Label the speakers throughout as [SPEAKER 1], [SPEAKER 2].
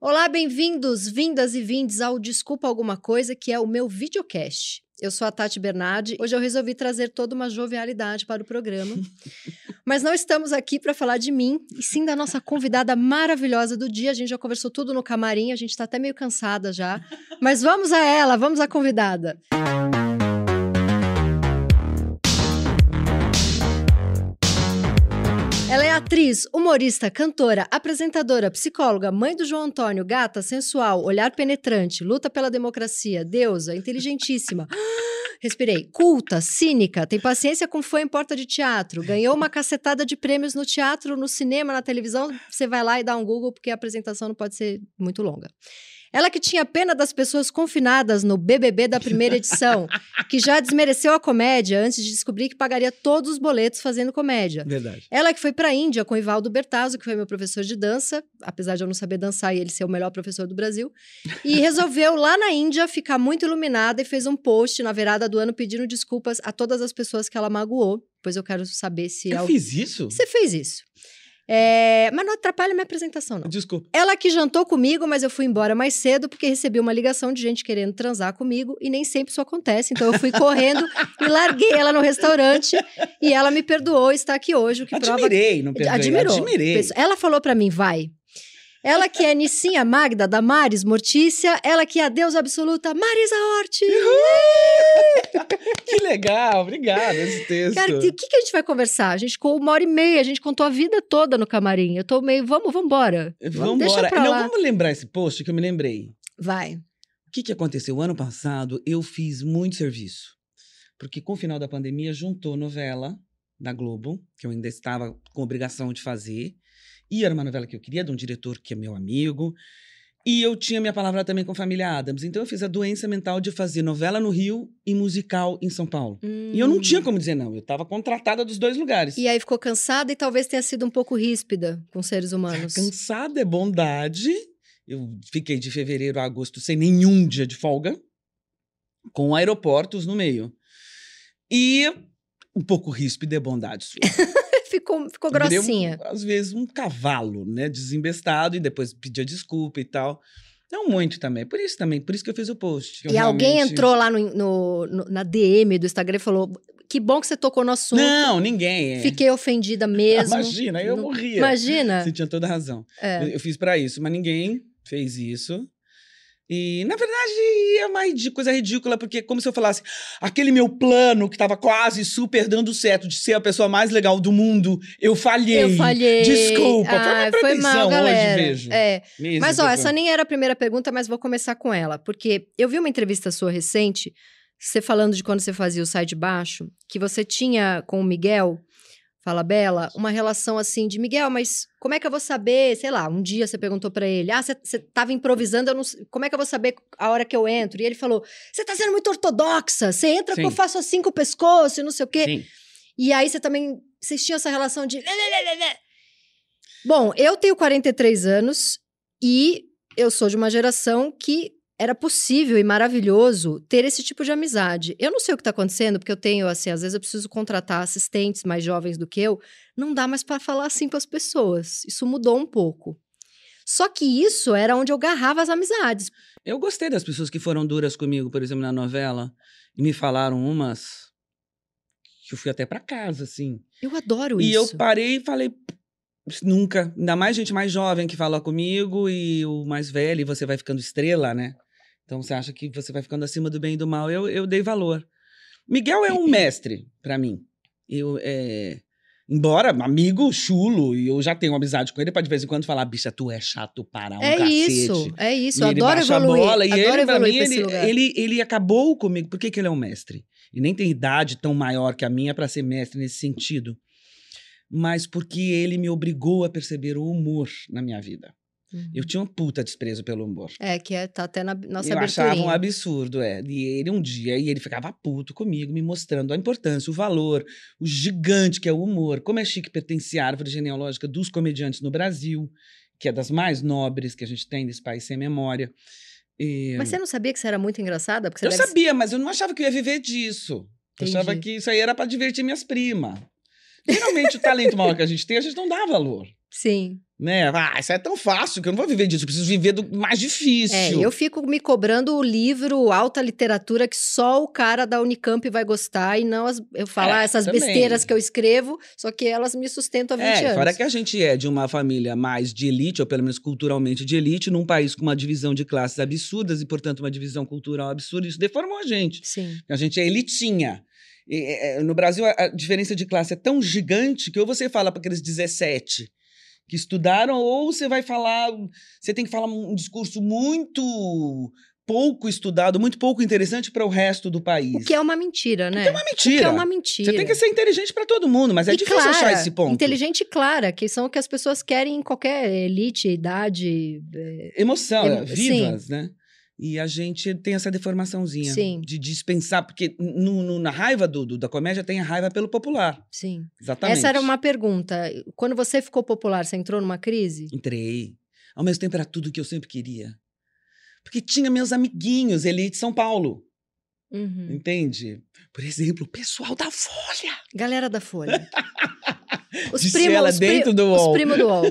[SPEAKER 1] Olá, bem-vindos, vindas e vindes ao Desculpa Alguma Coisa, que é o meu videocast. Eu sou a Tati Bernardi. Hoje eu resolvi trazer toda uma jovialidade para o programa. Mas não estamos aqui para falar de mim, e sim da nossa convidada maravilhosa do dia. A gente já conversou tudo no camarim, a gente está até meio cansada já. Mas vamos a ela, vamos à convidada. Ela é atriz, humorista, cantora, apresentadora, psicóloga, mãe do João Antônio, gata, sensual, olhar penetrante, luta pela democracia, deusa, inteligentíssima. Respirei. Culta, cínica, tem paciência com fã em porta de teatro, ganhou uma cacetada de prêmios no teatro, no cinema, na televisão. Você vai lá e dá um Google, porque a apresentação não pode ser muito longa. Ela que tinha pena das pessoas confinadas no BBB da primeira edição, que já desmereceu a comédia antes de descobrir que pagaria todos os boletos fazendo comédia.
[SPEAKER 2] Verdade.
[SPEAKER 1] Ela que foi para a Índia com o Ivaldo Bertazzo, que foi meu professor de dança, apesar de eu não saber dançar e ele ser o melhor professor do Brasil. E resolveu lá na Índia ficar muito iluminada e fez um post na virada do ano pedindo desculpas a todas as pessoas que ela magoou. Pois eu quero saber se
[SPEAKER 2] Eu
[SPEAKER 1] algu-
[SPEAKER 2] fiz isso?
[SPEAKER 1] você fez isso. É, Mas não atrapalha minha apresentação, não.
[SPEAKER 2] Desculpa.
[SPEAKER 1] Ela que jantou comigo, mas eu fui embora mais cedo porque recebi uma ligação de gente querendo transar comigo e nem sempre isso acontece. Então eu fui correndo e larguei ela no restaurante e ela me perdoou e está aqui hoje, o que prova
[SPEAKER 2] Admirei, não perdoei.
[SPEAKER 1] Admirou.
[SPEAKER 2] Admirei.
[SPEAKER 1] Pensa- Ela falou pra mim, vai. Ela que é Nissinha Magda, Damares Mortícia. Ela que é a deusa absoluta, Marisa Hort.
[SPEAKER 2] Que legal, obrigado esse texto.
[SPEAKER 1] Cara, e o que, que a gente vai conversar? A gente ficou uma hora e meia, a gente contou a vida toda no camarim. Eu tô meio, vamos, vamos embora.
[SPEAKER 2] Vamos
[SPEAKER 1] Deixa
[SPEAKER 2] embora.
[SPEAKER 1] pra
[SPEAKER 2] É, Não,
[SPEAKER 1] lá.
[SPEAKER 2] vamos lembrar esse post que eu me lembrei.
[SPEAKER 1] Vai.
[SPEAKER 2] O que, que aconteceu? Ano passado eu fiz muito serviço. Porque com o final da pandemia juntou novela da Globo, que eu ainda estava com obrigação de fazer. E era uma novela que eu queria, de um diretor que é meu amigo. E eu tinha minha palavra também com a família Adams. Então eu fiz a doença mental de fazer novela no Rio e musical em São Paulo. E eu não tinha como dizer não, eu tava contratada dos dois lugares.
[SPEAKER 1] Hum. E é aí ficou cansada e talvez tenha sido um pouco ríspida com seres humanos.
[SPEAKER 2] Cansada é bondade. Eu fiquei de fevereiro a agosto sem nenhum dia de folga, com aeroportos no meio. E um pouco ríspida é bondade. sua.
[SPEAKER 1] ficou, ficou
[SPEAKER 2] Eu virei um-
[SPEAKER 1] grossinha.
[SPEAKER 2] às vezes um cavalo, né? Desembestado e depois pedia desculpa e tal. Não muito também. Por isso também, por isso que eu fiz o post. que eu
[SPEAKER 1] E alguém
[SPEAKER 2] realmente-
[SPEAKER 1] entrou lá no, no- no- na DM do Instagram e falou: que bom que você tocou no assunto.
[SPEAKER 2] Não, ninguém. É.
[SPEAKER 1] Fiquei ofendida mesmo.
[SPEAKER 2] Imagina, eu
[SPEAKER 1] Não-
[SPEAKER 2] morria.
[SPEAKER 1] Imagina.
[SPEAKER 2] Você tinha toda a razão.
[SPEAKER 1] É.
[SPEAKER 2] Eu, eu fiz pra isso, mas ninguém fez isso. E, na verdade, é uma ridí- coisa ridícula, porque é como se eu falasse aquele meu plano que tava quase super dando certo de ser a pessoa mais legal do mundo, eu falhei.
[SPEAKER 1] Eu falhei. Ah,
[SPEAKER 2] Desculpa, foi uma
[SPEAKER 1] Ai,
[SPEAKER 2] pretensão hoje, vejo.
[SPEAKER 1] É.
[SPEAKER 2] Mesmo,
[SPEAKER 1] Mas, ó,
[SPEAKER 2] porque-
[SPEAKER 1] essa nem era a primeira pergunta, mas vou começar com ela. Porque eu vi uma entrevista sua recente, você falando de quando você fazia o Sai de Baixo, que você tinha com o Miguel, fala Bela, uma relação assim de Miguel, mas como é que eu vou saber? Sei lá, um dia você perguntou pra ele, ah, você- você tava improvisando, eu não sei- como é que eu vou saber a hora que eu entro? E ele falou, você tá sendo muito ortodoxa, você entra que
[SPEAKER 2] Sim.
[SPEAKER 1] eu faço assim com o pescoço e não sei o quê.
[SPEAKER 2] Sim.
[SPEAKER 1] E aí você também. Vocês tinham essa relação de. lê, lê, lê, lê, lê. Bom, eu tenho 43 anos e eu sou de uma geração que era possível e maravilhoso ter esse tipo de amizade. Eu não sei o que tá acontecendo, porque eu tenho, assim, às vezes eu preciso contratar assistentes mais jovens do que eu. Não dá mais para falar assim para as pessoas. Isso mudou um pouco. Só que isso era onde eu garrava as amizades.
[SPEAKER 2] Eu gostei das pessoas que foram duras comigo, por exemplo, na novela, e me falaram umas que eu fui até pra casa, assim.
[SPEAKER 1] Eu adoro
[SPEAKER 2] E eu
[SPEAKER 1] isso.
[SPEAKER 2] parei e falei, nunca. Ainda mais gente mais jovem que fala comigo e o mais velho, e você vai ficando estrela, né? Então você acha que você vai ficando acima do bem e do mal. Eu, eu dei valor. Miguel é um mestre pra mim. Eu, é, Embora amigo chulo, e eu já tenho amizade com ele pra de vez em quando falar, bicha, tu é chato para um
[SPEAKER 1] é
[SPEAKER 2] cacete.
[SPEAKER 1] isso, é isso.
[SPEAKER 2] E
[SPEAKER 1] Eu
[SPEAKER 2] ele
[SPEAKER 1] adoro
[SPEAKER 2] baixa
[SPEAKER 1] evoluir.
[SPEAKER 2] a bola. E
[SPEAKER 1] adoro
[SPEAKER 2] ele, pra
[SPEAKER 1] evoluir
[SPEAKER 2] mim,
[SPEAKER 1] pra esse
[SPEAKER 2] ele,
[SPEAKER 1] lugar.
[SPEAKER 2] ele, ele acabou comigo. Por que, que ele é um mestre? E nem tem idade tão maior que a minha para ser mestre nesse sentido. Mas porque ele me obrigou a perceber o humor na minha vida.
[SPEAKER 1] Uhum.
[SPEAKER 2] Eu tinha um puta desprezo pelo humor.
[SPEAKER 1] É, que é, tá até na b- nossa
[SPEAKER 2] eu achava um
[SPEAKER 1] aberturinha.
[SPEAKER 2] absurdo, é. E ele um dia, e ele ficava puto comigo, me mostrando a importância, o valor, o gigante que é o humor, como é chique pertencer à árvore genealógica dos comediantes no Brasil, que é das mais nobres que a gente tem desse país sem memória. E-
[SPEAKER 1] Mas você não sabia que você era muito engraçada? Porque você
[SPEAKER 2] eu
[SPEAKER 1] deve-
[SPEAKER 2] sabia, mas eu não achava que eu ia viver disso. Eu
[SPEAKER 1] Entendi.
[SPEAKER 2] achava que isso aí era pra divertir minhas primas. Geralmente, o talento maior que a gente tem, a gente não dá valor.
[SPEAKER 1] Sim.
[SPEAKER 2] Né? Ah, isso é tão fácil que eu não vou viver disso, eu preciso viver do mais difícil.
[SPEAKER 1] É, eu fico me cobrando o livro, alta literatura, que só o cara da Unicamp vai gostar, e não as, eu falar
[SPEAKER 2] É,
[SPEAKER 1] essas
[SPEAKER 2] também.
[SPEAKER 1] besteiras que eu escrevo, só que elas me sustentam há 20
[SPEAKER 2] É,
[SPEAKER 1] anos.
[SPEAKER 2] fora que a gente é de uma família mais de elite, ou pelo menos culturalmente de elite, num país com uma divisão de classes absurdas e, portanto, uma divisão cultural absurda, isso deformou a gente.
[SPEAKER 1] Sim.
[SPEAKER 2] A gente é elitinha. E, é, é, no Brasil, a, a diferença de classe é tão gigante que ou você fala para aqueles 17 que estudaram, ou você vai falar. Você tem que falar um discurso muito pouco estudado, muito pouco interessante para o resto do país.
[SPEAKER 1] O que é uma mentira, né?
[SPEAKER 2] uma
[SPEAKER 1] O que
[SPEAKER 2] mentira.
[SPEAKER 1] é uma mentira.
[SPEAKER 2] Você tem que ser inteligente para todo mundo, mas é
[SPEAKER 1] E
[SPEAKER 2] difícil
[SPEAKER 1] clara,
[SPEAKER 2] achar esse ponto.
[SPEAKER 1] Inteligente e clara, que são o que as pessoas querem em qualquer elite, idade. eh,
[SPEAKER 2] emoção,
[SPEAKER 1] Emo-
[SPEAKER 2] é, vivas, né? E a gente tem essa deformaçãozinha
[SPEAKER 1] Sim.
[SPEAKER 2] de dispensar, porque no- no- na raiva do, do- da comédia tem a raiva pelo popular.
[SPEAKER 1] Sim.
[SPEAKER 2] Exatamente.
[SPEAKER 1] Essa era uma pergunta. Quando você ficou popular, você entrou numa crise?
[SPEAKER 2] Entrei. Ao mesmo tempo era tudo que eu sempre queria. Porque tinha meus amiguinhos ali de São Paulo,
[SPEAKER 1] Uhum.
[SPEAKER 2] entende? Por exemplo, o pessoal da Folha.
[SPEAKER 1] Galera da Folha. Os
[SPEAKER 2] Disse
[SPEAKER 1] primos,
[SPEAKER 2] ela
[SPEAKER 1] os, pri-
[SPEAKER 2] dentro do
[SPEAKER 1] os
[SPEAKER 2] UOL.
[SPEAKER 1] primos do UOL.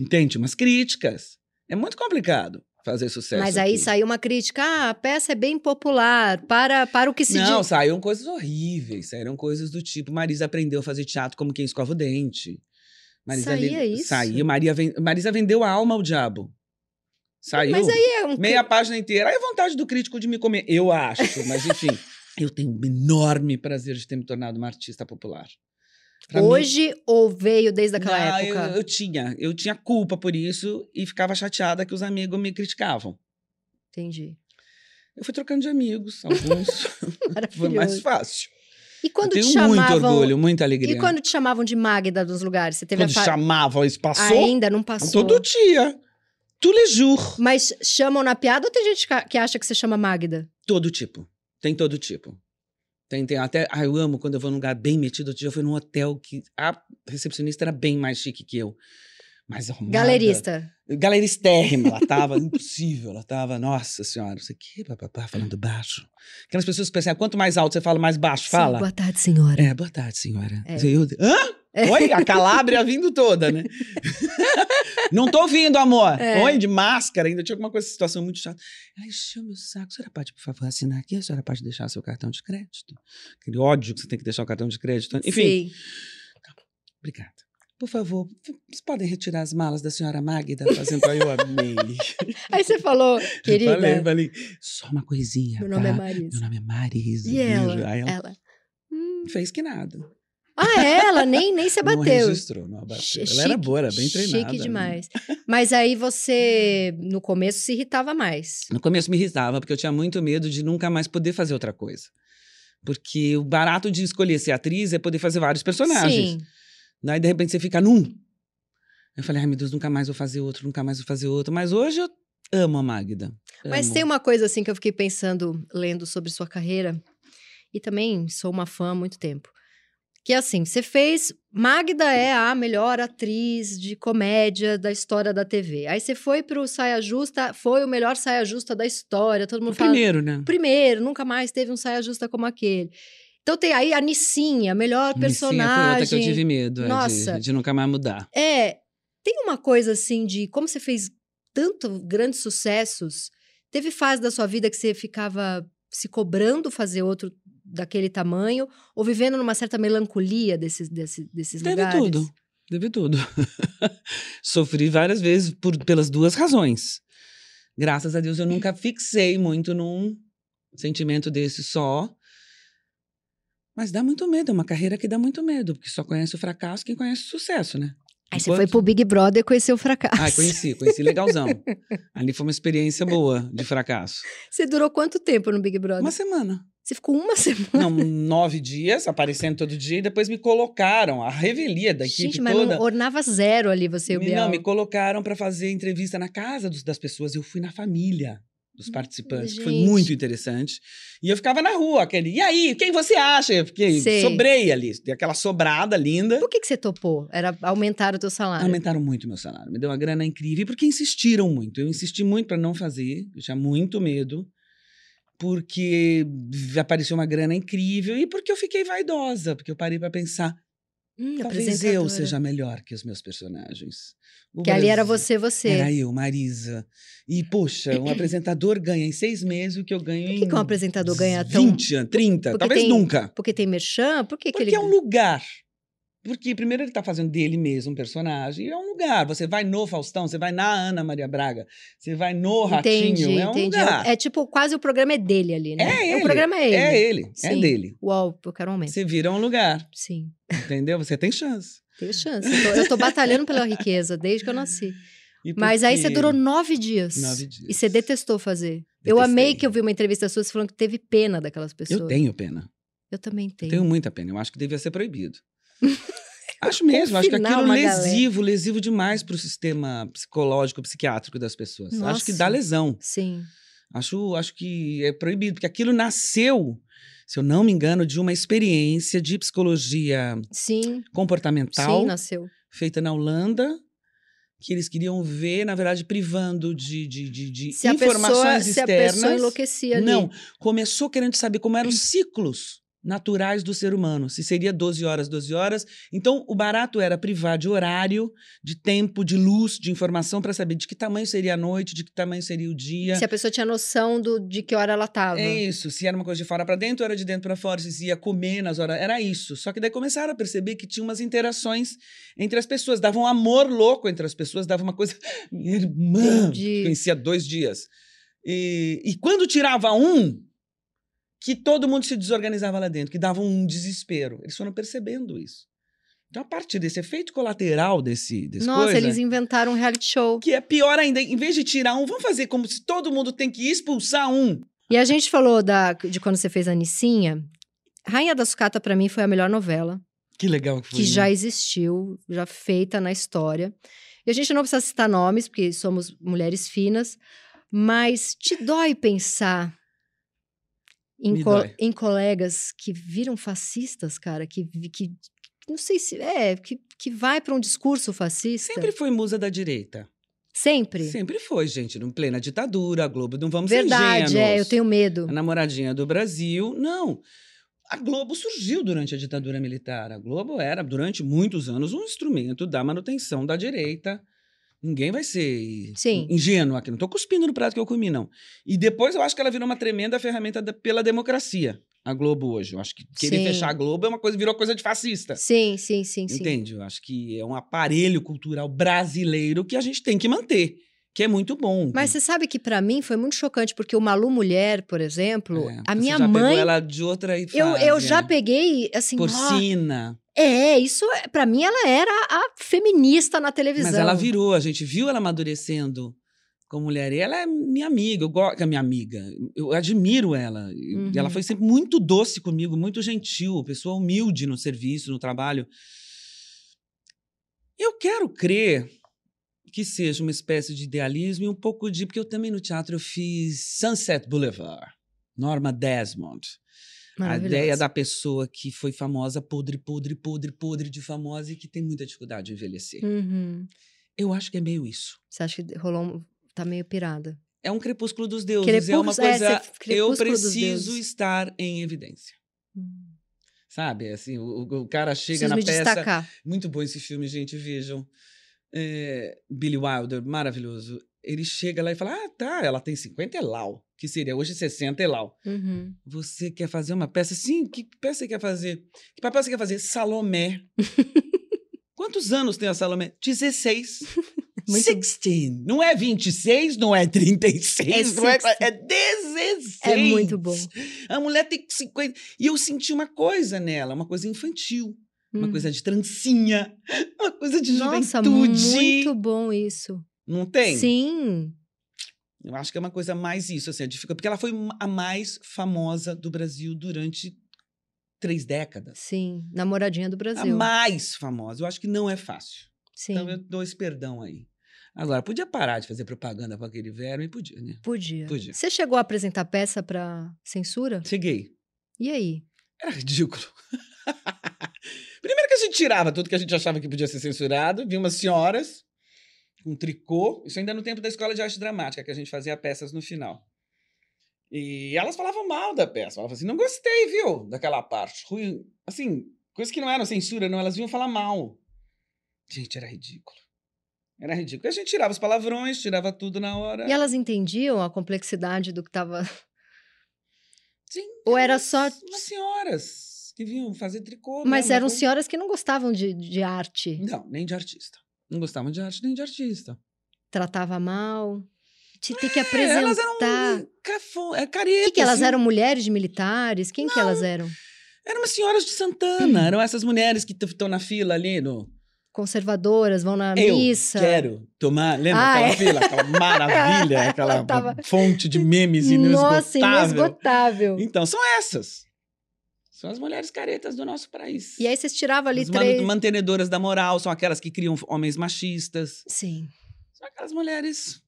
[SPEAKER 2] Entende? Umas críticas. É muito complicado fazer sucesso.
[SPEAKER 1] Mas aí
[SPEAKER 2] aqui.
[SPEAKER 1] saiu uma crítica. Ah, a peça é bem popular. Para, para o que se
[SPEAKER 2] Não,
[SPEAKER 1] diz.
[SPEAKER 2] saíram coisas horríveis. Saíram coisas do tipo: Marisa aprendeu a fazer teatro como quem escova o dente.
[SPEAKER 1] Saía
[SPEAKER 2] ven-
[SPEAKER 1] isso?
[SPEAKER 2] Saía. Maria ven- Marisa vendeu a alma ao diabo. Saiu.
[SPEAKER 1] Mas aí é um. cri-
[SPEAKER 2] Meia página inteira. Aí é vontade do crítico de me comer. Eu acho, mas enfim. eu tenho um enorme prazer de ter me tornado uma artista popular. Pra mim-
[SPEAKER 1] Hoje ou veio desde aquela
[SPEAKER 2] Ah, eu-
[SPEAKER 1] época?
[SPEAKER 2] eu tinha. Eu tinha culpa por isso e ficava chateada que os amigos me criticavam.
[SPEAKER 1] Entendi.
[SPEAKER 2] Eu fui trocando de amigos, alguns. Foi
[SPEAKER 1] Maravilhoso.
[SPEAKER 2] mais fácil.
[SPEAKER 1] E
[SPEAKER 2] eu
[SPEAKER 1] quando
[SPEAKER 2] tenho
[SPEAKER 1] te
[SPEAKER 2] muito
[SPEAKER 1] chamavam.
[SPEAKER 2] orgulho, muita alegria.
[SPEAKER 1] E quando te chamavam de Magda dos lugares? Você teve
[SPEAKER 2] Quando
[SPEAKER 1] a fa-
[SPEAKER 2] chamava, isso passou
[SPEAKER 1] Ainda não passou.
[SPEAKER 2] todo dia. Tous les jours.
[SPEAKER 1] Mas chamam na piada ou tem gente ca- que acha que você chama Magda?
[SPEAKER 2] Todo tipo. Tem todo tipo. Tem, tem até. Ah, eu amo quando eu vou num lugar bem metido. Outro dia eu fui num hotel que a recepcionista era bem mais chique que eu. Mas arrumada.
[SPEAKER 1] Galerista.
[SPEAKER 2] Galeristérrima. Ela tava impossível. Ela tava, nossa senhora, não sei o quê, papapá, falando baixo. Aquelas pessoas que pensam, "Ah, quanto mais alto você fala, mais baixo fala.
[SPEAKER 1] Sim, boa tarde, senhora.
[SPEAKER 2] É, boa tarde, senhora.
[SPEAKER 1] É.
[SPEAKER 2] Eu- Hã? Oi, a Calábria vindo toda, né? Não tô ouvindo, amor.
[SPEAKER 1] É.
[SPEAKER 2] Oi, de máscara ainda. Tinha alguma coisa, situação muito chata. Ela encheu meu saco. A senhora pode, por favor, assinar aqui? A senhora pode deixar seu cartão de crédito? Aquele ódio que você tem que deixar o cartão de crédito. Enfim,
[SPEAKER 1] Sim.
[SPEAKER 2] obrigada. Por favor, vocês podem retirar as malas da senhora Magda? Fazendo aí, eu amei.
[SPEAKER 1] Aí você falou, querida,
[SPEAKER 2] Falei, falei. Só uma coisinha,
[SPEAKER 1] meu nome
[SPEAKER 2] tá?
[SPEAKER 1] é Marisa.
[SPEAKER 2] Meu nome é Marisa.
[SPEAKER 1] E
[SPEAKER 2] beijo.
[SPEAKER 1] ela? É.
[SPEAKER 2] Aí ela
[SPEAKER 1] Ela. Hum.
[SPEAKER 2] fez que nada.
[SPEAKER 1] Ah, ela nem, nem se
[SPEAKER 2] Não
[SPEAKER 1] bateu.
[SPEAKER 2] registrou, não abateu.
[SPEAKER 1] Chi-
[SPEAKER 2] ela era
[SPEAKER 1] chique-
[SPEAKER 2] boa, era bem treinada.
[SPEAKER 1] Chique
[SPEAKER 2] né?
[SPEAKER 1] demais. Mas aí você, no começo, se irritava mais.
[SPEAKER 2] No começo me irritava, porque eu tinha muito medo de nunca mais poder fazer outra coisa. Porque o barato de escolher ser atriz é poder fazer vários personagens.
[SPEAKER 1] Sim.
[SPEAKER 2] Daí, de repente, você fica num. Eu falei, ai meu Deus, nunca mais vou fazer outro, nunca mais vou fazer outro. Mas hoje eu amo a Magda.
[SPEAKER 1] Mas
[SPEAKER 2] Amo.
[SPEAKER 1] tem uma coisa assim que eu fiquei pensando, lendo sobre sua carreira, e também sou uma fã há muito tempo. Que assim, você fez. Magda é a melhor atriz de comédia da história da TV. Aí você foi pro Saia Justa, foi o melhor Saia Justa da história. Todo mundo
[SPEAKER 2] O
[SPEAKER 1] fala.
[SPEAKER 2] primeiro, né?
[SPEAKER 1] Primeiro, nunca mais teve um Saia Justa como aquele. Então tem aí a Nissinha, melhor
[SPEAKER 2] Sim, foi outra que
[SPEAKER 1] um
[SPEAKER 2] eu
[SPEAKER 1] personagem.
[SPEAKER 2] tive medo, é, de-
[SPEAKER 1] Nossa.
[SPEAKER 2] de, nunca mais mudar.
[SPEAKER 1] É, tem uma coisa assim de como você fez tanto grandes sucessos. Teve fase da sua vida que você ficava se cobrando fazer outro daquele tamanho ou vivendo numa certa melancolia desses desses desses
[SPEAKER 2] Teve
[SPEAKER 1] lugares?
[SPEAKER 2] tudo. Teve tudo. Sofri várias vezes por, pelas duas razões. Graças a Deus eu nunca fixei muito num sentimento desse só. Mas dá muito medo, é uma carreira que dá muito medo, porque só conhece o fracasso quem conhece o sucesso, né?
[SPEAKER 1] Aí você
[SPEAKER 2] Enquanto-
[SPEAKER 1] foi pro Big Brother e conheceu o fracasso.
[SPEAKER 2] Ah, conheci, conheci legalzão. Ali foi uma experiência boa de fracasso.
[SPEAKER 1] Você durou quanto tempo no Big Brother?
[SPEAKER 2] Uma semana.
[SPEAKER 1] Você ficou uma semana.
[SPEAKER 2] Não, nove dias, aparecendo todo dia, e depois me colocaram, a revelia da equipe
[SPEAKER 1] Gente, mas
[SPEAKER 2] toda.
[SPEAKER 1] não ornava zero ali você e o
[SPEAKER 2] Me-
[SPEAKER 1] Biel.
[SPEAKER 2] Não, me colocaram para fazer entrevista na casa dos- das pessoas. Eu fui na família dos participantes, que foi
[SPEAKER 1] Hum, gente.
[SPEAKER 2] muito interessante. E eu ficava na rua, aquele. E aí, quem você acha? Eu fiquei,
[SPEAKER 1] Sei.
[SPEAKER 2] sobrei ali. Tem aquela sobrada linda.
[SPEAKER 1] Por que, que você topou? Era aumentar o teu salário.
[SPEAKER 2] Aumentaram muito meu salário, me deu uma grana incrível, porque insistiram muito. Eu insisti muito para não fazer, eu tinha muito medo, porque apareceu uma grana incrível e porque eu fiquei vaidosa, porque eu parei para pensar:
[SPEAKER 1] Hum,
[SPEAKER 2] Talvez eu
[SPEAKER 1] apresentadora.
[SPEAKER 2] seja melhor que os meus personagens. O
[SPEAKER 1] Que ali era
[SPEAKER 2] Brasil-
[SPEAKER 1] você, você.
[SPEAKER 2] Era eu, Marisa. E, poxa, um apresentador ganha em seis meses o que eu ganho
[SPEAKER 1] Por
[SPEAKER 2] em.
[SPEAKER 1] que, que um apresentador ganha tão.
[SPEAKER 2] 20 anos, 30,
[SPEAKER 1] Porque
[SPEAKER 2] talvez
[SPEAKER 1] tem-
[SPEAKER 2] nunca.
[SPEAKER 1] Porque tem merchan? Por que, que
[SPEAKER 2] Porque
[SPEAKER 1] ele.
[SPEAKER 2] é um lugar. Porque primeiro ele tá fazendo dele mesmo um personagem, e é um lugar. Você vai no Faustão, você vai na Ana Maria Braga, você vai no Ratinho,
[SPEAKER 1] entendi,
[SPEAKER 2] é um
[SPEAKER 1] entendi.
[SPEAKER 2] lugar.
[SPEAKER 1] É, tipo, quase o programa é dele ali, né?
[SPEAKER 2] É
[SPEAKER 1] O
[SPEAKER 2] ele,
[SPEAKER 1] programa é ele.
[SPEAKER 2] É ele, é
[SPEAKER 1] Sim.
[SPEAKER 2] dele.
[SPEAKER 1] Uau, eu quero um aumento.
[SPEAKER 2] Você vira um lugar,
[SPEAKER 1] Sim.
[SPEAKER 2] entendeu? Você tem chance.
[SPEAKER 1] Tenho chance. Eu tô, eu tô batalhando pela riqueza desde que eu nasci.
[SPEAKER 2] E
[SPEAKER 1] Mas aí você
[SPEAKER 2] porque-
[SPEAKER 1] durou nove dias.
[SPEAKER 2] Nove dias.
[SPEAKER 1] E você detestou fazer. Eu
[SPEAKER 2] Detestei.
[SPEAKER 1] amei que eu vi uma entrevista sua você falando que teve pena daquelas pessoas.
[SPEAKER 2] Eu tenho pena.
[SPEAKER 1] Eu também
[SPEAKER 2] Eu
[SPEAKER 1] tenho.
[SPEAKER 2] tenho um muita pena. Eu acho que devia ser proibido. acho mesmo, acho que
[SPEAKER 1] Confinar
[SPEAKER 2] aquilo
[SPEAKER 1] uma
[SPEAKER 2] lesivo, lesivo demais pro sistema psicológico, psiquiátrico das pessoas. Acho que dá
[SPEAKER 1] Nossa.
[SPEAKER 2] lesão.
[SPEAKER 1] Sim.
[SPEAKER 2] Acho, acho que é proibido, porque aquilo nasceu, se eu não me engano, de uma experiência de psicologia
[SPEAKER 1] Sim.
[SPEAKER 2] comportamental
[SPEAKER 1] Sim, nasceu.
[SPEAKER 2] feita na Holanda, que eles queriam ver, na verdade, privando de, de, de, de
[SPEAKER 1] Se a pessoa,
[SPEAKER 2] informações
[SPEAKER 1] se a pessoa
[SPEAKER 2] externas.
[SPEAKER 1] enlouquecia ali.
[SPEAKER 2] não, começou querendo saber como eram os ciclos naturais do ser humano, se seria 12 horas, 12 horas. Então, o barato era privar de horário, de tempo, de luz, de informação para saber de que tamanho seria a noite, de que tamanho seria o dia.
[SPEAKER 1] Se a pessoa tinha noção do, de que hora ela tava.
[SPEAKER 2] É isso. Se era uma coisa de fora para dentro, era de dentro para fora. Se ia comer nas horas, era isso. Só que daí começaram a perceber que tinha umas interações entre as pessoas. Dava um amor louco entre as pessoas, dava uma coisa. Minha irmã
[SPEAKER 1] Entendi.
[SPEAKER 2] conhecia dois dias. E, e quando tirava um, que todo mundo se desorganizava lá dentro, que dava um desespero. Eles foram percebendo isso. Então, a partir desse efeito colateral desse, desse
[SPEAKER 1] Nossa,
[SPEAKER 2] coisa,
[SPEAKER 1] eles inventaram um reality show.
[SPEAKER 2] que é pior ainda, em vez de tirar um, vamos fazer como se todo mundo tem que expulsar um.
[SPEAKER 1] E a gente falou da, de quando você fez a Nicinha. Rainha da Sucata, pra mim, foi a melhor novela
[SPEAKER 2] Que legal que foi.
[SPEAKER 1] que
[SPEAKER 2] né?
[SPEAKER 1] já existiu, já feita na história. E a gente não precisa citar nomes, porque somos mulheres finas, mas te dói pensar em,
[SPEAKER 2] Me
[SPEAKER 1] co-
[SPEAKER 2] dói.
[SPEAKER 1] em colegas que viram fascistas, cara, que. vi- que não sei se. É, que, que vai para um discurso fascista.
[SPEAKER 2] Sempre foi musa da direita.
[SPEAKER 1] Sempre.
[SPEAKER 2] Sempre foi, gente. Em plena ditadura, a Globo, não vamos ser
[SPEAKER 1] Verdade,
[SPEAKER 2] ingênuos.
[SPEAKER 1] é, eu tenho medo.
[SPEAKER 2] A namoradinha do Brasil, não. A Globo surgiu durante a ditadura militar. A Globo era, durante muitos anos, um instrumento da manutenção da direita. Ninguém vai ser
[SPEAKER 1] Sim.
[SPEAKER 2] ingênuo aqui. Não estou cuspindo no prato que eu comi, não. E depois eu acho que ela virou uma tremenda ferramenta da- pela democracia, a Globo hoje. Eu acho que querer
[SPEAKER 1] Sim.
[SPEAKER 2] fechar a Globo é uma coisa, virou coisa de fascista.
[SPEAKER 1] Sim, sim, sim, sim.
[SPEAKER 2] Entende? Eu acho que é um aparelho cultural brasileiro que a gente tem que manter, que é muito bom.
[SPEAKER 1] Mas você sabe que pra mim foi muito chocante, porque o Malu Mulher, por exemplo,
[SPEAKER 2] É,
[SPEAKER 1] a
[SPEAKER 2] você
[SPEAKER 1] minha
[SPEAKER 2] já pegou
[SPEAKER 1] mãe.
[SPEAKER 2] ela de outra e
[SPEAKER 1] Eu,
[SPEAKER 2] fase,
[SPEAKER 1] eu já
[SPEAKER 2] né?
[SPEAKER 1] peguei, assim. ó,
[SPEAKER 2] Porcina.
[SPEAKER 1] é, isso, é- pra mim, ela era a feminista na televisão.
[SPEAKER 2] Mas ela virou, a gente viu ela amadurecendo como mulher. E ela é minha amiga, eu gosto, é minha amiga. Eu admiro ela. E
[SPEAKER 1] Uhum.
[SPEAKER 2] Ela foi sempre muito doce comigo, muito gentil, pessoa humilde no serviço, no trabalho. Eu quero crer que seja uma espécie de idealismo e um pouco de. Porque eu também no teatro eu fiz Sunset Boulevard, Norma Desmond. A ideia da pessoa que foi famosa, podre, podre, podre, podre de famosa e que tem muita dificuldade de envelhecer.
[SPEAKER 1] Uhum.
[SPEAKER 2] Eu acho que é meio isso.
[SPEAKER 1] Você acha que rolou um. Tá meio pirada.
[SPEAKER 2] É um crepúsculo dos deuses. é uma
[SPEAKER 1] Crepúsculo- é,
[SPEAKER 2] coisa.
[SPEAKER 1] você-
[SPEAKER 2] eu
[SPEAKER 1] Crepúsculo dos
[SPEAKER 2] preciso
[SPEAKER 1] Deuses.
[SPEAKER 2] estar em evidência.
[SPEAKER 1] Hum.
[SPEAKER 2] Sabe? Assim, o, o- o cara
[SPEAKER 1] Preciso
[SPEAKER 2] chega na
[SPEAKER 1] me
[SPEAKER 2] peça.
[SPEAKER 1] destacar.
[SPEAKER 2] Muito bom esse filme, gente, vejam. É, Billy Wilder, maravilhoso. Ele chega lá e fala: Ah, tá, ela tem 50 e lau, que seria hoje 60 e lau.
[SPEAKER 1] Uhum.
[SPEAKER 2] Você quer fazer uma peça? Sim, que peça você quer fazer? Que papel você quer fazer? Salomé. Quantos anos tem a Salomé? 16.
[SPEAKER 1] Muito-
[SPEAKER 2] 16. Não é 26, não é 36,
[SPEAKER 1] É
[SPEAKER 2] não é,
[SPEAKER 1] 16.
[SPEAKER 2] é 16.
[SPEAKER 1] É muito bom.
[SPEAKER 2] A mulher tem 50. E eu senti uma coisa nela, uma coisa infantil, uma
[SPEAKER 1] Hum.
[SPEAKER 2] coisa de trancinha, uma coisa de
[SPEAKER 1] Nossa,
[SPEAKER 2] juventude.
[SPEAKER 1] muito bom isso.
[SPEAKER 2] Não tem?
[SPEAKER 1] Sim.
[SPEAKER 2] Eu acho que é uma coisa mais isso, assim, a dificuldade- porque ela foi a mais famosa do Brasil durante três décadas.
[SPEAKER 1] Sim. Namoradinha do
[SPEAKER 2] A
[SPEAKER 1] Brasil.
[SPEAKER 2] mais famosa. Eu acho que não é fácil.
[SPEAKER 1] Sim.
[SPEAKER 2] Então eu dou esse perdão aí. Agora, podia parar de fazer propaganda com aquele verme? Podia, né?
[SPEAKER 1] Podia.
[SPEAKER 2] Podia.
[SPEAKER 1] Você chegou a apresentar peça pra censura?
[SPEAKER 2] Cheguei.
[SPEAKER 1] E aí?
[SPEAKER 2] Era ridículo. Primeiro que a gente tirava tudo que a gente achava que podia ser censurado, vi umas senhoras com tricô, isso ainda no tempo da escola de arte dramática, que a gente fazia peças no final. E elas falavam mal da peça, falavam assim, não gostei, viu, daquela parte, ruim, assim, Coisas que não eram censura, não, elas vinham falar mal. Gente, era ridículo. Era ridículo. E A gente tirava os palavrões, tirava tudo na hora.
[SPEAKER 1] E elas entendiam a complexidade do que tava.
[SPEAKER 2] Sim,
[SPEAKER 1] Ou
[SPEAKER 2] eram
[SPEAKER 1] era
[SPEAKER 2] umas-
[SPEAKER 1] só-
[SPEAKER 2] Umas senhoras que vinham fazer tricô.
[SPEAKER 1] Mas um
[SPEAKER 2] mesmo,
[SPEAKER 1] eram
[SPEAKER 2] coisa-
[SPEAKER 1] senhoras que não gostavam de, de arte.
[SPEAKER 2] Não, nem de artista. Não gostavam de arte nem de artista.
[SPEAKER 1] Tratava mal. Te ter que
[SPEAKER 2] É,
[SPEAKER 1] apresentar.
[SPEAKER 2] elas eram cafo, é,
[SPEAKER 1] O
[SPEAKER 2] caretas.
[SPEAKER 1] que, que elas
[SPEAKER 2] assim.
[SPEAKER 1] eram? Mulheres de militares? Quem que elas eram?
[SPEAKER 2] Eram umas senhoras de Santana. Eram essas mulheres que estão na fila ali no...
[SPEAKER 1] Conservadoras, vão na
[SPEAKER 2] Eu
[SPEAKER 1] missa.
[SPEAKER 2] quero tomar... Lembra
[SPEAKER 1] Ah,
[SPEAKER 2] aquela
[SPEAKER 1] é.
[SPEAKER 2] fila? Aquela maravilha. Aquela
[SPEAKER 1] tava-
[SPEAKER 2] fonte de memes
[SPEAKER 1] Nossa,
[SPEAKER 2] inesgotável.
[SPEAKER 1] inesgotável.
[SPEAKER 2] Então, são essas. São as mulheres caretas do nosso país.
[SPEAKER 1] E aí vocês tiravam ali
[SPEAKER 2] As man-
[SPEAKER 1] três.
[SPEAKER 2] mantenedoras da moral, são aquelas que criam homens machistas.
[SPEAKER 1] Sim.
[SPEAKER 2] São aquelas mulheres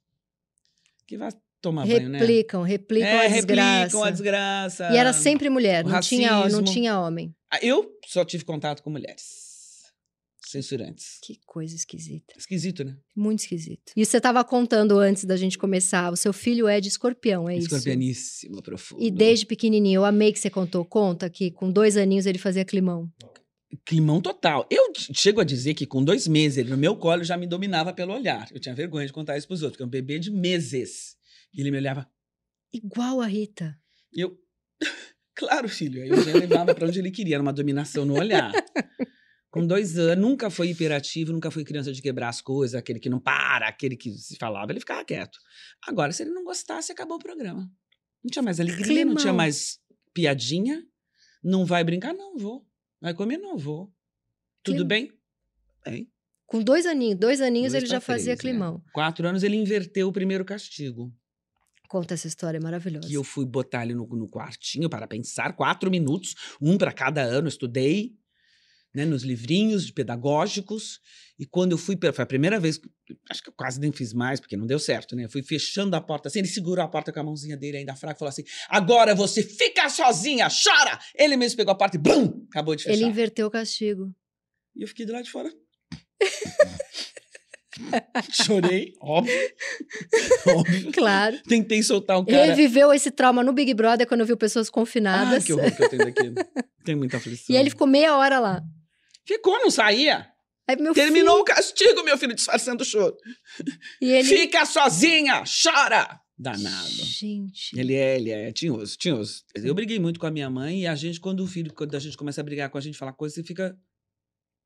[SPEAKER 2] que vai tomar banho, né?
[SPEAKER 1] replicam, replicam
[SPEAKER 2] É,
[SPEAKER 1] a
[SPEAKER 2] replicam
[SPEAKER 1] desgraça.
[SPEAKER 2] a desgraça.
[SPEAKER 1] E era sempre mulher,
[SPEAKER 2] o
[SPEAKER 1] não tinha, não
[SPEAKER 2] racismo.
[SPEAKER 1] tinha homem.
[SPEAKER 2] Ah, Eu só tive contato com mulheres censurantes.
[SPEAKER 1] Que coisa esquisita.
[SPEAKER 2] Esquisito, né?
[SPEAKER 1] Muito esquisito. E você estava contando antes da gente começar, o seu filho é de escorpião, é isso?
[SPEAKER 2] Escorpianíssimo, profundo.
[SPEAKER 1] E desde pequenininho, eu amei que você contou. Conta que com dois aninhos ele fazia climão.
[SPEAKER 2] Climão total. Eu t- chego a dizer que com dois meses ele no meu colo já me dominava pelo olhar. Eu tinha vergonha de contar isso pros outros, porque é um bebê de meses. E ele me olhava,
[SPEAKER 1] Igual a Rita.
[SPEAKER 2] E eu, claro, filho, aí eu já levava pra onde ele queria, era uma dominação no olhar. Com dois anos, nunca foi hiperativo, nunca foi criança de quebrar as coisas, aquele que não para, aquele que se falava, ele ficava quieto. Agora, se ele não gostasse, acabou o programa. Não tinha mais alegria, não tinha
[SPEAKER 1] Climão.
[SPEAKER 2] mais piadinha. Não vai brincar? Não, vou. Vai comer? Não, vou. Tudo
[SPEAKER 1] Clim-
[SPEAKER 2] bem? Bem.
[SPEAKER 1] Com dois aninhos, dois aninhos
[SPEAKER 2] Dois
[SPEAKER 1] ele
[SPEAKER 2] pra
[SPEAKER 1] já fazia
[SPEAKER 2] três, né?
[SPEAKER 1] climão.
[SPEAKER 2] Quatro anos ele inverteu o primeiro castigo.
[SPEAKER 1] Conta essa história é maravilhosa.
[SPEAKER 2] que eu fui botar ele no, no quartinho para pensar, quatro minutos, um para cada ano, eu estudei né, nos livrinhos de pedagógicos. E quando eu fui, pe- foi a primeira vez, que- acho que eu quase nem fiz mais, porque não deu certo, né? Eu fui fechando a porta assim, ele segurou a porta com a mãozinha dele ainda fraca e falou assim: agora você fica sozinha, chora! Ele mesmo pegou a porta e BUM! Acabou de
[SPEAKER 1] Ele
[SPEAKER 2] fechar.
[SPEAKER 1] inverteu o castigo.
[SPEAKER 2] E eu fiquei do lado de fora. Chorei, óbvio. óbvio.
[SPEAKER 1] Claro.
[SPEAKER 2] Tentei soltar o cara.
[SPEAKER 1] Reviveu esse trauma no Big Brother quando viu pessoas
[SPEAKER 2] Ah,
[SPEAKER 1] confinadas.
[SPEAKER 2] que horror que eu tenho daqui. Tem muita aflição.
[SPEAKER 1] e aí ele ficou meia hora lá.
[SPEAKER 2] Ficou, não saía.
[SPEAKER 1] Aí meu
[SPEAKER 2] Terminou o castigo, meu filho, disfarçando o choro.
[SPEAKER 1] filho. E ele. Ah,
[SPEAKER 2] Fica sozinha, chora! Danado.
[SPEAKER 1] Gente.
[SPEAKER 2] Ele é, ele é tinhoso, tinhoso. Eu briguei muito com a minha mãe e a gente, quando o filho, quando a gente começa a brigar com a gente, falar coisa, você fica.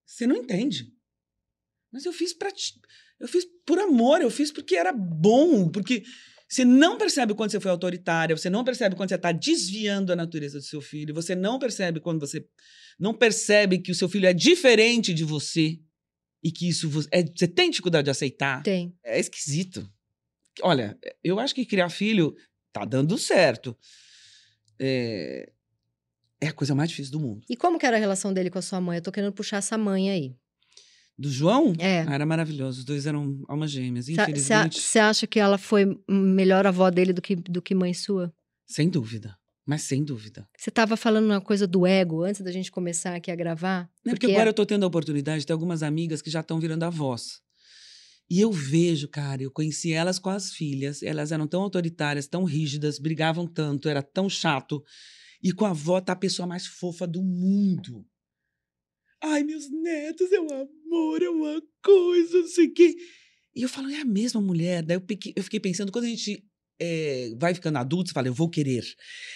[SPEAKER 2] Você não entende. Mas eu fiz pra ti. Eu fiz por amor, eu fiz porque era bom, porque você não percebe quando você foi autoritária, você não percebe quando você está desviando a natureza do seu filho, você não percebe quando você não percebe que o seu filho é diferente de você e que isso vo- é, você tem dificuldade de aceitar.
[SPEAKER 1] Tem.
[SPEAKER 2] É esquisito. Olha, eu acho que criar filho tá dando certo. É, é a coisa mais difícil do mundo.
[SPEAKER 1] E como que era a relação dele com a sua mãe? Eu tô querendo puxar essa mãe aí.
[SPEAKER 2] Do João?
[SPEAKER 1] É.
[SPEAKER 2] Ah, era maravilhoso. Os dois eram almas gêmeas, infelizmente.
[SPEAKER 1] Você acha que ela foi hum, melhor avó dele do que, do que mãe sua?
[SPEAKER 2] Sem dúvida. Mas sem dúvida.
[SPEAKER 1] Você tava falando uma coisa do ego antes da gente começar aqui a gravar? é
[SPEAKER 2] Né, Porque, agora eu tô tendo a oportunidade de ter algumas amigas que já estão virando avós. E eu vejo, cara, eu conheci elas com as filhas, elas eram tão autoritárias, tão rígidas, brigavam tanto, era tão chato. E com a avó tá a pessoa mais fofa do mundo. Ai, meus netos, é um amor, é uma coisa, não sei o quê. E eu falo, é a mesma mulher. Daí eu, pique- eu fiquei pensando, quando a gente eh, vai ficando adulto, você fala, eu vou querer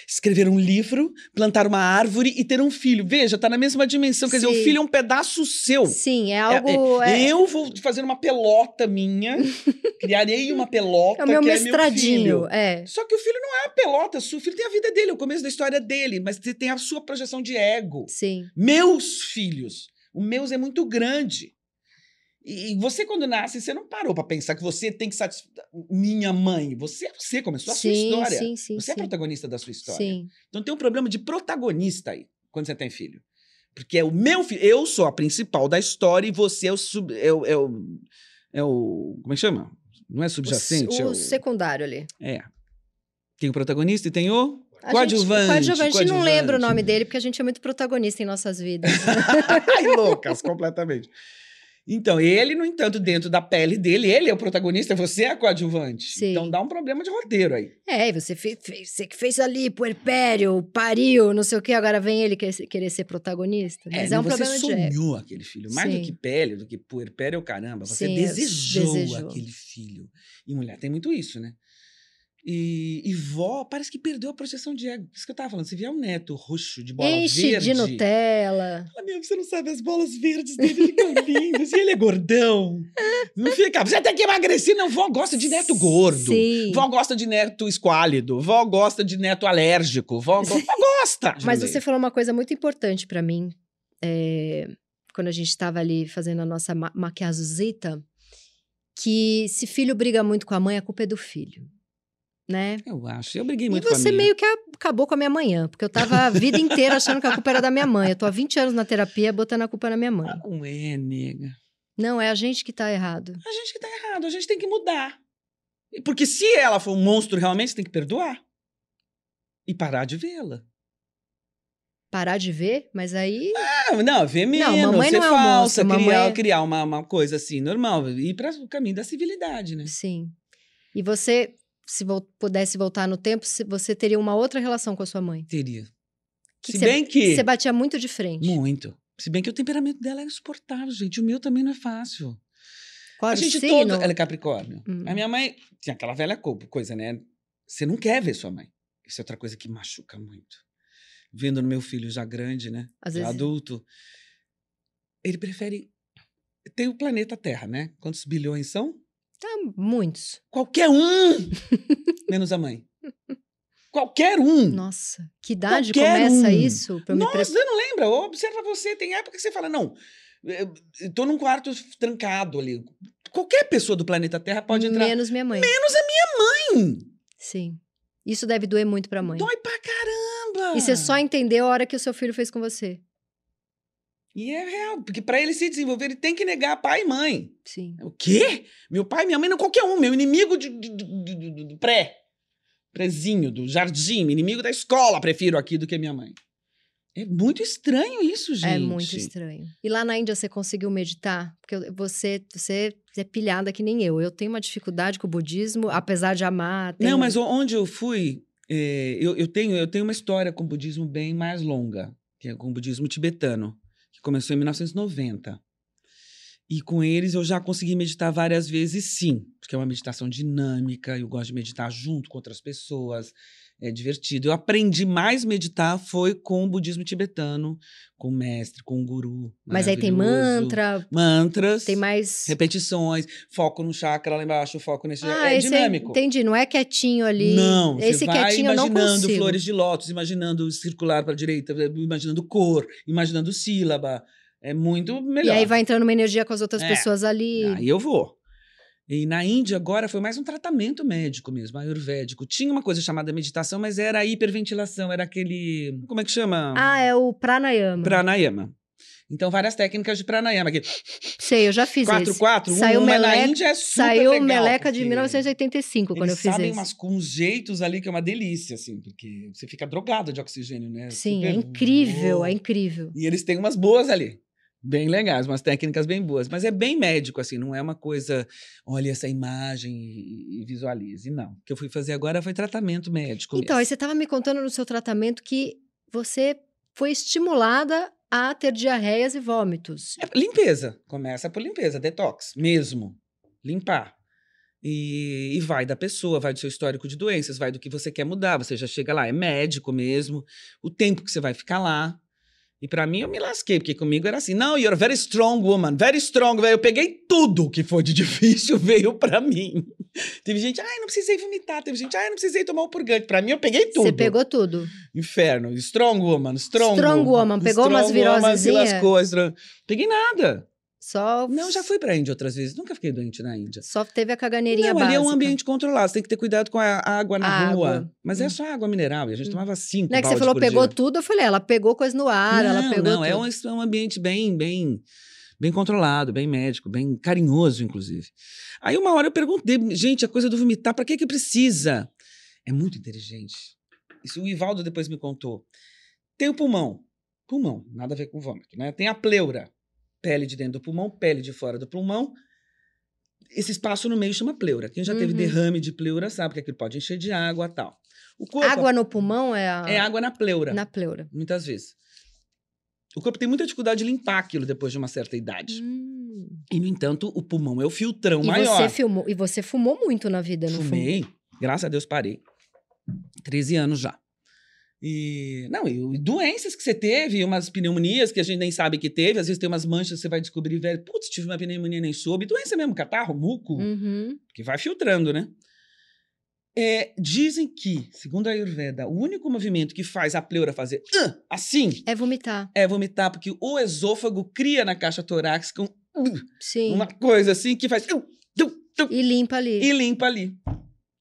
[SPEAKER 2] escrever um livro, plantar uma árvore e ter um filho. Veja, tá na mesma dimensão. Quer dizer,
[SPEAKER 1] Sim.
[SPEAKER 2] o filho é um pedaço seu.
[SPEAKER 1] Sim, é
[SPEAKER 2] É-
[SPEAKER 1] algo. É,
[SPEAKER 2] Eu vou fazer uma pelota minha, criarei uma pelota
[SPEAKER 1] é o meu
[SPEAKER 2] que é meu
[SPEAKER 1] mestradinho.
[SPEAKER 2] filho.
[SPEAKER 1] É.
[SPEAKER 2] Só que o filho não é a pelota sua, o filho tem a vida dele, é o começo da história dele, mas você tem a sua projeção de ego.
[SPEAKER 1] Sim.
[SPEAKER 2] Meus filhos. O meus é muito grande. E e você, quando nasce, você não parou pra pensar que você tem que satisfazer. Minha mãe, você é você, começou a sua
[SPEAKER 1] sim,
[SPEAKER 2] história.
[SPEAKER 1] Sim, sim,
[SPEAKER 2] você é
[SPEAKER 1] sim.
[SPEAKER 2] protagonista da sua história.
[SPEAKER 1] Sim.
[SPEAKER 2] Então tem um problema de protagonista aí, quando você tem filho. Porque é o meu filho. Eu sou a principal da história e você é o. Sub, é, o, é, o, é o- Como é que chama? Não é subjacente?
[SPEAKER 1] O,
[SPEAKER 2] é,
[SPEAKER 1] o secundário ali.
[SPEAKER 2] é. Tem o protagonista e tem o.
[SPEAKER 1] A
[SPEAKER 2] Coadjuvante,
[SPEAKER 1] Gente, coadjuvante, a gente não
[SPEAKER 2] coadjuvante.
[SPEAKER 1] lembra o né? nome dele, porque a gente é muito protagonista em nossas vidas.
[SPEAKER 2] Ai, loucas, completamente. Então, ele, no entanto, dentro da pele dele, ele é o protagonista, você é a coadjuvante.
[SPEAKER 1] Sim.
[SPEAKER 2] Então dá um problema de roteiro aí.
[SPEAKER 1] É, e você, fe- fe- você que fez ali, puerpério, pariu, não sei o quê, agora vem ele que- querer ser protagonista. Mas é, um
[SPEAKER 2] você
[SPEAKER 1] problema de ego.
[SPEAKER 2] sonhou aquele filho. Mais
[SPEAKER 1] Sim.
[SPEAKER 2] do que pele, do que puerpério, caramba. Você
[SPEAKER 1] Sim, eu
[SPEAKER 2] desejou,
[SPEAKER 1] desejou.
[SPEAKER 2] aquele filho. E mulher tem muito isso, né? E, e vó parece que perdeu a projeção de ego. Isso que eu tava falando. Se vier um neto roxo de bola
[SPEAKER 1] Enche
[SPEAKER 2] verde...
[SPEAKER 1] de Nutella.
[SPEAKER 2] Fala, meu, você não sabe as bolas verdes dele, ficam lindas. e ele é gordão. Não fica... Você tem que emagrecer. Não, vó gosta de neto gordo.
[SPEAKER 1] Sim.
[SPEAKER 2] Vó gosta de neto esquálido. Vó gosta de neto alérgico. Vó, go- vó gosta. de
[SPEAKER 1] Mas
[SPEAKER 2] leite.
[SPEAKER 1] você falou uma coisa muito importante pra mim. é, quando a gente estava ali fazendo a nossa ma maquiazuzita, que se filho briga muito com a mãe, a culpa é do filho. Né?
[SPEAKER 2] Eu acho. Eu briguei
[SPEAKER 1] E
[SPEAKER 2] muito com
[SPEAKER 1] você
[SPEAKER 2] a minha.
[SPEAKER 1] meio que acabou com a minha manhã, porque eu tava a vida inteira achando que a culpa era da minha mãe. Eu tô há 20 anos na terapia botando a culpa na minha mãe.
[SPEAKER 2] Não é, nega.
[SPEAKER 1] Não, é a gente que tá errado.
[SPEAKER 2] A gente que tá errado, a gente tem que mudar. E Porque se ela for um monstro realmente, você tem que perdoar. E parar de vê-la.
[SPEAKER 1] Parar de ver, mas aí.
[SPEAKER 2] Não, Ah, não, ver menos,
[SPEAKER 1] mamãe
[SPEAKER 2] ser
[SPEAKER 1] não é um
[SPEAKER 2] falsa,
[SPEAKER 1] monstro, mamãe
[SPEAKER 2] criar,
[SPEAKER 1] é-
[SPEAKER 2] criar uma, uma coisa assim, normal. Ir para o caminho da civilidade, né?
[SPEAKER 1] Sim. E você, se vol- pudesse voltar no tempo, se- você teria uma outra relação com a sua mãe.
[SPEAKER 2] Teria.
[SPEAKER 1] Que
[SPEAKER 2] se
[SPEAKER 1] que você-
[SPEAKER 2] bem que...
[SPEAKER 1] Você batia muito de frente.
[SPEAKER 2] Muito. Se bem que o temperamento dela é insuportável, gente. O meu também não é fácil.
[SPEAKER 1] Qual
[SPEAKER 2] a
[SPEAKER 1] era o
[SPEAKER 2] gente
[SPEAKER 1] signo?
[SPEAKER 2] todo. Ela é Capricórnio.
[SPEAKER 1] Hum.
[SPEAKER 2] A minha mãe tinha aquela velha co- coisa, né? Você não quer ver sua mãe. Isso é outra coisa que machuca muito. Vendo no meu filho já grande, né?
[SPEAKER 1] Às
[SPEAKER 2] já
[SPEAKER 1] vezes- é.
[SPEAKER 2] adulto. Ele prefere. Tem o planeta Terra, né? Quantos bilhões são?
[SPEAKER 1] Tá, muitos.
[SPEAKER 2] Qualquer um! menos a mãe. Qualquer um!
[SPEAKER 1] Nossa, que idade
[SPEAKER 2] Qualquer
[SPEAKER 1] começa
[SPEAKER 2] um.
[SPEAKER 1] isso? Pra eu me
[SPEAKER 2] Nossa,
[SPEAKER 1] pre-
[SPEAKER 2] você não lembra? Observa você. Tem época que você fala, não, eu eu tô num quarto trancado ali. Qualquer pessoa do planeta Terra pode entrar.
[SPEAKER 1] Menos minha mãe.
[SPEAKER 2] Menos a minha mãe!
[SPEAKER 1] Sim. Isso deve doer muito pra mãe.
[SPEAKER 2] Dói pra caramba!
[SPEAKER 1] E você só entendeu a hora que o seu filho fez com você.
[SPEAKER 2] E é real, porque pra ele se desenvolver, ele tem que negar pai e mãe.
[SPEAKER 1] Sim.
[SPEAKER 2] O quê? Meu pai e minha mãe não qualquer um, meu inimigo de, de- de- de- de- do pré. Prezinho, do jardim, inimigo da escola, prefiro aqui do que minha mãe. É muito estranho isso, gente.
[SPEAKER 1] É muito estranho. E lá na Índia você conseguiu meditar? Porque eu- você, você é pilhada que nem eu. Eu tenho uma dificuldade com o budismo, apesar de amar. tenho-
[SPEAKER 2] Não, mas o- onde eu fui, eh, eu, eu tenho, eu tenho uma história com o budismo bem mais longa, que é com o budismo tibetano, que começou em 1990. E com eles eu já consegui meditar várias vezes, sim, porque é uma meditação dinâmica, eu gosto de meditar junto com outras pessoas, é divertido. Eu aprendi mais meditar foi com o budismo tibetano, com o mestre, com o guru.
[SPEAKER 1] Mas aí tem
[SPEAKER 2] maravilhoso.
[SPEAKER 1] mantra,
[SPEAKER 2] Mantras.
[SPEAKER 1] tem mais.
[SPEAKER 2] Repetições, foco no chakra lá embaixo, foco nesse.
[SPEAKER 1] Ah,
[SPEAKER 2] é
[SPEAKER 1] esse
[SPEAKER 2] dinâmico.
[SPEAKER 1] entendi. Não é quietinho ali.
[SPEAKER 2] Não, você
[SPEAKER 1] Esse
[SPEAKER 2] vai
[SPEAKER 1] quietinho eu não
[SPEAKER 2] imaginando
[SPEAKER 1] consigo.
[SPEAKER 2] flores de lótus, imaginando circular para a direita, imaginando cor, imaginando sílaba. É muito
[SPEAKER 1] E
[SPEAKER 2] melhor.
[SPEAKER 1] aí vai entrando uma energia com as outras
[SPEAKER 2] É.
[SPEAKER 1] pessoas ali.
[SPEAKER 2] Aí eu vou. E na Índia agora foi mais um tratamento médico mesmo, ayurvédico. Tinha uma coisa chamada meditação, mas era a hiperventilação, era aquele, como é que chama?
[SPEAKER 1] Ah, é o pranayama.
[SPEAKER 2] Pranayama. Então várias técnicas de pranayama, aqui,
[SPEAKER 1] Sei, eu já fiz esse.
[SPEAKER 2] 4-4, 1
[SPEAKER 1] Saiu
[SPEAKER 2] mas na
[SPEAKER 1] meleca-
[SPEAKER 2] Índia um, é super
[SPEAKER 1] Saiu
[SPEAKER 2] legal,
[SPEAKER 1] Meleca de
[SPEAKER 2] porque-
[SPEAKER 1] 1985 tipo, quando
[SPEAKER 2] Eles
[SPEAKER 1] eu fiz
[SPEAKER 2] sabem
[SPEAKER 1] esse.
[SPEAKER 2] umas com uns jeitos ali que é uma delícia, assim, porque você fica drogado de oxigênio, né?
[SPEAKER 1] Sim, é
[SPEAKER 2] Super-
[SPEAKER 1] incrível,
[SPEAKER 2] Uou.
[SPEAKER 1] é incrível.
[SPEAKER 2] E eles têm umas boas ali. Bem legais, umas técnicas bem boas. Mas é bem médico, assim, não é uma coisa, olha essa imagem e, e visualize. Não. O que eu fui fazer agora foi tratamento médico.
[SPEAKER 1] Então, aí
[SPEAKER 2] mesmo.
[SPEAKER 1] você estava me contando no seu tratamento que você foi estimulada a ter diarreias e vômitos.
[SPEAKER 2] É limpeza. Começa por limpeza, detox mesmo. Limpar. E, e vai da pessoa, vai do seu histórico de doenças, vai do que você quer mudar. Você já chega lá, é médico mesmo, o tempo que você vai ficar lá. E pra mim, eu me lasquei, porque comigo era assim: não, you're a very strong woman, very strong. Eu peguei tudo que foi de difícil, veio pra mim. Teve gente, ai, não precisei vomitar. Teve gente, ai, não precisei tomar o purgante. Pra mim, eu peguei tudo.
[SPEAKER 1] Você pegou tudo.
[SPEAKER 2] Inferno. Strong woman, strong.
[SPEAKER 1] Strong woman, pegou umas
[SPEAKER 2] Strong woman, se
[SPEAKER 1] virosezinha?
[SPEAKER 2] lascou, strong- Peguei nada.
[SPEAKER 1] Só
[SPEAKER 2] Não, já fui pra Índia outras vezes. Nunca fiquei doente na Índia.
[SPEAKER 1] só teve a caganeirinha
[SPEAKER 2] Não, ali
[SPEAKER 1] básica.
[SPEAKER 2] é um ambiente controlado. Você tem que ter cuidado com a água na
[SPEAKER 1] A
[SPEAKER 2] rua.
[SPEAKER 1] água.
[SPEAKER 2] Mas
[SPEAKER 1] Hum.
[SPEAKER 2] é só água mineral. E a gente
[SPEAKER 1] Hum.
[SPEAKER 2] tomava cinco
[SPEAKER 1] Não é que você
[SPEAKER 2] balde
[SPEAKER 1] falou
[SPEAKER 2] por
[SPEAKER 1] pegou
[SPEAKER 2] dia.
[SPEAKER 1] tudo, eu falei, ela pegou coisa no ar,
[SPEAKER 2] não,
[SPEAKER 1] ela pegou
[SPEAKER 2] Não,
[SPEAKER 1] tudo.
[SPEAKER 2] é um, é um ambiente bem, bem, bem controlado, bem médico, bem carinhoso, inclusive. Aí uma hora eu perguntei, gente, a coisa do vomitar, pra que que precisa? É muito inteligente. Isso o Ivaldo depois me contou. Tem o pulmão. Pulmão, nada a ver com vômito, né? Tem a pleura. Pele de dentro do pulmão, pele de fora do pulmão. Esse espaço no meio chama pleura. Quem já teve
[SPEAKER 1] Uhum.
[SPEAKER 2] derrame de pleura sabe que aquilo pode encher de água e tal. O corpo
[SPEAKER 1] Água no pulmão é, a-
[SPEAKER 2] é água na pleura,
[SPEAKER 1] na pleura.
[SPEAKER 2] muitas vezes. O corpo tem muita dificuldade de limpar aquilo depois de uma certa idade.
[SPEAKER 1] Hum.
[SPEAKER 2] E, no entanto, o pulmão é o filtrão
[SPEAKER 1] E
[SPEAKER 2] maior.
[SPEAKER 1] você é filmou, e você fumou muito na vida, não fumou?
[SPEAKER 2] Fumei, graças a Deus parei. 13 anos já. E, não, e, e doenças que você teve, umas pneumonias que a gente nem sabe que teve, às vezes tem umas manchas que você vai descobrir, velho, putz, tive uma pneumonia e nem soube. Doença mesmo, catarro, muco,
[SPEAKER 1] Uhum.
[SPEAKER 2] que vai filtrando, né? É, dizem que, segundo a Ayurveda, o único movimento que faz a pleura fazer "Ah", assim
[SPEAKER 1] É vomitar.
[SPEAKER 2] é vomitar, porque o esôfago cria na caixa torácica um-
[SPEAKER 1] Sim.
[SPEAKER 2] uma coisa assim que faz "Tum, tum, tum",
[SPEAKER 1] E limpa ali.
[SPEAKER 2] e limpa ali.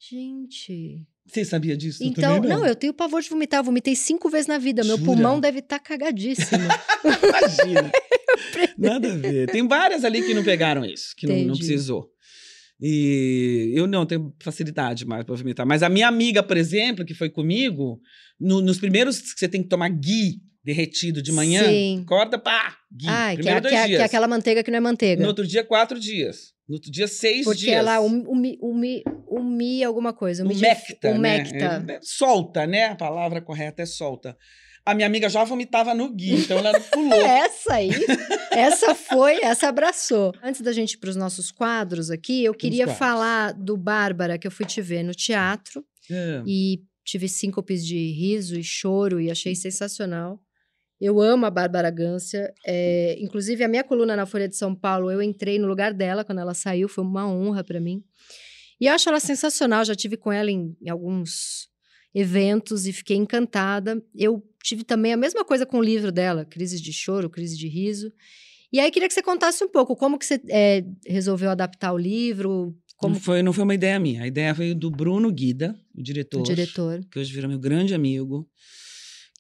[SPEAKER 1] Gente.
[SPEAKER 2] Você sabia disso? Eu
[SPEAKER 1] Então,
[SPEAKER 2] também
[SPEAKER 1] não, eu tenho pavor de vomitar. Eu vomitei cinco vezes na vida. Meu
[SPEAKER 2] Jura?
[SPEAKER 1] pulmão deve estar cagadíssimo.
[SPEAKER 2] Imagina. Nada a ver. Tem várias ali que não pegaram isso, que não, não
[SPEAKER 1] Entendi.
[SPEAKER 2] precisou. E eu não tenho facilidade mais para vomitar. Mas a minha amiga, por exemplo, que foi comigo, no- nos primeiros que você tem que tomar gui derretido de manhã,
[SPEAKER 1] Sim.
[SPEAKER 2] acorda, pá, gui.
[SPEAKER 1] Ai, que, é,
[SPEAKER 2] primeiro
[SPEAKER 1] que,
[SPEAKER 2] dois
[SPEAKER 1] é, que é
[SPEAKER 2] dias.
[SPEAKER 1] aquela manteiga que não é manteiga.
[SPEAKER 2] No outro dia, quatro dias. No outro dia, seis
[SPEAKER 1] Porque
[SPEAKER 2] dias.
[SPEAKER 1] ela umi, umi, umi, umi alguma coisa. Umi de-
[SPEAKER 2] Humecta, né?
[SPEAKER 1] humecta.
[SPEAKER 2] É, é, solta, né? A palavra correta é solta. A minha amiga já vomitava no gui, então ela pulou.
[SPEAKER 1] É Essa aí, essa foi, essa abraçou. Antes da gente ir para os nossos quadros aqui, eu queria
[SPEAKER 2] quadros.
[SPEAKER 1] falar do Bárbara, que eu fui te ver no teatro
[SPEAKER 2] É.
[SPEAKER 1] e tive síncopes de riso e choro e achei sensacional. Eu amo a Bárbara Gância. é, inclusive, a minha coluna na Folha de São Paulo, eu entrei no lugar dela quando ela saiu, foi uma honra para mim. E eu acho ela sensacional, já tive com ela em, em alguns eventos e fiquei encantada. Eu tive também a mesma coisa com o livro dela, Crises de Choro, Crise de Riso. E aí queria que você contasse um pouco como que você é, resolveu adaptar o livro, como
[SPEAKER 2] Não, foi, não foi uma ideia minha. A ideia veio do Bruno Guida, o diretor,
[SPEAKER 1] o diretor.
[SPEAKER 2] que hoje virou meu grande amigo,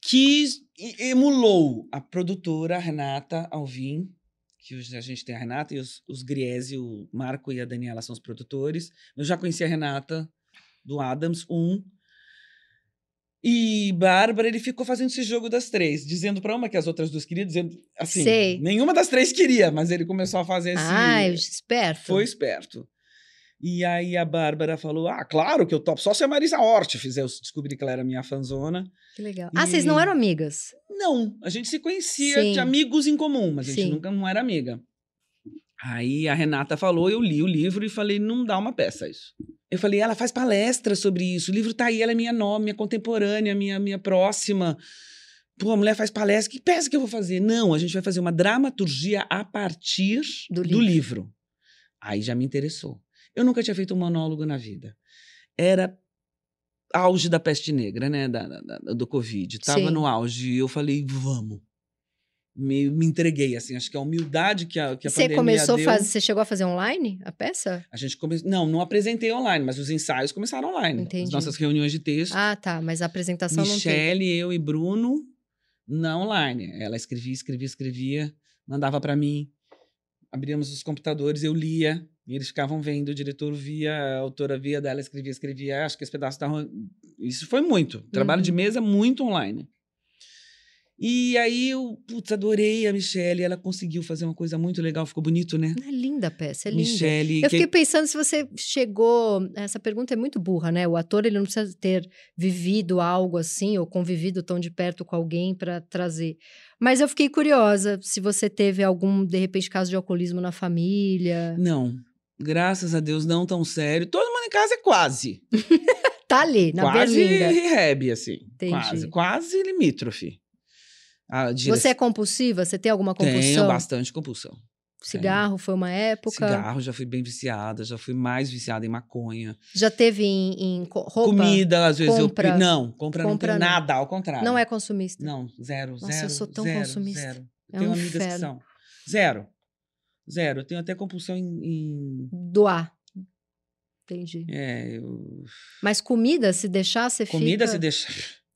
[SPEAKER 2] que e- emulou a produtora Renata Alvim, que hoje a gente tem a Renata e os, os Griese, o Marco e a Daniela são os produtores. Eu já conhecia a Renata do Adams, um. E Bárbara, ele ficou fazendo esse jogo das três, dizendo pra uma que as outras duas queriam, dizendo assim,
[SPEAKER 1] Sei. Ah,
[SPEAKER 2] nenhuma das três queria, mas ele começou a fazer esse
[SPEAKER 1] Ai, esperto.
[SPEAKER 2] foi esperto. E aí a Bárbara falou: Ah, claro que eu topo, só se a Marisa Hort fizer. Eu descobri que ela era minha fanzona.
[SPEAKER 1] Que legal. Ah, vocês
[SPEAKER 2] E-
[SPEAKER 1] não eram amigas?
[SPEAKER 2] Não, a gente se conhecia
[SPEAKER 1] Sim.
[SPEAKER 2] de amigos em comum, mas a gente
[SPEAKER 1] Sim.
[SPEAKER 2] nunca não era amiga. Aí a Renata falou, eu li o livro e falei, não dá uma peça isso. Eu falei, ela faz palestra sobre isso, o livro tá aí, ela é minha nome, minha contemporânea, minha, minha próxima. Pô, a mulher faz palestra, que peça que eu vou fazer? Não, a gente vai fazer uma dramaturgia a partir
[SPEAKER 1] Do
[SPEAKER 2] do livro.
[SPEAKER 1] livro.
[SPEAKER 2] Aí já me interessou. Eu nunca tinha feito um monólogo na vida. Era auge da peste negra, né? Da, da- da- do Covid. Tava
[SPEAKER 1] Sim.
[SPEAKER 2] no auge. E eu falei, vamos. Me, me entreguei, assim. Acho que a humildade que a, que a
[SPEAKER 1] Você
[SPEAKER 2] pandemia
[SPEAKER 1] começou a
[SPEAKER 2] deu-
[SPEAKER 1] fazer, você chegou a fazer online a peça?
[SPEAKER 2] A gente começou... Não, não apresentei online, mas os ensaios começaram online.
[SPEAKER 1] Entendi.
[SPEAKER 2] As nossas reuniões de texto.
[SPEAKER 1] Ah, tá, mas a apresentação não
[SPEAKER 2] Michele, eu e Bruno na online. Ela escrevia, escrevia, escrevia, mandava para mim. Abríamos os computadores, eu lia, e eles ficavam vendo, o diretor via, a autora via dela, escrevia, escrevia, acho que esse pedaço estavam. Isso foi muito. Trabalho de
[SPEAKER 1] Uhum.
[SPEAKER 2] mesa é muito online. E aí eu, putz, adorei a Michelle, ela conseguiu fazer uma coisa muito legal, ficou bonito, né?
[SPEAKER 1] tem. É linda a peça, é linda.
[SPEAKER 2] Michelle,
[SPEAKER 1] Eu
[SPEAKER 2] que-
[SPEAKER 1] fiquei pensando se você chegou. Essa pergunta é muito burra, né? O ator ele não precisa ter vivido algo assim ou convivido tão de perto com alguém para trazer. Mas eu fiquei curiosa se você teve algum, de repente, caso de alcoolismo na família.
[SPEAKER 2] não. Graças a Deus, não tão sério. Todo mundo em casa é quase.
[SPEAKER 1] Tá ali, na
[SPEAKER 2] quase
[SPEAKER 1] berlinda.
[SPEAKER 2] rehab, assim.
[SPEAKER 1] Entendi.
[SPEAKER 2] Quase, quase limítrofe. A direção-
[SPEAKER 1] Você é compulsiva? Você tem alguma
[SPEAKER 2] Tenho
[SPEAKER 1] compulsão?
[SPEAKER 2] bastante compulsão.
[SPEAKER 1] Cigarro foi uma época.
[SPEAKER 2] Cigarro, já fui bem viciada, já fui mais viciada em maconha.
[SPEAKER 1] Já teve em, em co- roupa?
[SPEAKER 2] Comida, às vezes eu.
[SPEAKER 1] compra.
[SPEAKER 2] pe- Não, compra, não
[SPEAKER 1] Compra
[SPEAKER 2] tenho
[SPEAKER 1] não.
[SPEAKER 2] nada, ao contrário.
[SPEAKER 1] Não é consumista.
[SPEAKER 2] Não, zero,
[SPEAKER 1] Nossa, eu
[SPEAKER 2] zero.
[SPEAKER 1] sou tão
[SPEAKER 2] zero,
[SPEAKER 1] consumista.
[SPEAKER 2] Zero.
[SPEAKER 1] É um
[SPEAKER 2] tenho amigas que
[SPEAKER 1] inferno.
[SPEAKER 2] são. Zero. Zero. Eu tenho até compulsão em. em-
[SPEAKER 1] Doar. Entendi.
[SPEAKER 2] É, eu-
[SPEAKER 1] Mas comida, se deixar, você
[SPEAKER 2] comida
[SPEAKER 1] fica...
[SPEAKER 2] se deixar.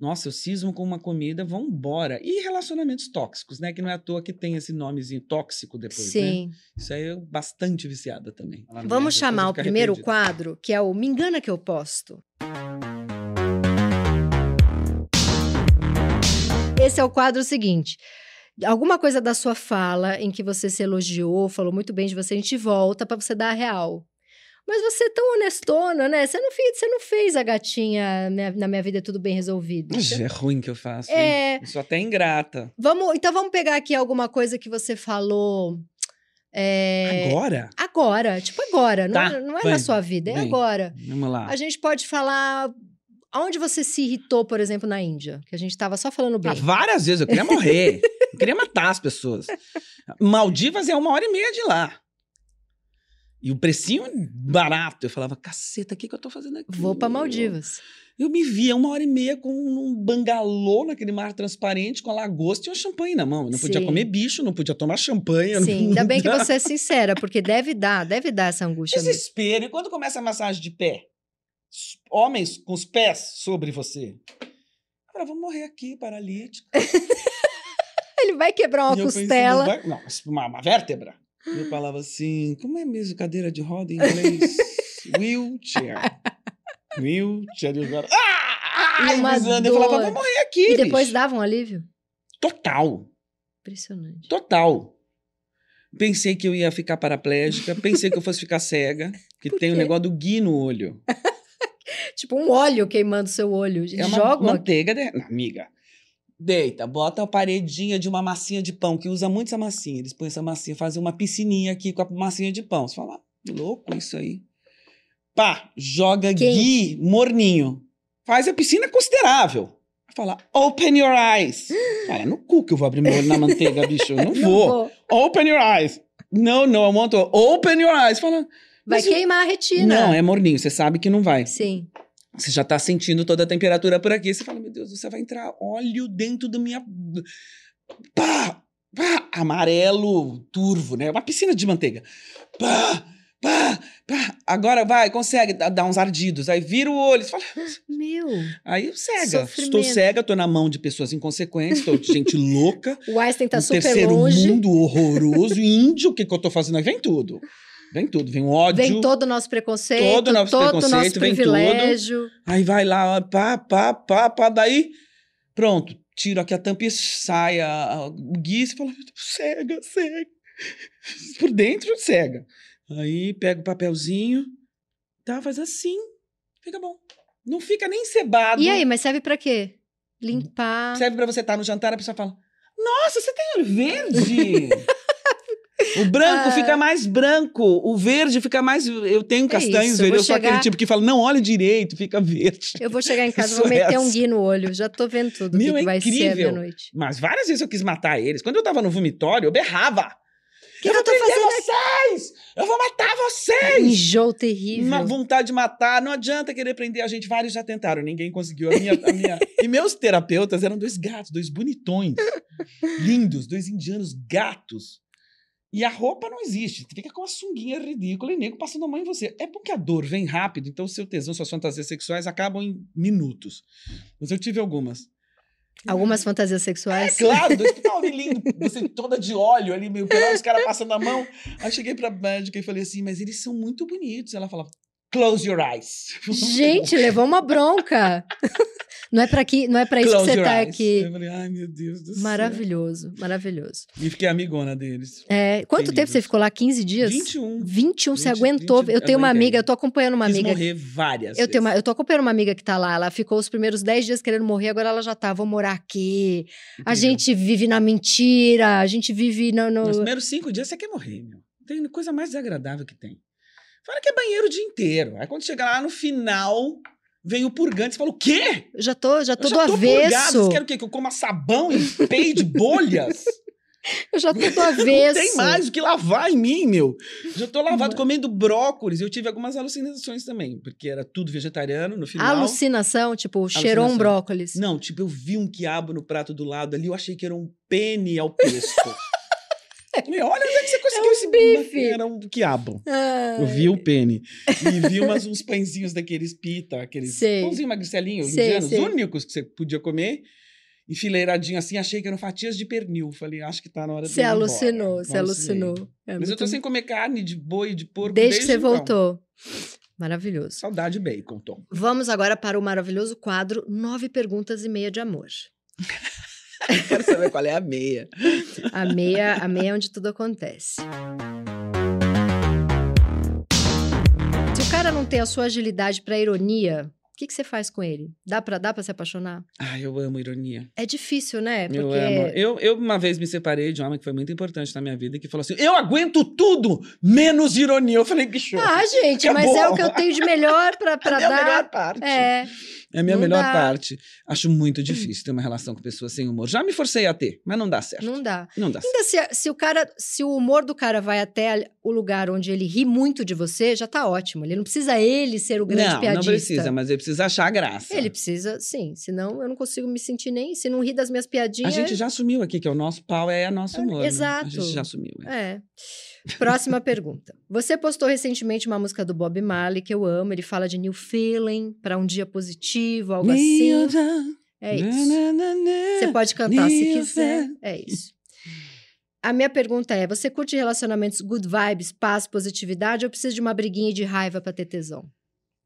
[SPEAKER 2] Nossa, eu cismo com uma comida, vambora. E relacionamentos tóxicos, né? Que não é à toa que tem esse nomezinho tóxico depois, né?
[SPEAKER 1] Sim.
[SPEAKER 2] Isso aí eu bastante viciada também. Falar merda,
[SPEAKER 1] Vamos
[SPEAKER 2] é depois
[SPEAKER 1] chamar
[SPEAKER 2] eu
[SPEAKER 1] o
[SPEAKER 2] ficar
[SPEAKER 1] primeiro
[SPEAKER 2] arrependida.
[SPEAKER 1] quadro, que é o Me Engana Que Eu Posto. Esse é o quadro seguinte. Alguma coisa da sua fala em que você se elogiou, falou muito bem de você, a gente volta pra você dar a real. Mas você é tão honestona, né? Você não fez, você não fez a gatinha minha- na minha vida é tudo bem resolvido.
[SPEAKER 2] Ixi, é ruim que eu faço. hein?
[SPEAKER 1] É,
[SPEAKER 2] Eu sou até ingrata.
[SPEAKER 1] vamos, então vamos pegar aqui alguma coisa que você falou. é,
[SPEAKER 2] Agora?
[SPEAKER 1] agora, tipo agora, não,
[SPEAKER 2] Tá,
[SPEAKER 1] é- não é na
[SPEAKER 2] vai.
[SPEAKER 1] sua vida, é
[SPEAKER 2] Bem.
[SPEAKER 1] agora.
[SPEAKER 2] Vamos lá.
[SPEAKER 1] A gente pode falar aonde você se irritou, por exemplo, na Índia, que a gente tava só falando bem.
[SPEAKER 2] Ah, várias vezes eu queria morrer. eu queria matar as pessoas. Maldivas é uma hora e meia de lá. E o precinho barato. Eu falava, caceta, o que, que eu tô fazendo aqui?
[SPEAKER 1] Vou pra
[SPEAKER 2] meu?"
[SPEAKER 1] Maldivas.
[SPEAKER 2] Eu me via uma hora e meia com um bangalô naquele mar transparente, com a lagosta e um champanhe na mão. Eu não podia
[SPEAKER 1] Sim.
[SPEAKER 2] comer bicho, não podia tomar champanhe. eu
[SPEAKER 1] Sim,
[SPEAKER 2] não-
[SPEAKER 1] ainda bem que você é sincera, porque deve dar, deve dar essa angústia. mesmo.
[SPEAKER 2] Desespero. E quando começa a massagem de pé? S- Homens com os pés sobre você. Cara, eu vou morrer aqui, paralítico.
[SPEAKER 1] Ele vai quebrar uma
[SPEAKER 2] E eu pensei,
[SPEAKER 1] costela.
[SPEAKER 2] não, vai- não, mas uma, uma vértebra. E eu falava assim, como é mesmo cadeira de roda em inglês? Wheelchair. Wheelchair. E o cara, ah!
[SPEAKER 1] E
[SPEAKER 2] Ai,
[SPEAKER 1] uma
[SPEAKER 2] Lisandra, eu falava,
[SPEAKER 1] dor.
[SPEAKER 2] vou morrer aqui,
[SPEAKER 1] E depois
[SPEAKER 2] bicho."
[SPEAKER 1] dava um alívio?
[SPEAKER 2] Total.
[SPEAKER 1] Impressionante.
[SPEAKER 2] Total. Pensei que eu ia ficar paraplégica, pensei que eu fosse ficar cega, que
[SPEAKER 1] Por
[SPEAKER 2] tem o
[SPEAKER 1] quê?
[SPEAKER 2] negócio do gui no olho.
[SPEAKER 1] Tipo um óleo queimando seu olho. Eles
[SPEAKER 2] É uma
[SPEAKER 1] jogam aqui.
[SPEAKER 2] manteiga, de... não, amiga. Deita, bota a paredinha de uma massinha de pão, que usa muito essa massinha. Eles põem essa massinha, fazem uma piscininha aqui com a massinha de pão. Você fala, "Ah, louco isso aí. Pá, joga
[SPEAKER 1] Quente.
[SPEAKER 2] gui morninho. Faz a piscina considerável. Fala, open your eyes. Cara, é no cu que eu vou abrir meu olho na manteiga, bicho. Eu não
[SPEAKER 1] Não
[SPEAKER 2] vou. Open your eyes. Não, não, I want to open your eyes. Fala,
[SPEAKER 1] Vai
[SPEAKER 2] Mas o-
[SPEAKER 1] queimar a retina.
[SPEAKER 2] não, é morninho, você sabe que não vai.
[SPEAKER 1] Sim.
[SPEAKER 2] Você já tá sentindo toda a temperatura por aqui. Você fala, meu Deus, você vai entrar óleo dentro da minha. Pá! Pá! Amarelo, turvo, né? Uma piscina de manteiga. Pá! Pá! Pá! Agora vai, consegue dá- dar uns ardidos. Aí vira o olho. Você fala,
[SPEAKER 1] Meu.
[SPEAKER 2] aí cega. Estou
[SPEAKER 1] Sofrimento.
[SPEAKER 2] cega, estou na mão de pessoas inconsequentes, estou de gente louca
[SPEAKER 1] O Einstein tá
[SPEAKER 2] um
[SPEAKER 1] super
[SPEAKER 2] terceiro
[SPEAKER 1] longe.
[SPEAKER 2] mundo horroroso, índio, o que, que eu tô fazendo? Aí Vem tudo. Vem tudo, vem o ódio.
[SPEAKER 1] Vem todo o nosso preconceito, todo
[SPEAKER 2] Todo
[SPEAKER 1] o
[SPEAKER 2] o nosso
[SPEAKER 1] nosso,
[SPEAKER 2] preconceito, vem tudo.
[SPEAKER 1] privilégio.
[SPEAKER 2] Aí vai lá, ó, pá, pá, pá, pá, daí, pronto, tiro aqui a tampa e sai a, a, o guia e fala, cega, cega. Por dentro, cega. Aí pega o papelzinho, tá, faz assim, fica bom. Não fica nem cebado.
[SPEAKER 1] E aí, mas serve pra quê? Limpar.
[SPEAKER 2] Serve pra Tá você estar no jantar, a pessoa fala: Nossa, você tem olho verde! o
[SPEAKER 1] Ah.
[SPEAKER 2] branco
[SPEAKER 1] É
[SPEAKER 2] fica mais branco, o verde fica mais. Eu tenho castanhos
[SPEAKER 1] isso, eu
[SPEAKER 2] verdes,
[SPEAKER 1] vou
[SPEAKER 2] eu sou aquele
[SPEAKER 1] chegar-
[SPEAKER 2] tipo que fala: Não, olha direito, fica verde.
[SPEAKER 1] Eu vou chegar em casa,
[SPEAKER 2] Isso
[SPEAKER 1] vou meter
[SPEAKER 2] é
[SPEAKER 1] um
[SPEAKER 2] essa.
[SPEAKER 1] gui no olho. Já tô vendo tudo o que,
[SPEAKER 2] Meu,
[SPEAKER 1] que
[SPEAKER 2] é
[SPEAKER 1] vai ser à
[SPEAKER 2] incrível.
[SPEAKER 1] meia-noite.
[SPEAKER 2] Mas várias vezes eu quis matar eles. Quando eu tava no vomitório, eu berrava.
[SPEAKER 1] O que, que eu tô
[SPEAKER 2] prender
[SPEAKER 1] fazendo?
[SPEAKER 2] vocês! Eu vou matar vocês!
[SPEAKER 1] Um enjoo terrível.
[SPEAKER 2] É Uma vontade de matar, não adianta querer prender a gente. Vários já tentaram, ninguém conseguiu. A minha, a minha- E meus terapeutas eram dois gatos, dois bonitões, lindos, dois indianos gatos. E a roupa não existe, tu fica com uma sunguinha ridícula e nego passando a mão em você. É porque a dor vem rápido, então seu tesão, suas fantasias sexuais acabam em minutos. Mas eu tive algumas.
[SPEAKER 1] Algumas fantasias sexuais.
[SPEAKER 2] É Claro, dois tava lindo, você toda de óleo ali, meio pelado, os caras passando a mão. Aí eu cheguei pra médica e falei assim, mas eles são muito bonitos. Ela falava, close your eyes.
[SPEAKER 1] Gente, levou uma bronca. não é pra aqui, não é para isso
[SPEAKER 2] Close
[SPEAKER 1] que você
[SPEAKER 2] your
[SPEAKER 1] tá
[SPEAKER 2] eyes.
[SPEAKER 1] aqui.
[SPEAKER 2] Eu falei, ai meu Deus do
[SPEAKER 1] Maravilhoso, maravilhoso.
[SPEAKER 2] céu. E fiquei amigona deles.
[SPEAKER 1] É, quanto tempo
[SPEAKER 2] Queridos.
[SPEAKER 1] você ficou lá? 15 dias?
[SPEAKER 2] 21.
[SPEAKER 1] 21, você
[SPEAKER 2] 20,
[SPEAKER 1] aguentou.
[SPEAKER 2] 20,
[SPEAKER 1] eu tenho uma
[SPEAKER 2] um, aguentei.
[SPEAKER 1] amiga, eu tô acompanhando uma
[SPEAKER 2] Quis
[SPEAKER 1] amiga.
[SPEAKER 2] morrer várias
[SPEAKER 1] Eu, tenho uma,
[SPEAKER 2] vezes.
[SPEAKER 1] eu tô acompanhando uma amiga que tá lá. Ela ficou os primeiros 10 dias querendo morrer, agora ela já tá. Vou morar aqui. A
[SPEAKER 2] Incrível.
[SPEAKER 1] gente vive na mentira, a gente vive no. no-
[SPEAKER 2] Nos primeiros cinco dias você quer morrer, meu. Tem coisa mais desagradável que tem. Fala que é banheiro o dia inteiro. Aí quando chega lá no final, vem o purgante. Você fala, o quê?
[SPEAKER 1] Já tô, já tô
[SPEAKER 2] eu
[SPEAKER 1] do
[SPEAKER 2] já tô purgado.
[SPEAKER 1] avesso.
[SPEAKER 2] Vocês querem o quê? Que eu coma sabão e peide bolhas?
[SPEAKER 1] Eu já tô do
[SPEAKER 2] Não
[SPEAKER 1] avesso.
[SPEAKER 2] tem mais o que lavar em mim, meu. Já tô lavado comendo brócolis. Eu tive algumas alucinações também, porque era tudo vegetariano no final.
[SPEAKER 1] Alucinação, tipo, cheirou um
[SPEAKER 2] Alucinação.
[SPEAKER 1] brócolis.
[SPEAKER 2] Não, tipo, eu vi um quiabo no prato do lado ali, eu achei que era um pene ao pesto. Meu, olha onde é que você conseguiu esse
[SPEAKER 1] bife.
[SPEAKER 2] Era um quiabo.
[SPEAKER 1] Ah,
[SPEAKER 2] Eu vi o pene. E vi umas, uns pãezinhos daqueles pita, aqueles
[SPEAKER 1] Sei.
[SPEAKER 2] pãozinho magricelinho,
[SPEAKER 1] Sei,
[SPEAKER 2] indianos,
[SPEAKER 1] sei.
[SPEAKER 2] únicos que você podia comer. Enfileiradinho assim, achei que eram fatias de pernil. Falei, acho que tá na hora de
[SPEAKER 1] Você
[SPEAKER 2] ir embora.
[SPEAKER 1] alucinou, você
[SPEAKER 2] Alucinei.
[SPEAKER 1] alucinou. É
[SPEAKER 2] Mas eu
[SPEAKER 1] muito-
[SPEAKER 2] tô sem comer carne de boi, de porco.
[SPEAKER 1] Desde que você
[SPEAKER 2] então.
[SPEAKER 1] voltou. Maravilhoso.
[SPEAKER 2] Saudade bacon, Tom.
[SPEAKER 1] Vamos agora para o maravilhoso quadro Nove Perguntas e Meia de Amor.
[SPEAKER 2] Quero saber qual é a meia.
[SPEAKER 1] A meia, a meia é onde tudo acontece. Se o cara não tem a sua agilidade pra ironia, o que, que você faz com ele? Dá pra, dá pra se apaixonar?
[SPEAKER 2] Ai, eu amo ironia.
[SPEAKER 1] É difícil, né? Porque
[SPEAKER 2] Eu amo. é, Eu, eu uma vez me separei de um homem que foi muito importante na minha vida, que falou assim: eu aguento tudo, menos ironia. Eu falei, que show.
[SPEAKER 1] Ah, gente, mas
[SPEAKER 2] Acabou.
[SPEAKER 1] é o que eu tenho de melhor pra, pra
[SPEAKER 2] é a minha melhor
[SPEAKER 1] dar.
[SPEAKER 2] parte.
[SPEAKER 1] É.
[SPEAKER 2] É a minha
[SPEAKER 1] Não
[SPEAKER 2] melhor
[SPEAKER 1] dá. Hum.
[SPEAKER 2] parte. Acho muito difícil ter uma relação com pessoas sem humor. Já me forcei a ter, mas não dá certo. Não,
[SPEAKER 1] Não dá.
[SPEAKER 2] dá certo.
[SPEAKER 1] Ainda se, se o cara, se o humor do cara vai até o lugar onde ele ri muito de você, já tá ótimo. Ele não precisa ele ser o grande
[SPEAKER 2] Não, não
[SPEAKER 1] piadista.
[SPEAKER 2] precisa, mas ele precisa achar a graça.
[SPEAKER 1] Ele precisa, sim. Senão eu não consigo me sentir nem. Se não ri das minhas
[SPEAKER 2] A
[SPEAKER 1] piadinhas.
[SPEAKER 2] gente já assumiu aqui que o nosso pau é nosso humor. né?
[SPEAKER 1] exato.
[SPEAKER 2] A gente já assumiu. é.
[SPEAKER 1] É. Próxima pergunta. Você postou recentemente uma música do Bob Marley que eu amo. Ele fala de new feeling, pra um dia positivo, algo assim. É
[SPEAKER 2] Né,
[SPEAKER 1] isso. Você pode cantar se
[SPEAKER 2] New
[SPEAKER 1] quiser. É isso. A minha pergunta é: você curte relacionamentos good vibes, paz, positividade ou precisa de uma briguinha e de raiva pra ter tesão?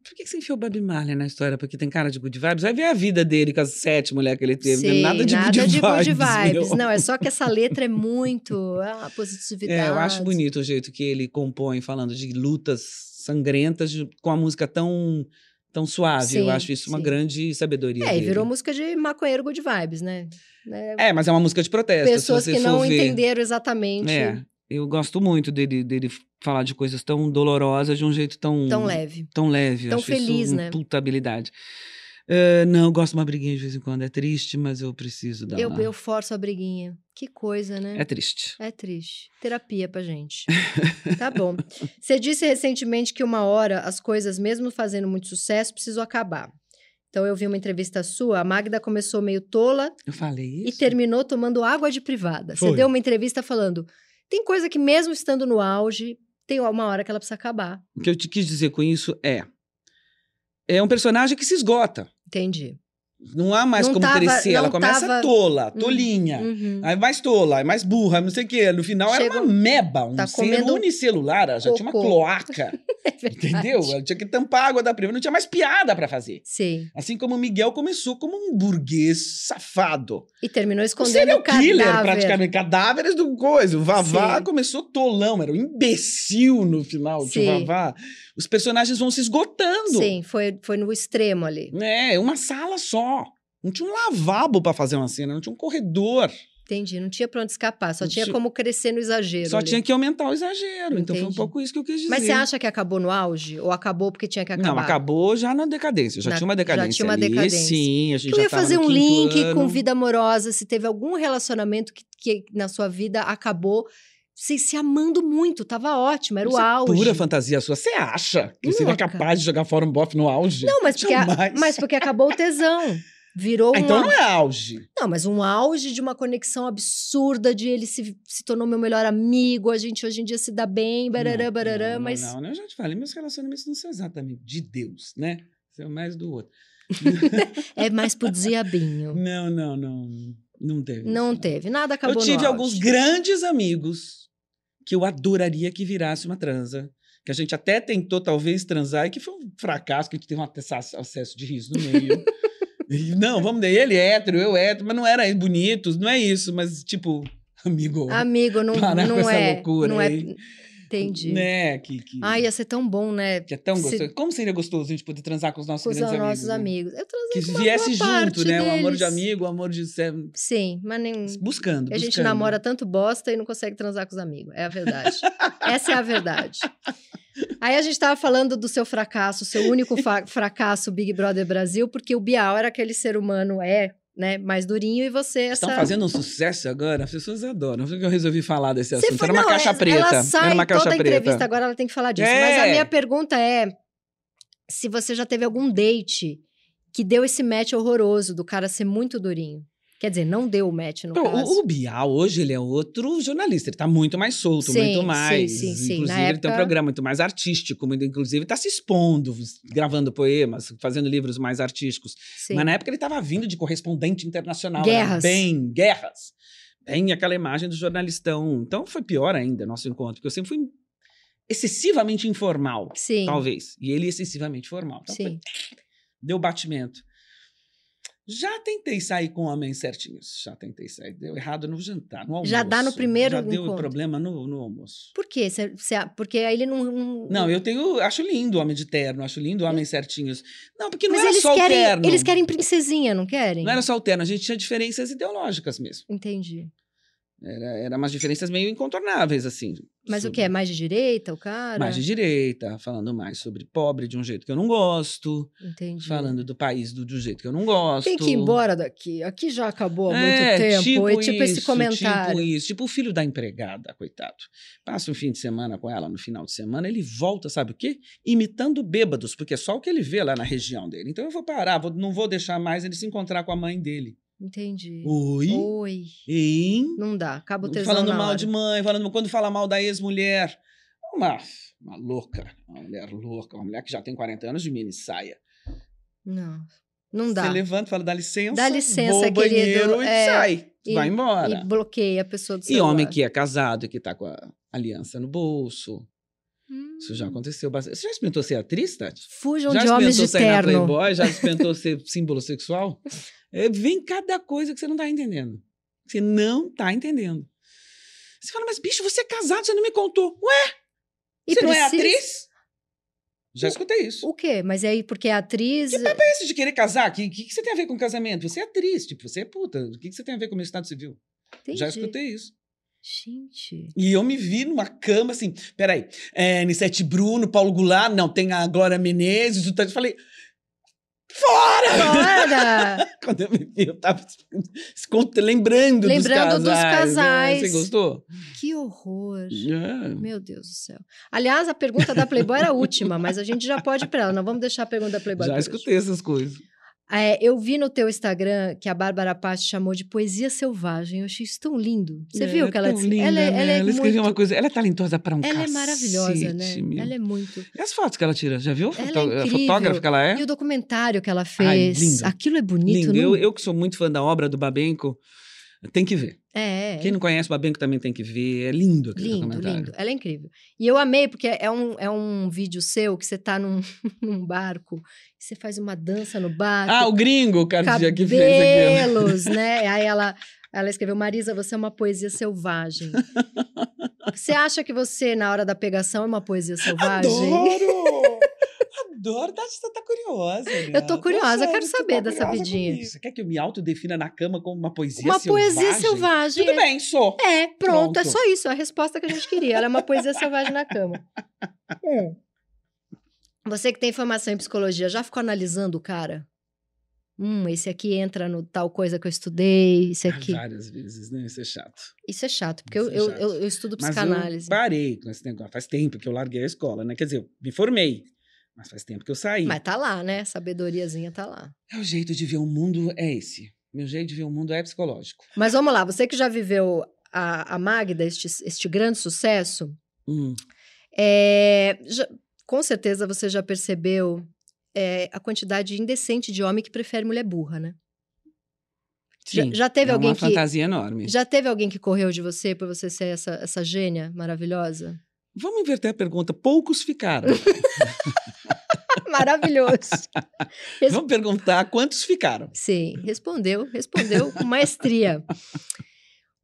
[SPEAKER 2] Por que que você enfiou o Bob Marley na história? Porque tem cara de good vibes. Vai ver a vida dele com as sete mulheres que ele teve.
[SPEAKER 1] Sei,
[SPEAKER 2] nada de good vibes. meu.
[SPEAKER 1] Não, é só que essa letra é muito. Ah, positividade.
[SPEAKER 2] É, eu acho bonito o jeito que ele compõe, falando de lutas sangrentas de- com a música tão, tão suave.
[SPEAKER 1] Sim,
[SPEAKER 2] eu acho isso uma
[SPEAKER 1] sim.
[SPEAKER 2] grande sabedoria.
[SPEAKER 1] É, e
[SPEAKER 2] dele.
[SPEAKER 1] virou música de maconheiro good vibes, né? Né?
[SPEAKER 2] É, mas é uma música de protesto.
[SPEAKER 1] Pessoas
[SPEAKER 2] se
[SPEAKER 1] que
[SPEAKER 2] você
[SPEAKER 1] não
[SPEAKER 2] for ver.
[SPEAKER 1] entenderam exatamente
[SPEAKER 2] É, eu gosto muito dele, dele falar de coisas tão dolorosas de um jeito tão,
[SPEAKER 1] tão leve.
[SPEAKER 2] tão leve. Eu
[SPEAKER 1] Tão
[SPEAKER 2] acho
[SPEAKER 1] feliz,
[SPEAKER 2] isso uma
[SPEAKER 1] né?
[SPEAKER 2] Puta habilidade. É, não, eu gosto de uma briguinha de vez em quando. É triste, mas eu preciso dar.
[SPEAKER 1] Eu,
[SPEAKER 2] uma-
[SPEAKER 1] eu forço a briguinha. Que coisa, né?
[SPEAKER 2] É triste.
[SPEAKER 1] É triste. Terapia pra gente. tá bom. Você disse recentemente que uma hora as coisas, mesmo fazendo muito sucesso, precisam acabar. Então eu vi uma entrevista sua, a Magda começou meio tola
[SPEAKER 2] Eu falei
[SPEAKER 1] e
[SPEAKER 2] isso.
[SPEAKER 1] terminou tomando água de privada. Você
[SPEAKER 2] Foi.
[SPEAKER 1] deu uma entrevista falando: tem coisa que mesmo estando no auge, tem uma hora que ela precisa acabar.
[SPEAKER 2] O que eu te quis dizer com isso é. É um personagem que se esgota.
[SPEAKER 1] Entendi.
[SPEAKER 2] Não há mais
[SPEAKER 1] Não
[SPEAKER 2] como
[SPEAKER 1] tava-
[SPEAKER 2] crescer. Ela
[SPEAKER 1] não
[SPEAKER 2] começa
[SPEAKER 1] tava- Hum,
[SPEAKER 2] tola, tolinha.
[SPEAKER 1] Uhum.
[SPEAKER 2] Aí mais tola, aí mais burra, não sei o quê. No final
[SPEAKER 1] Chega
[SPEAKER 2] era uma meba, um
[SPEAKER 1] tá
[SPEAKER 2] ser
[SPEAKER 1] comendo
[SPEAKER 2] unicelular, ela já tinha uma
[SPEAKER 1] cocô.
[SPEAKER 2] cloaca.
[SPEAKER 1] É verdade.
[SPEAKER 2] entendeu? Ela tinha que tampar a água da privada, não tinha mais piada pra fazer.
[SPEAKER 1] Sim.
[SPEAKER 2] Assim como o Miguel começou como um burguês safado.
[SPEAKER 1] E terminou
[SPEAKER 2] Um
[SPEAKER 1] escondendo
[SPEAKER 2] serial
[SPEAKER 1] o cadáver.
[SPEAKER 2] killer, praticamente. Cadáveres do coisa. O Vavá
[SPEAKER 1] Sim.
[SPEAKER 2] começou tolão, era um imbecil no final, tio
[SPEAKER 1] Sim.
[SPEAKER 2] Vavá. Os personagens vão se esgotando.
[SPEAKER 1] Sim, foi, foi no extremo ali.
[SPEAKER 2] É, uma sala só. Não tinha um lavabo pra fazer uma cena, não tinha um corredor.
[SPEAKER 1] Entendi. Não tinha pra onde escapar, só
[SPEAKER 2] Não
[SPEAKER 1] tinha
[SPEAKER 2] tinha-
[SPEAKER 1] como crescer no exagero.
[SPEAKER 2] Só
[SPEAKER 1] ali.
[SPEAKER 2] tinha que aumentar o exagero. Então foi um
[SPEAKER 1] Entendi.
[SPEAKER 2] pouco isso que eu quis dizer.
[SPEAKER 1] Mas você acha que acabou no auge? Ou acabou porque tinha que acabar?
[SPEAKER 2] Não, acabou já na decadência. Já
[SPEAKER 1] Na-
[SPEAKER 2] tinha uma
[SPEAKER 1] já
[SPEAKER 2] decadência.
[SPEAKER 1] tinha uma
[SPEAKER 2] ali,
[SPEAKER 1] decadência.
[SPEAKER 2] Sim, a gente
[SPEAKER 1] Eu
[SPEAKER 2] já
[SPEAKER 1] ia
[SPEAKER 2] tava
[SPEAKER 1] fazer
[SPEAKER 2] no
[SPEAKER 1] um
[SPEAKER 2] quinto
[SPEAKER 1] link com
[SPEAKER 2] ano.
[SPEAKER 1] vida amorosa, se teve algum relacionamento que, que na sua vida acabou se, se amando muito, tava ótimo, era o
[SPEAKER 2] Isso é
[SPEAKER 1] auge.
[SPEAKER 2] Pura fantasia sua. Você acha que você é
[SPEAKER 1] Nunca.
[SPEAKER 2] capaz de jogar fora um bofe no auge?
[SPEAKER 1] Não, mas porque, a-
[SPEAKER 2] Jamais.
[SPEAKER 1] mas porque acabou o tesão. Virou um.
[SPEAKER 2] Ah, então
[SPEAKER 1] au-
[SPEAKER 2] não é auge.
[SPEAKER 1] Não, mas um auge de uma conexão absurda, de ele se, se tornou meu melhor amigo, a gente hoje em dia se dá bem, barará,
[SPEAKER 2] Não,
[SPEAKER 1] barará,
[SPEAKER 2] não, não,
[SPEAKER 1] mas.
[SPEAKER 2] Não, não, eu já te falei, meus relacionamentos não são exatamente de Deus, né? São mais do outro.
[SPEAKER 1] É mais pro diabinho.
[SPEAKER 2] Não, não, não. Não teve. isso,
[SPEAKER 1] Não teve, nada acabou
[SPEAKER 2] eu
[SPEAKER 1] no
[SPEAKER 2] tive
[SPEAKER 1] auge.
[SPEAKER 2] alguns grandes amigos que eu adoraria que virasse uma transa. Que a gente até tentou, talvez, transar, e que foi um fracasso, que a gente teve um acessa- acesso de riso no meio. E, não, vamos daí, ele é hétero, eu hétero, mas não era bonitos, não é isso, mas tipo, amigo.
[SPEAKER 1] Amigo, não,
[SPEAKER 2] Parar com
[SPEAKER 1] não
[SPEAKER 2] essa
[SPEAKER 1] é.
[SPEAKER 2] loucura
[SPEAKER 1] não é.
[SPEAKER 2] aí.
[SPEAKER 1] Entendi.
[SPEAKER 2] Né, que, que,
[SPEAKER 1] Ai, ia ser tão bom, né?
[SPEAKER 2] que é tão
[SPEAKER 1] se-
[SPEAKER 2] gostoso. Como seria gostoso a gente poder transar com os nossos
[SPEAKER 1] Com os nossos
[SPEAKER 2] grandes amigos? né?
[SPEAKER 1] amigos. Eu transei
[SPEAKER 2] Que
[SPEAKER 1] com uma
[SPEAKER 2] viesse
[SPEAKER 1] boa
[SPEAKER 2] junto,
[SPEAKER 1] parte
[SPEAKER 2] né? Um amor de
[SPEAKER 1] deles.
[SPEAKER 2] amigo, um amor de.
[SPEAKER 1] Sim, mas nem.
[SPEAKER 2] Buscando, buscando.
[SPEAKER 1] A gente namora tanto bosta e não consegue transar com os amigos. É a verdade. Essa é a verdade. Aí a gente tava falando do seu fracasso, seu único fa- fracasso Big Brother Brasil, porque o Bial era aquele ser humano, é, né, mais durinho, e você essa...
[SPEAKER 2] Estão fazendo um sucesso agora, as pessoas adoram. Foi que eu resolvi falar desse
[SPEAKER 1] Você
[SPEAKER 2] assunto.
[SPEAKER 1] foi-
[SPEAKER 2] era uma
[SPEAKER 1] não,
[SPEAKER 2] caixa
[SPEAKER 1] ela-
[SPEAKER 2] preta.
[SPEAKER 1] Ela sai
[SPEAKER 2] era uma caixa
[SPEAKER 1] toda
[SPEAKER 2] preta.
[SPEAKER 1] entrevista, agora ela tem que falar disso. Mas a
[SPEAKER 2] É.
[SPEAKER 1] minha pergunta é se você já teve algum date que deu esse match horroroso do cara ser muito durinho. Quer dizer, não deu o match no
[SPEAKER 2] Pô,
[SPEAKER 1] caso.
[SPEAKER 2] Então, o, o Bial hoje ele é outro jornalista, ele tá muito mais solto,
[SPEAKER 1] Sim,
[SPEAKER 2] muito
[SPEAKER 1] sim,
[SPEAKER 2] mais.
[SPEAKER 1] sim, sim.
[SPEAKER 2] Inclusive,
[SPEAKER 1] Na
[SPEAKER 2] ele tem
[SPEAKER 1] época-
[SPEAKER 2] um programa muito mais artístico, muito, inclusive tá se expondo, gravando poemas, fazendo livros mais artísticos.
[SPEAKER 1] Sim.
[SPEAKER 2] Mas né, na época ele tava vindo de correspondente internacional. era
[SPEAKER 1] Guerras.
[SPEAKER 2] Bem, guerras. Bem aquela imagem do jornalistão. Então foi pior ainda nosso encontro, porque eu sempre fui excessivamente informal,
[SPEAKER 1] Sim.
[SPEAKER 2] talvez. E ele excessivamente formal. Então foi
[SPEAKER 1] Sim.
[SPEAKER 2] deu batimento. Já tentei sair com homens certinhos. Já tentei sair. Deu errado no jantar, no almoço.
[SPEAKER 1] Já dá no primeiro
[SPEAKER 2] Já deu
[SPEAKER 1] encontro.
[SPEAKER 2] problema no, no almoço.
[SPEAKER 1] Por quê? Cê- cê- ah, porque aí ele não. Não,
[SPEAKER 2] Não, eu tenho. Acho lindo o homem de terno, acho lindo homens certinhos. Não, porque não
[SPEAKER 1] Mas
[SPEAKER 2] era
[SPEAKER 1] eles
[SPEAKER 2] só
[SPEAKER 1] querem,
[SPEAKER 2] o terno.
[SPEAKER 1] eles querem princesinha, não querem?
[SPEAKER 2] Não era só o terno, a gente tinha diferenças ideológicas mesmo.
[SPEAKER 1] Entendi.
[SPEAKER 2] Era, era umas diferenças meio incontornáveis, assim.
[SPEAKER 1] Mas o
[SPEAKER 2] sobre-
[SPEAKER 1] que? É mais de direita o cara?
[SPEAKER 2] Mais de direita, falando mais sobre pobre de um jeito que eu não gosto,
[SPEAKER 1] Entendi.
[SPEAKER 2] falando do país do, de um jeito que eu não gosto.
[SPEAKER 1] Tem que ir embora daqui. Aqui já acabou há muito
[SPEAKER 2] É,
[SPEAKER 1] tempo. é tipo esse
[SPEAKER 2] isso,
[SPEAKER 1] comentário.
[SPEAKER 2] Tipo isso, tipo o filho da empregada, coitado. Passa um fim de semana com ela, no final de semana, ele volta, sabe o quê? Imitando bêbados, porque é só o que ele vê lá na região dele. Então eu vou parar, vou- não vou deixar mais ele se encontrar com a mãe dele.
[SPEAKER 1] Entendi.
[SPEAKER 2] Oi?
[SPEAKER 1] Oi.
[SPEAKER 2] Hein?
[SPEAKER 1] Não dá. Acaba o tesão
[SPEAKER 2] falando
[SPEAKER 1] na
[SPEAKER 2] mal
[SPEAKER 1] hora.
[SPEAKER 2] de mãe, falando quando fala mal da ex-mulher. Uma, uma louca, uma mulher louca, uma mulher que já tem 40 anos de mini saia.
[SPEAKER 1] Não. Não dá.
[SPEAKER 2] Você levanta e fala, dá licença,
[SPEAKER 1] Dá licença,
[SPEAKER 2] vou ao banheiro
[SPEAKER 1] querido,
[SPEAKER 2] e
[SPEAKER 1] é,
[SPEAKER 2] sai,
[SPEAKER 1] e-
[SPEAKER 2] vai embora.
[SPEAKER 1] E bloqueia a pessoa do
[SPEAKER 2] E
[SPEAKER 1] celular.
[SPEAKER 2] homem que é casado e que tá com a aliança no bolso.
[SPEAKER 1] Hum.
[SPEAKER 2] Isso já aconteceu bastante. Você já experimentou ser atriz, Tati?
[SPEAKER 1] Fujam
[SPEAKER 2] Já
[SPEAKER 1] de homens
[SPEAKER 2] experimentou
[SPEAKER 1] de
[SPEAKER 2] sair na
[SPEAKER 1] terno.
[SPEAKER 2] Playboy? Já experimentou ser símbolo sexual? É, vem cada coisa que você não tá entendendo. que Você não tá entendendo. Você fala, mas bicho, você é casado, você não me contou. Ué,
[SPEAKER 1] E
[SPEAKER 2] você não é
[SPEAKER 1] precisa-
[SPEAKER 2] atriz? Já escutei isso.
[SPEAKER 1] O quê? Mas aí, porque é atriz.
[SPEAKER 2] Que papo é esse de querer casar? O que, que, que você tem a ver com casamento? Você é atriz, tipo, você é puta. O que, que você tem a ver com o meu estado civil? Já
[SPEAKER 1] Entendi.
[SPEAKER 2] escutei isso.
[SPEAKER 1] Gente.
[SPEAKER 2] E eu me vi numa cama assim, peraí, é, Nissete Bruno, Paulo Goulart, não, tem a Glória Menezes, o tanto. Falei, fora!
[SPEAKER 1] Bora!
[SPEAKER 2] Quando eu me vi, eu tava se- se cont- lembrando,
[SPEAKER 1] Lembrando
[SPEAKER 2] dos
[SPEAKER 1] dos
[SPEAKER 2] casais. né?
[SPEAKER 1] casais.
[SPEAKER 2] Você gostou?
[SPEAKER 1] que horror.
[SPEAKER 2] É.
[SPEAKER 1] Meu Deus do céu. Aliás, a pergunta da Playboy era a última, mas a gente já pode ir pra ela. Não vamos deixar a pergunta da Playboy.
[SPEAKER 2] Já
[SPEAKER 1] por último.
[SPEAKER 2] escutei essas coisas.
[SPEAKER 1] É, eu vi no teu Instagram que a Bárbara Paz chamou de poesia selvagem. Eu achei isso tão lindo. Você
[SPEAKER 2] É,
[SPEAKER 1] viu
[SPEAKER 2] é
[SPEAKER 1] que ela
[SPEAKER 2] tão
[SPEAKER 1] disse?
[SPEAKER 2] linda,
[SPEAKER 1] ela, é-
[SPEAKER 2] né?
[SPEAKER 1] ela é muito-
[SPEAKER 2] escreveu uma coisa, ela é talentosa para um
[SPEAKER 1] ela é
[SPEAKER 2] cacete,
[SPEAKER 1] maravilhosa, né?
[SPEAKER 2] meu.
[SPEAKER 1] Ela é muito.
[SPEAKER 2] E as fotos que ela tira, já viu?
[SPEAKER 1] Ela é
[SPEAKER 2] a
[SPEAKER 1] incrível.
[SPEAKER 2] fotógrafa que ela é?
[SPEAKER 1] E o documentário que ela
[SPEAKER 2] Ai,
[SPEAKER 1] fez,
[SPEAKER 2] lindo.
[SPEAKER 1] aquilo é bonito,
[SPEAKER 2] Lindo.
[SPEAKER 1] não?
[SPEAKER 2] Eu, eu que sou muito fã da obra do Babenco, tem que ver.
[SPEAKER 1] É, é.
[SPEAKER 2] Quem não conhece o Babenco também tem que ver. É lindo aquele
[SPEAKER 1] Lindo,
[SPEAKER 2] documentário.
[SPEAKER 1] lindo. Ela é incrível. E eu amei, porque é um, é um vídeo seu que você tá num, num barco, e você faz uma dança no barco.
[SPEAKER 2] Ah, o gringo, o cara de- que fez aquilo.
[SPEAKER 1] cabelos, né? Aí ela, ela escreveu, Marisa, você é uma poesia selvagem. Você acha que você, na hora da pegação, é uma poesia selvagem?
[SPEAKER 2] né? Adoro! Adoro, Tati, você tá curiosa. né?
[SPEAKER 1] Eu tô curiosa,
[SPEAKER 2] achando
[SPEAKER 1] quero
[SPEAKER 2] que você
[SPEAKER 1] saber
[SPEAKER 2] tá
[SPEAKER 1] dessa
[SPEAKER 2] curiosa
[SPEAKER 1] vidinha.
[SPEAKER 2] comigo. Você quer que eu me autodefina na cama como uma poesia
[SPEAKER 1] uma
[SPEAKER 2] selvagem?
[SPEAKER 1] poesia selvagem.
[SPEAKER 2] Tudo
[SPEAKER 1] é.
[SPEAKER 2] bem, sou.
[SPEAKER 1] É, pronto, é
[SPEAKER 2] Pronto.
[SPEAKER 1] só isso, é a resposta que a gente queria. Ela é uma poesia selvagem na cama.
[SPEAKER 2] É.
[SPEAKER 1] Hum. Você que tem formação em psicologia, já ficou analisando o cara? Hum, esse aqui entra no tal coisa que eu estudei, esse aqui.
[SPEAKER 2] Várias vezes, né? Isso é chato.
[SPEAKER 1] Isso é chato, porque eu,
[SPEAKER 2] Isso é
[SPEAKER 1] eu,
[SPEAKER 2] chato.
[SPEAKER 1] eu- eu estudo
[SPEAKER 2] Mas
[SPEAKER 1] psicanálise.
[SPEAKER 2] eu parei com esse negócio. Faz tempo que eu larguei a escola, né? Quer dizer, eu me formei. Mas faz tempo que eu saí.
[SPEAKER 1] Mas tá lá, né? Sabedoriazinha tá lá.
[SPEAKER 2] É o jeito de ver o mundo é esse. Meu jeito de ver o mundo é psicológico.
[SPEAKER 1] Mas vamos lá, você que já viveu a, a Magda, este, este grande sucesso,
[SPEAKER 2] Hum.
[SPEAKER 1] é, já- com certeza você já percebeu é, a quantidade indecente de homem que prefere mulher burra, né? Já,
[SPEAKER 2] Sim,
[SPEAKER 1] já teve
[SPEAKER 2] é
[SPEAKER 1] alguém
[SPEAKER 2] uma
[SPEAKER 1] que
[SPEAKER 2] fantasia enorme.
[SPEAKER 1] já teve alguém que correu de você por você ser essa, essa gênia maravilhosa?
[SPEAKER 2] Vamos inverter a pergunta. Poucos ficaram.
[SPEAKER 1] Maravilhoso. Esse-
[SPEAKER 2] Vamos perguntar quantos ficaram.
[SPEAKER 1] Sim, respondeu, respondeu com maestria.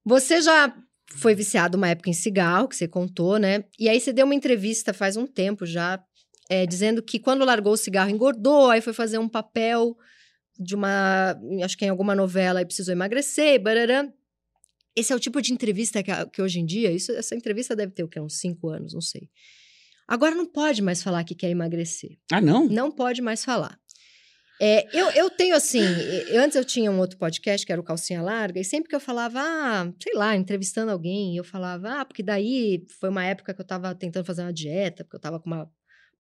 [SPEAKER 1] Você já foi viciado uma época em cigarro, que você contou, né? E aí você deu uma entrevista faz um tempo já, é, dizendo que quando largou o cigarro engordou, aí foi fazer um papel de uma, acho que em alguma novela e precisou emagrecer, barará. Esse é o tipo de entrevista que, a- que hoje em dia, isso, essa entrevista deve ter o quê? Uns cinco anos, não sei. Agora não pode mais falar que quer emagrecer
[SPEAKER 2] Ah, não?
[SPEAKER 1] não pode mais falar. É, eu, eu tenho assim, e- antes eu tinha um outro podcast que era o Calcinha Larga, e sempre que eu falava, ah, sei lá, entrevistando alguém, eu falava, ah, porque daí foi uma época que eu tava tentando fazer uma dieta, porque eu tava com uma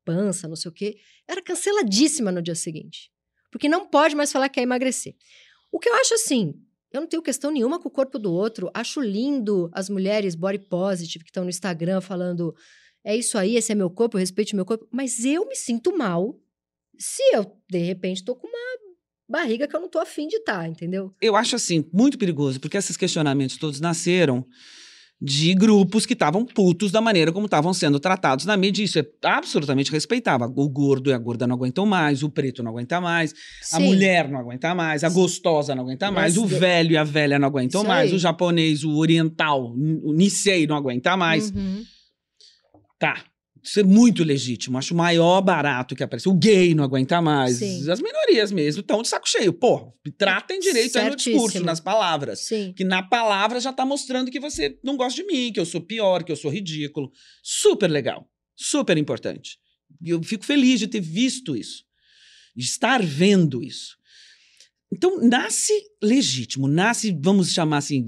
[SPEAKER 1] pança, não sei o quê. Era canceladíssima no dia seguinte. Porque não pode mais falar que quer emagrecer. O que eu acho assim, eu não tenho questão nenhuma com o corpo do outro, acho lindo as mulheres body positive que estão no Instagram falando é isso aí, esse é meu corpo, eu respeito meu corpo. Mas eu me sinto mal se eu, de repente, tô com uma barriga que eu não tô afim de estar, entendeu?
[SPEAKER 2] Eu acho assim, muito perigoso, porque esses questionamentos todos nasceram de grupos que estavam putos da maneira como estavam sendo tratados na mídia. Isso é absolutamente respeitável. O gordo e a gorda não aguentam mais, o preto não aguenta mais, a
[SPEAKER 1] Sim.
[SPEAKER 2] mulher é não aguenta mais, a gostosa não aguenta mais, o
[SPEAKER 1] Mas-
[SPEAKER 2] velho e a velha não aguentam
[SPEAKER 1] Isso
[SPEAKER 2] mais,
[SPEAKER 1] aí.
[SPEAKER 2] o japonês, o oriental, o nisei não aguenta mais.
[SPEAKER 1] Uhum.
[SPEAKER 2] Tá. Isso é muito legítimo. Acho o maior barato que apareceu. O gay não aguenta mais.
[SPEAKER 1] Sim.
[SPEAKER 2] As minorias mesmo estão de saco cheio. Pô, tratem direito aí no
[SPEAKER 1] Certíssimo.
[SPEAKER 2] discurso, nas palavras.
[SPEAKER 1] Sim.
[SPEAKER 2] Que na palavra já tá mostrando que você não gosta de mim, que eu sou pior, que eu sou ridículo. Super legal. Super importante. E eu fico feliz de ter visto isso. De estar vendo isso. Então, nasce legítimo. Nasce, vamos chamar assim,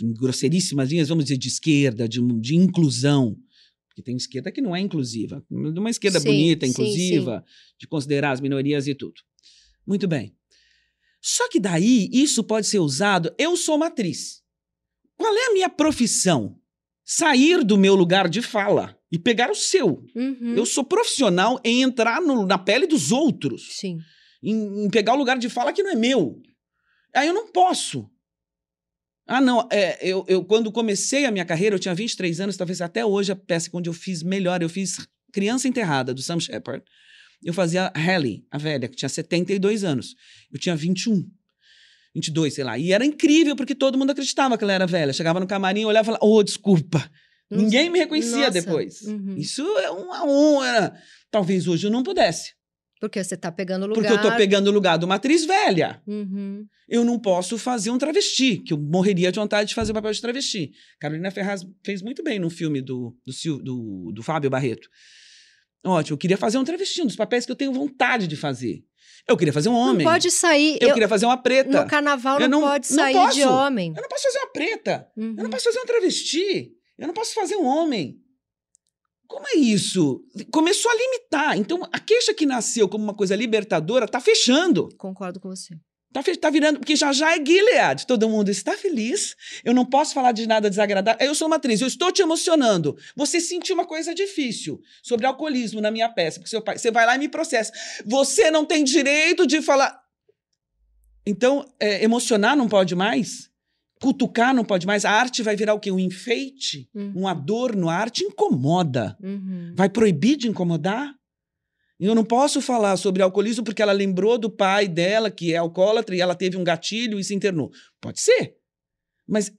[SPEAKER 2] em grosseiríssimas linhas, vamos dizer, de esquerda, de, de inclusão. Porque tem esquerda que não é inclusiva. De uma esquerda
[SPEAKER 1] Sim,
[SPEAKER 2] bonita,
[SPEAKER 1] sim,
[SPEAKER 2] inclusiva, de considerar as minorias e tudo. Muito bem. Só que daí isso pode ser usado. Eu sou uma atriz. Qual é a minha profissão? Sair do meu lugar de fala e pegar o seu.
[SPEAKER 1] Uhum.
[SPEAKER 2] Eu sou profissional em entrar no- na pele dos outros,
[SPEAKER 1] Sim.
[SPEAKER 2] em, em pegar o lugar de fala que não é meu. Aí eu não posso. Ah, não. é, eu, eu, quando comecei a minha carreira, eu tinha 23 anos, talvez até hoje a peça onde eu fiz melhor, eu fiz Criança Enterrada, do Sam Shepard. Eu fazia Hallie, a velha, que tinha 72 anos. Eu tinha 21. 22, sei lá. E era incrível, porque todo mundo acreditava que ela era velha. Chegava no camarim, olhava e falava, ô, desculpa.
[SPEAKER 1] Não
[SPEAKER 2] Ninguém
[SPEAKER 1] sei.
[SPEAKER 2] me reconhecia
[SPEAKER 1] Nossa.
[SPEAKER 2] depois.
[SPEAKER 1] Uhum.
[SPEAKER 2] Isso é uma honra. Talvez hoje eu não pudesse.
[SPEAKER 1] Porque você tá pegando o lugar.
[SPEAKER 2] Porque eu tô pegando o lugar de uma atriz velha.
[SPEAKER 1] Uhum.
[SPEAKER 2] Eu não posso fazer um travesti, que eu morreria de vontade de fazer o papel de travesti. Carolina Ferraz fez muito bem no filme do, do, Sil- do- do Fábio Barreto. Ótimo, eu queria fazer um travesti, um dos papéis que eu tenho vontade de fazer. Eu queria fazer um homem.
[SPEAKER 1] Não pode sair.
[SPEAKER 2] Eu,
[SPEAKER 1] eu-
[SPEAKER 2] queria fazer uma preta.
[SPEAKER 1] No carnaval
[SPEAKER 2] Eu
[SPEAKER 1] não,
[SPEAKER 2] não-
[SPEAKER 1] pode
[SPEAKER 2] não
[SPEAKER 1] sair de
[SPEAKER 2] posso.
[SPEAKER 1] homem.
[SPEAKER 2] Eu não posso fazer uma preta.
[SPEAKER 1] Uhum.
[SPEAKER 2] Eu não posso fazer um travesti. Eu não posso fazer um homem. Como é isso? Começou a limitar. Então, a queixa que nasceu como uma coisa libertadora tá fechando.
[SPEAKER 1] Concordo com você.
[SPEAKER 2] Tá, fe- tá virando. Porque já já é Gilead. Todo mundo está feliz. Eu não posso falar de nada desagradável. Eu sou uma atriz. Eu estou te emocionando. Você sentiu uma coisa difícil sobre alcoolismo na minha peça. Porque seu pai. Você vai lá e me processa. Você não tem direito de falar. Então, é, emocionar não pode mais? Cutucar não pode mais? A arte vai virar o quê? Um enfeite?
[SPEAKER 1] Uhum.
[SPEAKER 2] Um adorno? A arte incomoda.
[SPEAKER 1] Uhum.
[SPEAKER 2] Vai proibir de incomodar? Eu não posso falar sobre alcoolismo porque ela lembrou do pai dela, que é alcoólatra, e ela teve um gatilho e se internou. Pode ser. Mas eh,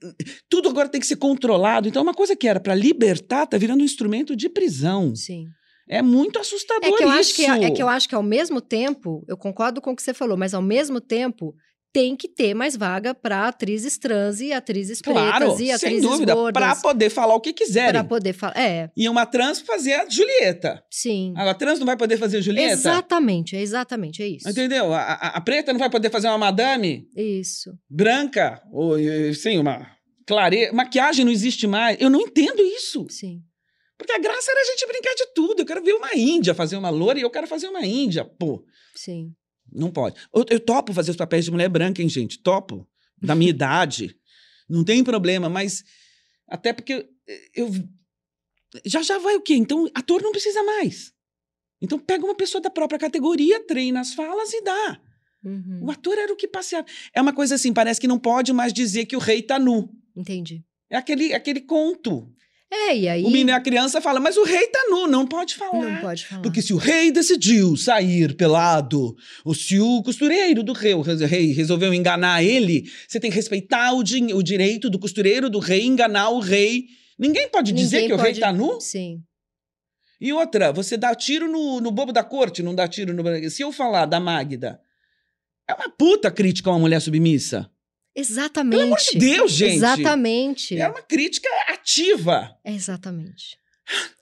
[SPEAKER 2] tudo agora tem que ser controlado. Então, uma coisa que era para libertar está virando um instrumento de prisão.
[SPEAKER 1] Sim.
[SPEAKER 2] É muito assustador
[SPEAKER 1] É que, eu
[SPEAKER 2] isso.
[SPEAKER 1] acho que, é que eu acho que ao mesmo tempo, eu concordo com o que você falou, mas ao mesmo tempo tem que ter mais vaga para atrizes trans e atrizes
[SPEAKER 2] Claro,
[SPEAKER 1] pretas e
[SPEAKER 2] sem
[SPEAKER 1] atrizes
[SPEAKER 2] dúvida, para
[SPEAKER 1] gordas.
[SPEAKER 2] poder falar o que
[SPEAKER 1] Para
[SPEAKER 2] quiserem.
[SPEAKER 1] poder falar. É,
[SPEAKER 2] E uma trans fazer a Julieta.
[SPEAKER 1] sim.
[SPEAKER 2] A trans não vai poder fazer a Julieta?
[SPEAKER 1] Exatamente, é exatamente, é isso.
[SPEAKER 2] Entendeu? A, a- a preta não vai poder fazer uma madame?
[SPEAKER 1] Isso.
[SPEAKER 2] branca, ou eh, sem uma clareira. Maquiagem não existe mais. Eu não entendo isso.
[SPEAKER 1] Sim.
[SPEAKER 2] Porque a graça era a gente brincar de tudo. Eu quero ver uma Índia fazer uma loura e eu quero fazer uma Índia. Pô,
[SPEAKER 1] Sim.
[SPEAKER 2] não pode. Eu, eu topo fazer os papéis de mulher branca, hein, gente? Topo. Da minha idade. Não tem problema, mas. Até porque eh, eu. Já já vai o quê? Então, ator não precisa mais. Então, pega uma pessoa da própria categoria, treina as falas e dá.
[SPEAKER 1] Uhum.
[SPEAKER 2] O ator era o que passeava. É uma coisa assim, parece que não pode mais dizer que o rei tá nu.
[SPEAKER 1] Entendi.
[SPEAKER 2] É aquele, aquele conto.
[SPEAKER 1] É, e aí
[SPEAKER 2] O menino, a criança fala, mas o rei tá nu, não pode falar.
[SPEAKER 1] não pode falar.
[SPEAKER 2] Porque se o rei decidiu sair pelado, ou se o costureiro do rei, o re- rei resolveu enganar ele, você tem que respeitar o, din- o direito do costureiro do rei enganar o rei. Ninguém pode dizer
[SPEAKER 1] Ninguém
[SPEAKER 2] que o rei
[SPEAKER 1] pode-
[SPEAKER 2] tá nu.
[SPEAKER 1] Sim.
[SPEAKER 2] E outra, você dá tiro no, no bobo da corte, não dá tiro no... Se eu falar da Magda, é uma puta crítica a uma mulher submissa.
[SPEAKER 1] Exatamente.
[SPEAKER 2] Deus, gente. um
[SPEAKER 1] Exatamente.
[SPEAKER 2] Era É uma crítica ativa.
[SPEAKER 1] É Exatamente.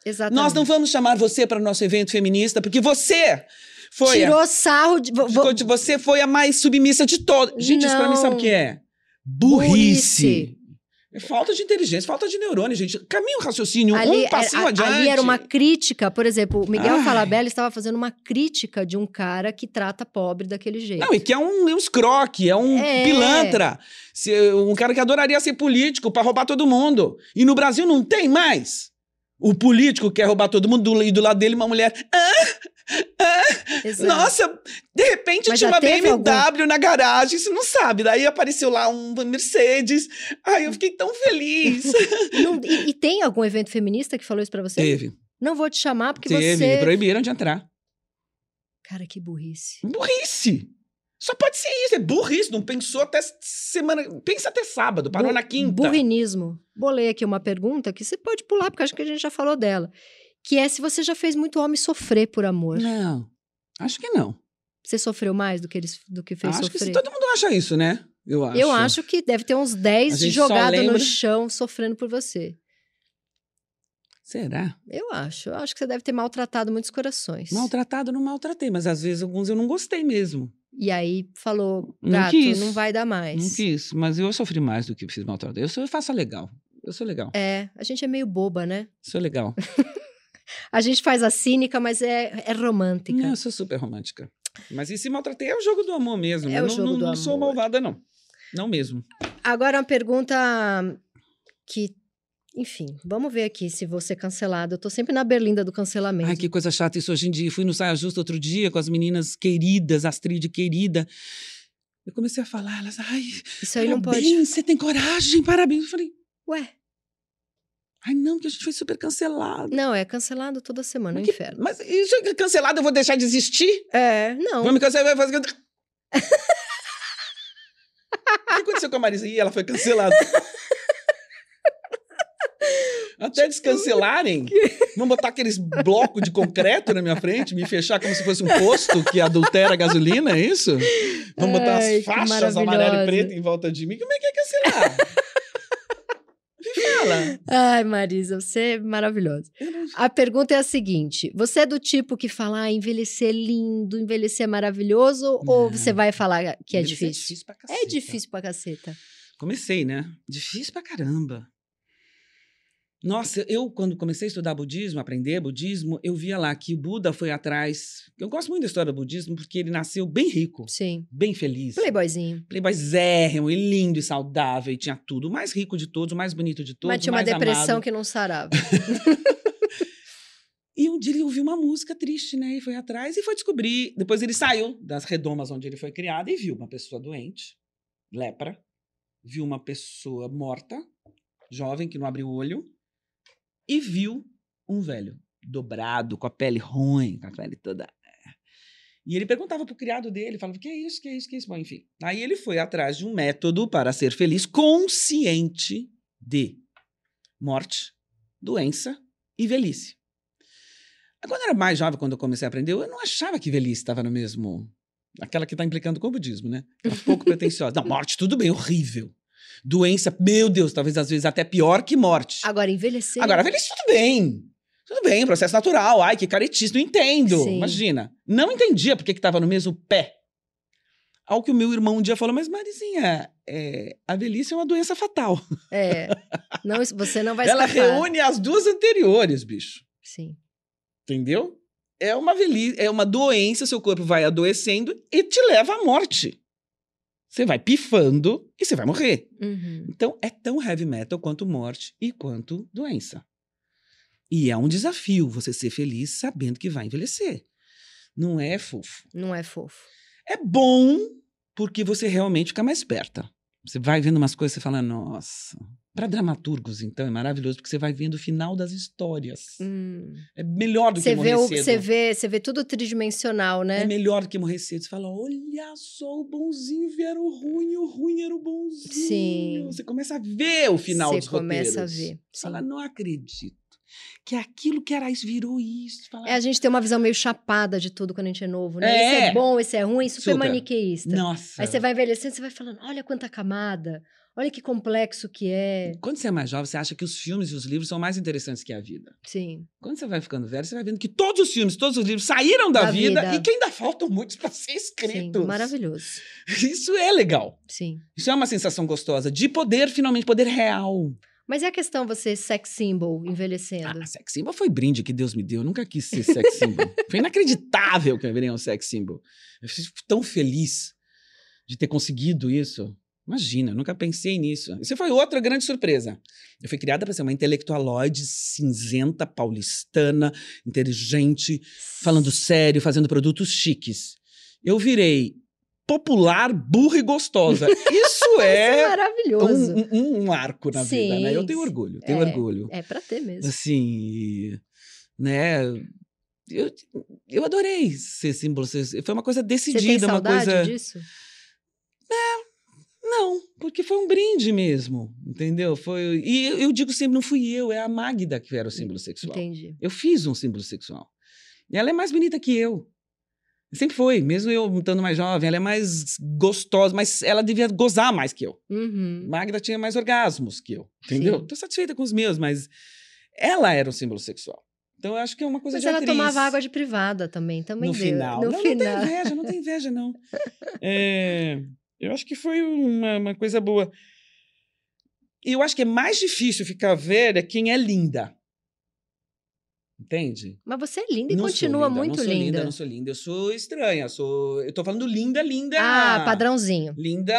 [SPEAKER 1] Exatamente.
[SPEAKER 2] Nós não vamos chamar você para o nosso evento feminista, porque você foi. a-
[SPEAKER 1] Tirou sarro de. vo- vo-
[SPEAKER 2] ficou de- Você foi a mais submissa de todas. Gente, isso pra mim sabe o que é?
[SPEAKER 1] Burrice.
[SPEAKER 2] Burrice. É falta de inteligência, falta de neurônio, gente. Caminha o raciocínio,
[SPEAKER 1] Ali
[SPEAKER 2] um passinho
[SPEAKER 1] era, a-
[SPEAKER 2] adiante.
[SPEAKER 1] ali era uma crítica, por exemplo, o Miguel
[SPEAKER 2] Ai.
[SPEAKER 1] Falabella estava fazendo uma crítica de um cara que trata pobre daquele jeito.
[SPEAKER 2] Não, e que é um, é um escroque, é um
[SPEAKER 1] É.
[SPEAKER 2] pilantra. Se- um cara que adoraria ser político pra roubar todo mundo. E no Brasil não tem mais. O político quer roubar todo mundo do- e do lado dele uma mulher. "Ah, ah,
[SPEAKER 1] Exato.
[SPEAKER 2] Nossa, de repente
[SPEAKER 1] Mas
[SPEAKER 2] tinha
[SPEAKER 1] já
[SPEAKER 2] uma
[SPEAKER 1] teve
[SPEAKER 2] BMW na garagem, você não sabe. Daí apareceu lá um Mercedes. Ai, eu fiquei tão feliz.
[SPEAKER 1] E, não- e- e tem algum evento feminista que falou isso pra você?
[SPEAKER 2] teve,
[SPEAKER 1] Não vou te chamar porque
[SPEAKER 2] teve.
[SPEAKER 1] você.
[SPEAKER 2] Me proibiram de entrar.
[SPEAKER 1] Cara, que burrice.
[SPEAKER 2] Burrice! Só pode ser isso, é burrice. Não pensou até semana. Pensa até sábado, parou
[SPEAKER 1] Bu-
[SPEAKER 2] na quinta.
[SPEAKER 1] Burrinismo. Bolei aqui uma pergunta que você pode pular, porque acho que a gente já falou dela. Que é se você já fez muito homem sofrer por amor.
[SPEAKER 2] Não, acho que não.
[SPEAKER 1] Você sofreu mais do que, eles, do que fez
[SPEAKER 2] acho que
[SPEAKER 1] sofrer?
[SPEAKER 2] se- todo mundo acha isso, né? Eu acho.
[SPEAKER 1] Eu acho que deve ter uns
[SPEAKER 2] A
[SPEAKER 1] 10
[SPEAKER 2] gente só
[SPEAKER 1] jogado no
[SPEAKER 2] lembra-
[SPEAKER 1] chão sofrendo por você.
[SPEAKER 2] Será?
[SPEAKER 1] Eu acho. Eu acho que você deve ter maltratado muitos corações.
[SPEAKER 2] Maltratado, não maltratei, mas às vezes alguns eu não gostei mesmo.
[SPEAKER 1] E aí falou,
[SPEAKER 2] Não
[SPEAKER 1] Prato,
[SPEAKER 2] quis.
[SPEAKER 1] não vai dar mais.
[SPEAKER 2] Não quis, mas eu sofri mais do que fiz maltratado. Eu, sou, eu faço a legal. Eu sou legal.
[SPEAKER 1] É, a gente é meio boba, né?
[SPEAKER 2] Sou legal.
[SPEAKER 1] A gente faz a cínica, mas é, é romântica.
[SPEAKER 2] Não, eu sou super romântica. Mas e se maltratei é o jogo do amor mesmo.
[SPEAKER 1] É
[SPEAKER 2] eu
[SPEAKER 1] o
[SPEAKER 2] não,
[SPEAKER 1] jogo
[SPEAKER 2] não-
[SPEAKER 1] do
[SPEAKER 2] não sou
[SPEAKER 1] amor.
[SPEAKER 2] malvada, não. Não mesmo.
[SPEAKER 1] Agora, uma pergunta que, enfim, vamos ver aqui se vou ser cancelada. Eu tô sempre na berlinda do cancelamento.
[SPEAKER 2] Ai, que coisa chata isso hoje em dia. Fui no Saia Justa outro dia com as meninas queridas, Astrid querida. Eu comecei a falar, elas, ai, tá
[SPEAKER 1] Isso aí Então não
[SPEAKER 2] parabéns,
[SPEAKER 1] pode.
[SPEAKER 2] você tem coragem, parabéns. Eu falei,
[SPEAKER 1] Ué,
[SPEAKER 2] ai não, que a gente foi super cancelado.
[SPEAKER 1] não, é cancelado toda semana, é um
[SPEAKER 2] Que-
[SPEAKER 1] inferno.
[SPEAKER 2] Mas isso é cancelado, eu vou deixar de existir?
[SPEAKER 1] É, não.
[SPEAKER 2] Vamos me cancelar, vai fazer... O que aconteceu com a Marisa? Ih, ela foi cancelada. Até descancelarem, vão botar aqueles blocos de concreto na minha frente, me fechar como se fosse um posto que adultera a gasolina, é isso? Vão botar
[SPEAKER 1] Ai, que
[SPEAKER 2] as faixas amarela
[SPEAKER 1] maravilhosa.
[SPEAKER 2] e preta em volta de mim. Como é que é cancelar? Me fala.
[SPEAKER 1] Ai, Marisa, você é maravilhosa. A pergunta é a seguinte: você é do tipo que fala ah, envelhecer é lindo, envelhecer é maravilhoso, ou
[SPEAKER 2] Não.
[SPEAKER 1] você vai falar que é
[SPEAKER 2] Deve ser
[SPEAKER 1] difícil?
[SPEAKER 2] pra né?
[SPEAKER 1] É
[SPEAKER 2] caceta.
[SPEAKER 1] difícil pra caceta.
[SPEAKER 2] Comecei, né? Difícil pra caramba. Nossa, eu quando comecei a estudar budismo, aprender budismo, eu via lá que o Buda foi atrás. Eu gosto muito da história do budismo porque ele nasceu bem rico,
[SPEAKER 1] Sim.
[SPEAKER 2] bem feliz. é
[SPEAKER 1] Playboyzinho.
[SPEAKER 2] Playboyzérrimo e é lindo e saudável e tinha tudo. O mais rico de todos, o mais bonito de todos,
[SPEAKER 1] Mas tinha
[SPEAKER 2] o
[SPEAKER 1] uma
[SPEAKER 2] mais
[SPEAKER 1] depressão
[SPEAKER 2] amado.
[SPEAKER 1] que não sarava.
[SPEAKER 2] E um dia ele ouviu uma música triste, né? E foi atrás e foi descobrir. Depois ele saiu das redomas onde ele foi criado e viu uma pessoa doente, lepra, viu uma pessoa morta, jovem, que não abriu o olho, e viu um velho dobrado, com a pele ruim, com a pele toda. é. E ele perguntava pro criado dele, falava, que é isso, que é isso, que é isso? Bom, enfim. Aí ele foi atrás de um método para ser feliz consciente de morte, doença e velhice. Quando eu era mais jovem, quando eu comecei a aprender, eu não achava que velhice estava no mesmo. Aquela que está implicando com o budismo, né? Era um pouco pretensiosa. Não, morte, tudo bem, horrível. Doença, meu Deus, talvez às vezes até pior que morte.
[SPEAKER 1] Agora, envelhecer.
[SPEAKER 2] Agora, a velhice, tudo bem. Tudo bem, processo natural. Ai, que caretice, não entendo.
[SPEAKER 1] Sim.
[SPEAKER 2] Imagina. Não entendia porque que tava no mesmo pé. Ao que o meu irmão um dia falou, mas Marizinha, é, a velhice é uma doença fatal.
[SPEAKER 1] É. Não, você não vai
[SPEAKER 2] Ela
[SPEAKER 1] escapar.
[SPEAKER 2] reúne as duas anteriores, bicho.
[SPEAKER 1] Sim.
[SPEAKER 2] Entendeu? É uma velhice, é uma doença, seu corpo vai adoecendo e te leva à morte. Você vai pifando e você vai morrer.
[SPEAKER 1] Uhum.
[SPEAKER 2] Então, é tão heavy metal quanto morte e quanto doença. E é um desafio você ser feliz sabendo que vai envelhecer. Não é fofo.
[SPEAKER 1] Não é fofo.
[SPEAKER 2] É bom porque você realmente fica mais esperta. Você vai vendo umas coisas e você fala, nossa. Para dramaturgos, então, é maravilhoso porque você vai vendo o final das histórias.
[SPEAKER 1] Hum.
[SPEAKER 2] É melhor do
[SPEAKER 1] Você
[SPEAKER 2] que morrer
[SPEAKER 1] vê, o-
[SPEAKER 2] cedo.
[SPEAKER 1] você vê, você vê tudo tridimensional, né?
[SPEAKER 2] É melhor do que morrer cedo. Você fala, olha só, o bonzinho era o ruim, o ruim era o bonzinho.
[SPEAKER 1] Sim.
[SPEAKER 2] Você começa a ver o final
[SPEAKER 1] Você
[SPEAKER 2] dos roteiros.
[SPEAKER 1] começa a ver.
[SPEAKER 2] Você
[SPEAKER 1] Sim.
[SPEAKER 2] Fala, não acredito. Que aquilo que era isso virou isso. Fala,
[SPEAKER 1] É, a gente tem uma visão meio chapada de tudo quando a gente é novo, né?
[SPEAKER 2] É.
[SPEAKER 1] Esse é bom, esse é ruim, super,
[SPEAKER 2] Super.
[SPEAKER 1] maniqueísta.
[SPEAKER 2] Nossa.
[SPEAKER 1] Aí você vai envelhecendo, você vai falando, olha quanta camada, olha que complexo que é.
[SPEAKER 2] Quando você é mais jovem, você acha que os filmes e os livros são mais interessantes que a vida.
[SPEAKER 1] Sim.
[SPEAKER 2] Quando você vai ficando velho, você vai vendo que todos os filmes, todos os livros saíram da,
[SPEAKER 1] Da
[SPEAKER 2] vida,
[SPEAKER 1] vida.
[SPEAKER 2] e que ainda faltam muitos para ser
[SPEAKER 1] Sim,
[SPEAKER 2] escritos.
[SPEAKER 1] maravilhoso.
[SPEAKER 2] Isso é legal.
[SPEAKER 1] Sim.
[SPEAKER 2] Isso é uma sensação gostosa de poder, finalmente, poder real.
[SPEAKER 1] Mas é a questão você sex symbol envelhecendo?
[SPEAKER 2] Ah, sex symbol foi brinde que Deus me deu. Eu nunca quis ser sex symbol. foi inacreditável que eu virei um sex symbol. Eu fico tão feliz de ter conseguido isso. Imagina, eu nunca pensei nisso. Isso foi outra grande surpresa. Eu fui criada para ser uma intelectualoide cinzenta, paulistana, inteligente, falando sério, fazendo produtos chiques. Eu virei popular, burra e gostosa. Isso
[SPEAKER 1] Isso é
[SPEAKER 2] é
[SPEAKER 1] maravilhoso.
[SPEAKER 2] um, um- um arco na vida,
[SPEAKER 1] Sim,
[SPEAKER 2] né? Eu tenho
[SPEAKER 1] sim.
[SPEAKER 2] orgulho, tenho
[SPEAKER 1] É.
[SPEAKER 2] orgulho.
[SPEAKER 1] É pra ter mesmo.
[SPEAKER 2] Assim, e, né? Eu, eu adorei ser símbolo. ser- foi uma coisa
[SPEAKER 1] Você tem
[SPEAKER 2] decidida, é uma
[SPEAKER 1] saudade
[SPEAKER 2] coisa.
[SPEAKER 1] disso?
[SPEAKER 2] Não, porque foi um brinde mesmo, entendeu? Foi e eu, eu digo sempre, não fui eu, é a Magda que era o símbolo sexual.
[SPEAKER 1] Entendi.
[SPEAKER 2] Eu fiz um símbolo sexual. E ela é mais bonita que eu. Sempre foi, mesmo eu estando mais jovem, ela é mais gostosa, mas ela devia gozar mais que eu.
[SPEAKER 1] Uhum.
[SPEAKER 2] Magda tinha mais orgasmos que eu, entendeu?
[SPEAKER 1] Sim.
[SPEAKER 2] Tô satisfeita com os meus, mas ela era o símbolo sexual. Então eu acho que é uma coisa
[SPEAKER 1] Mas
[SPEAKER 2] de
[SPEAKER 1] ela
[SPEAKER 2] atriz.
[SPEAKER 1] tomava água de privada também, também
[SPEAKER 2] no
[SPEAKER 1] deu.
[SPEAKER 2] final.
[SPEAKER 1] No
[SPEAKER 2] não, não
[SPEAKER 1] final.
[SPEAKER 2] tem inveja, não tem inveja, não. É, eu acho que foi uma, uma coisa boa. E eu acho que é mais difícil ficar velha quem é linda. Entende?
[SPEAKER 1] Mas você é linda e
[SPEAKER 2] Não sou
[SPEAKER 1] continua
[SPEAKER 2] linda,
[SPEAKER 1] muito
[SPEAKER 2] não sou
[SPEAKER 1] linda.
[SPEAKER 2] Não sou linda, eu sou estranha. Sou... Eu tô falando linda, linda.
[SPEAKER 1] Ah, padrãozinho.
[SPEAKER 2] Linda.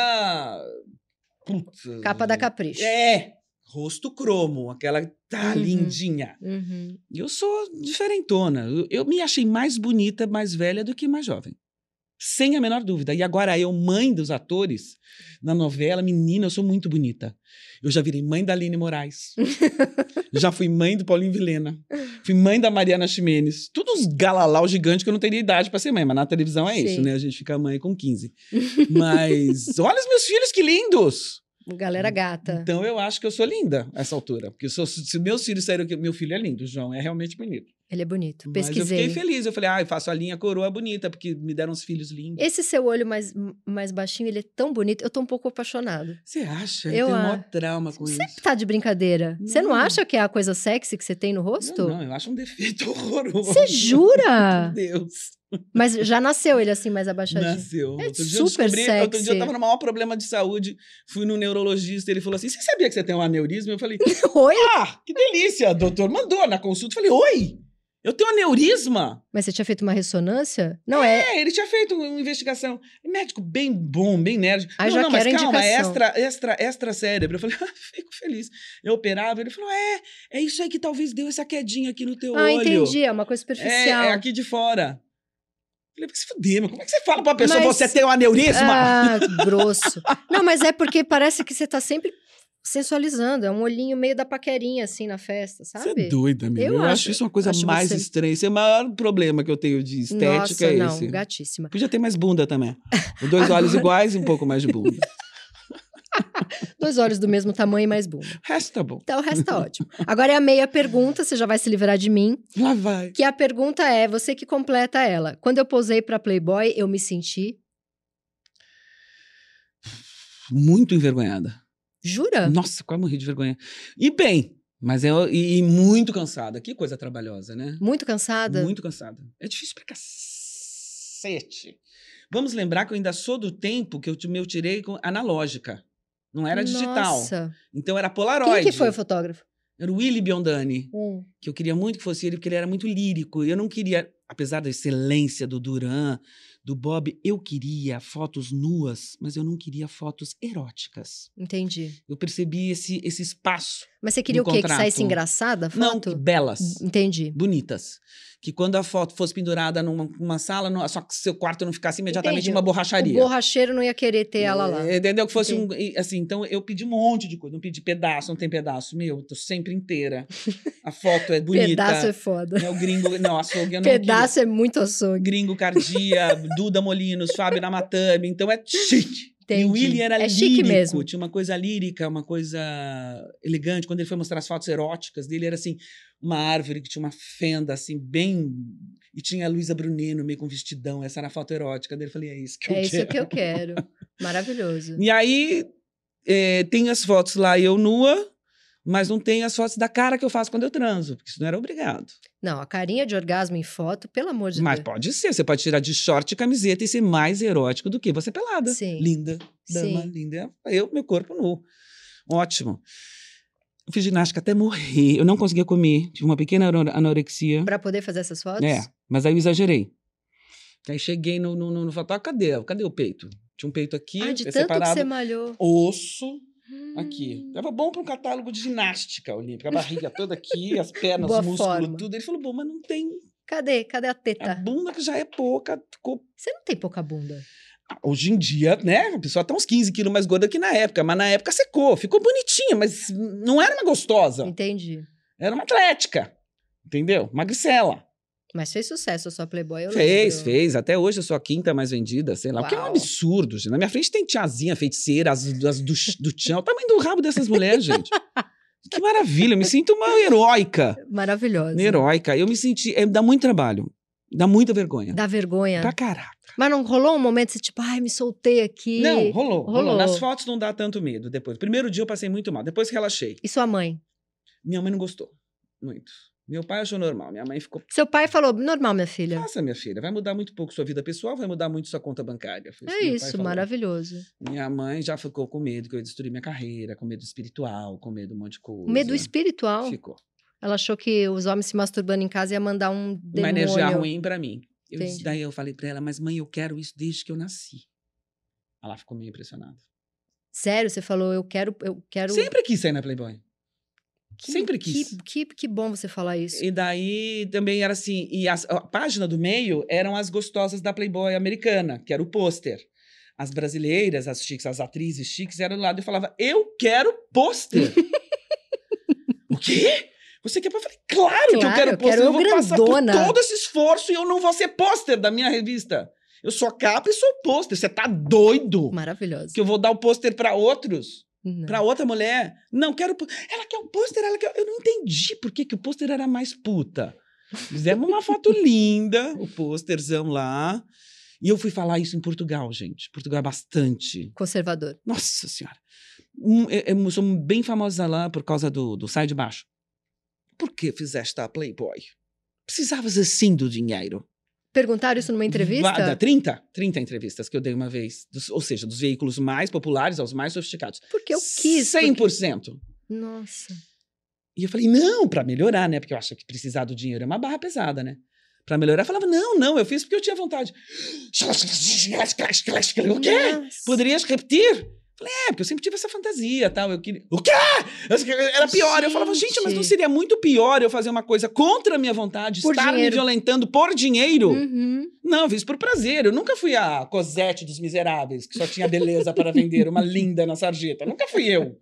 [SPEAKER 2] Putz.
[SPEAKER 1] Capa da capricho.
[SPEAKER 2] Hum. É! Rosto cromo, aquela tá
[SPEAKER 1] Uhum.
[SPEAKER 2] lindinha.
[SPEAKER 1] Uhum.
[SPEAKER 2] E Eu sou diferentona. Eu, eu me achei mais bonita, mais velha do que mais jovem. Sem a menor dúvida. E agora eu, mãe dos atores, na novela, menina, eu sou muito bonita. Eu já virei mãe da Aline Moraes. já fui mãe do Paulinho Vilena. Fui mãe da Mariana Ximenes. Todos os galalau gigantes que eu não teria idade pra ser mãe. Mas na televisão é isso,
[SPEAKER 1] Sim.
[SPEAKER 2] né? A gente fica mãe com 15. Mas olha os meus filhos, que lindos!
[SPEAKER 1] Galera gata.
[SPEAKER 2] Então eu acho que eu sou linda a essa altura. Porque se, eu- se meus filhos saíram que meu filho é lindo, o João é realmente bonito.
[SPEAKER 1] Ele é bonito.
[SPEAKER 2] Mas eu fiquei
[SPEAKER 1] Pesquisei.
[SPEAKER 2] feliz. Eu falei, ah, eu faço a linha coroa bonita, porque me deram os filhos lindos.
[SPEAKER 1] Esse seu olho mais, mais baixinho, ele é tão bonito. Eu tô um pouco apaixonada.
[SPEAKER 2] Você acha?
[SPEAKER 1] Eu
[SPEAKER 2] eu tenho
[SPEAKER 1] a-
[SPEAKER 2] maior trauma com
[SPEAKER 1] Você
[SPEAKER 2] isso.
[SPEAKER 1] tá de brincadeira. Você não
[SPEAKER 2] Não.
[SPEAKER 1] acha que é a coisa sexy que você tem no rosto?
[SPEAKER 2] Não, não, eu acho um defeito horroroso.
[SPEAKER 1] Você jura?
[SPEAKER 2] Meu Deus.
[SPEAKER 1] Mas já nasceu ele assim, mais abaixadinho.
[SPEAKER 2] Nasceu.
[SPEAKER 1] É
[SPEAKER 2] outro dia
[SPEAKER 1] super
[SPEAKER 2] eu descobri, outro dia
[SPEAKER 1] sexy.
[SPEAKER 2] eu tava no maior problema de saúde, fui no neurologista, ele falou assim: você sabia que você tem um aneurisma? Eu falei,
[SPEAKER 1] Oi?
[SPEAKER 2] ah, que delícia, doutor. Mandou na consulta. Eu falei, oi, eu tenho aneurisma?
[SPEAKER 1] Mas você tinha feito uma ressonância? Não é.
[SPEAKER 2] É, ele tinha feito uma investigação. Médico bem bom, bem nerd.
[SPEAKER 1] Aí
[SPEAKER 2] não,
[SPEAKER 1] já
[SPEAKER 2] não, mas
[SPEAKER 1] quero
[SPEAKER 2] calma, é
[SPEAKER 1] indicação.
[SPEAKER 2] extra, extra, extra cérebro. Eu falei, ah, fico feliz. Eu operava, ele falou, é, é isso aí que talvez deu essa quedinha aqui no teu
[SPEAKER 1] ah,
[SPEAKER 2] olho.
[SPEAKER 1] entendi. É uma coisa
[SPEAKER 2] É,
[SPEAKER 1] superficial.
[SPEAKER 2] é aqui de fora. Eu falei, "Mas se fuder, mas como é que você fala pra uma pessoa,
[SPEAKER 1] Mas-
[SPEAKER 2] você tem um aneurisma?
[SPEAKER 1] Ah, grosso. Não, mas é porque parece que você tá sempre sensualizando. É um olhinho meio da paquerinha, assim, na festa, sabe?
[SPEAKER 2] Você é doida, amiga.
[SPEAKER 1] Eu
[SPEAKER 2] Eu, acho,
[SPEAKER 1] acho-
[SPEAKER 2] isso uma coisa
[SPEAKER 1] acho
[SPEAKER 2] mais
[SPEAKER 1] você-
[SPEAKER 2] estranha. Esse é o maior problema que eu tenho de
[SPEAKER 1] Nossa,
[SPEAKER 2] estética, é
[SPEAKER 1] não,
[SPEAKER 2] esse.
[SPEAKER 1] gatíssima.
[SPEAKER 2] Podia ter mais bunda também. Dois olhos
[SPEAKER 1] Agora-
[SPEAKER 2] iguais e um pouco mais de bunda.
[SPEAKER 1] Dois olhos do mesmo tamanho e mais bunda.
[SPEAKER 2] O resto tá bom.
[SPEAKER 1] Então o resto tá ótimo. Agora é a meia pergunta, você já vai se livrar de mim.
[SPEAKER 2] Lá vai.
[SPEAKER 1] Que a pergunta é, você que completa ela. Quando eu posei pra Playboy, eu me senti...
[SPEAKER 2] muito envergonhada.
[SPEAKER 1] Jura?
[SPEAKER 2] Nossa, quase morri de vergonha. E bem, mas eu e, e muito cansada. Que coisa trabalhosa, né?
[SPEAKER 1] Muito cansada?
[SPEAKER 2] Muito cansada. É difícil pra cacete. Vamos lembrar que eu ainda sou do tempo que eu te- meu tirei com analógica. Não era digital.
[SPEAKER 1] Nossa.
[SPEAKER 2] Então era
[SPEAKER 1] Quem
[SPEAKER 2] Polaroid.
[SPEAKER 1] que foi o fotógrafo? Um.
[SPEAKER 2] Era o Willy Biondani que eu queria muito que fosse ele, porque ele era muito lírico. Eu não queria, apesar da excelência do Duran, do Bob, eu queria fotos nuas, mas eu não queria fotos eróticas.
[SPEAKER 1] Entendi.
[SPEAKER 2] Eu percebi esse, esse espaço.
[SPEAKER 1] Mas você queria
[SPEAKER 2] No
[SPEAKER 1] o quê? Que
[SPEAKER 2] contrato.
[SPEAKER 1] saísse engraçada a
[SPEAKER 2] Não, que
[SPEAKER 1] foto?
[SPEAKER 2] belas,
[SPEAKER 1] Entendi.
[SPEAKER 2] bonitas. Que quando a foto fosse pendurada numa, numa sala, não- só que seu quarto não ficasse imediatamente
[SPEAKER 1] Entendi.
[SPEAKER 2] uma
[SPEAKER 1] O
[SPEAKER 2] borracharia.
[SPEAKER 1] borracheiro não ia querer ter ela lá.
[SPEAKER 2] É, Entendeu? Que fosse um. e, Assim, então eu pedi um monte de coisa. Não pedi pedaço, não tem pedaço. Meu, eu tô sempre inteira. A foto é bonita.
[SPEAKER 1] Pedaço é foda.
[SPEAKER 2] É o gringo. Não, açougue eu não queria.
[SPEAKER 1] Pedaço é muito açougue.
[SPEAKER 2] Gringo Cardia, Duda Molinos, Fábio Namatame. Então é chique. E o
[SPEAKER 1] Entendi.
[SPEAKER 2] Willy era
[SPEAKER 1] É
[SPEAKER 2] lírico,
[SPEAKER 1] chique mesmo.
[SPEAKER 2] tinha uma coisa lírica, uma coisa elegante. Quando ele foi mostrar as fotos eróticas dele, era assim, uma árvore que tinha uma fenda, assim, bem... E tinha a Luísa Brunet no meio com um vestidão, essa era a foto erótica dele. Eu falei, é isso que eu
[SPEAKER 1] É
[SPEAKER 2] quero.
[SPEAKER 1] isso que eu quero. Maravilhoso.
[SPEAKER 2] E aí, eh, tem as fotos lá, eu nua, mas não tem as fotos da cara que eu faço quando eu transo, porque isso não era obrigado.
[SPEAKER 1] Não, a carinha de orgasmo em foto, pelo amor de
[SPEAKER 2] Mas
[SPEAKER 1] Deus.
[SPEAKER 2] pode ser, você pode tirar de short e camiseta e ser mais erótico do que você pelada.
[SPEAKER 1] Sim.
[SPEAKER 2] Linda, dama,
[SPEAKER 1] Sim.
[SPEAKER 2] linda. Eu, meu corpo nu. Ótimo. Eu fiz ginástica até morrer. Eu não conseguia comer. Tive uma pequena ano- anorexia.
[SPEAKER 1] Pra poder fazer essas fotos?
[SPEAKER 2] É, mas aí eu exagerei. Aí cheguei no, no, no, no fotógrafo, cadê? Cadê o peito? Tinha um peito aqui,
[SPEAKER 1] ah, de tanto que
[SPEAKER 2] é
[SPEAKER 1] você
[SPEAKER 2] separado.
[SPEAKER 1] malhou.
[SPEAKER 2] Osso
[SPEAKER 1] Hum.
[SPEAKER 2] aqui. Tava bom para um catálogo de ginástica olímpica. A barriga toda aqui, as pernas,
[SPEAKER 1] Boa
[SPEAKER 2] o músculo,
[SPEAKER 1] forma. Tá.
[SPEAKER 2] tudo. Ele falou, bom, mas não tem
[SPEAKER 1] Cadê? Cadê a
[SPEAKER 2] a
[SPEAKER 1] teta?
[SPEAKER 2] bunda que já é pouca. ficou-
[SPEAKER 1] Você não tem pouca bunda.
[SPEAKER 2] Hoje em dia, né? A pessoa tá uns 15 quilos mais gorda que na época. Mas na época secou. Ficou bonitinha, mas não era uma gostosa.
[SPEAKER 1] Entendi.
[SPEAKER 2] Era uma atlética. Entendeu? Magricela.
[SPEAKER 1] Mas fez sucesso a sua Playboy, eu
[SPEAKER 2] Fez,
[SPEAKER 1] lembro.
[SPEAKER 2] fez. Até hoje eu sou a quinta mais vendida, sei lá. O que é um
[SPEAKER 1] Uau.
[SPEAKER 2] absurdo, gente. Na minha frente tem tiazinha, feiticeira, as, as do, do chão. O tamanho do rabo dessas mulheres, gente. Que maravilha. Eu me sinto uma heróica.
[SPEAKER 1] Maravilhosa.
[SPEAKER 2] Uma heróica. Eu me senti... é, dá muito trabalho. Dá muita vergonha.
[SPEAKER 1] Dá vergonha.
[SPEAKER 2] Pra caraca.
[SPEAKER 1] Mas não rolou um momento, você tipo, ai, me soltei aqui.
[SPEAKER 2] Não, rolou, rolou.
[SPEAKER 1] rolou.
[SPEAKER 2] Nas fotos não dá tanto medo depois. Primeiro dia eu passei muito mal. Depois relaxei.
[SPEAKER 1] E sua mãe?
[SPEAKER 2] Minha mãe não gostou. Muito. Meu pai achou normal. Minha mãe ficou...
[SPEAKER 1] Seu pai falou, normal, minha filha.
[SPEAKER 2] Nossa, minha filha, vai mudar muito pouco sua vida pessoal, vai mudar muito sua conta bancária. Foi
[SPEAKER 1] é
[SPEAKER 2] que meu pai
[SPEAKER 1] isso,
[SPEAKER 2] falou.
[SPEAKER 1] maravilhoso.
[SPEAKER 2] Minha mãe já ficou com medo que eu ia destruir minha carreira, com medo espiritual, com medo de um monte de coisa.
[SPEAKER 1] Medo espiritual.
[SPEAKER 2] Ficou.
[SPEAKER 1] Ela achou que os homens se masturbando em casa ia mandar um
[SPEAKER 2] Uma
[SPEAKER 1] demônio.
[SPEAKER 2] energia ruim pra mim. Eu disse-
[SPEAKER 1] Entendi.
[SPEAKER 2] daí eu falei pra ela, mas mãe, eu quero isso desde que eu nasci. Ela ficou meio impressionada.
[SPEAKER 1] Sério, você falou, eu quero, eu quero.
[SPEAKER 2] Sempre quis sair na Playboy.
[SPEAKER 1] Que-
[SPEAKER 2] sempre quis.
[SPEAKER 1] Que, que, que bom você falar isso.
[SPEAKER 2] E daí também era assim, e as- a página do meio eram as gostosas da Playboy americana, que era o pôster. As brasileiras, as chiques, as atrizes chiques eram do lado e falava: "Eu quero pôster". o quê? Você quer? pôster? Eu falei: "Claro, que eu
[SPEAKER 1] Claro,
[SPEAKER 2] quero
[SPEAKER 1] eu
[SPEAKER 2] pôster,
[SPEAKER 1] quero
[SPEAKER 2] eu,
[SPEAKER 1] eu
[SPEAKER 2] vou passar por
[SPEAKER 1] grandona."
[SPEAKER 2] todo esse esforço e eu não vou ser pôster da minha revista. Eu sou a capa e sou pôster. Você tá doido?
[SPEAKER 1] Maravilhoso.
[SPEAKER 2] Que eu vou dar o pôster pra outros?
[SPEAKER 1] Não.
[SPEAKER 2] Pra outra mulher. Não, quero. pô- Ela quer o pôster, ela quer. Eu não entendi por que, que o pôster era mais puta. Fizemos uma foto linda, o pôsterzão lá. E eu fui falar isso em Portugal, gente. Portugal é bastante.
[SPEAKER 1] Conservador.
[SPEAKER 2] Nossa Senhora. Um, eu, eu sou bem famosa lá por causa do, do Sai de Baixo. Por que fizeste a Playboy? Precisavas assim do dinheiro.
[SPEAKER 1] Perguntaram isso numa entrevista?
[SPEAKER 2] Vada, 30? 30 entrevistas que eu dei uma vez. Dos- ou seja, dos veículos mais populares aos mais sofisticados.
[SPEAKER 1] Porque eu quis.
[SPEAKER 2] 100%.
[SPEAKER 1] porque- Nossa.
[SPEAKER 2] E eu falei, não, pra melhorar, né? Porque eu acho que precisar do dinheiro é uma barra pesada, né? Pra melhorar, eu falava, não, não, eu fiz porque eu tinha vontade. O quê?
[SPEAKER 1] Nossa.
[SPEAKER 2] Poderias repetir? Falei, é, porque eu sempre tive essa fantasia tal. Eu queria. O quê? Era pior. Eu falava, gente, mas não
[SPEAKER 1] Gente.
[SPEAKER 2] seria muito pior eu fazer uma coisa contra a minha vontade,
[SPEAKER 1] Por
[SPEAKER 2] estar me
[SPEAKER 1] dinheiro.
[SPEAKER 2] violentando por dinheiro?
[SPEAKER 1] Uhum.
[SPEAKER 2] Não, eu fiz por prazer. Eu nunca fui a Cosette dos Miseráveis, que só tinha beleza para vender, uma linda na sarjeta. Nunca fui eu.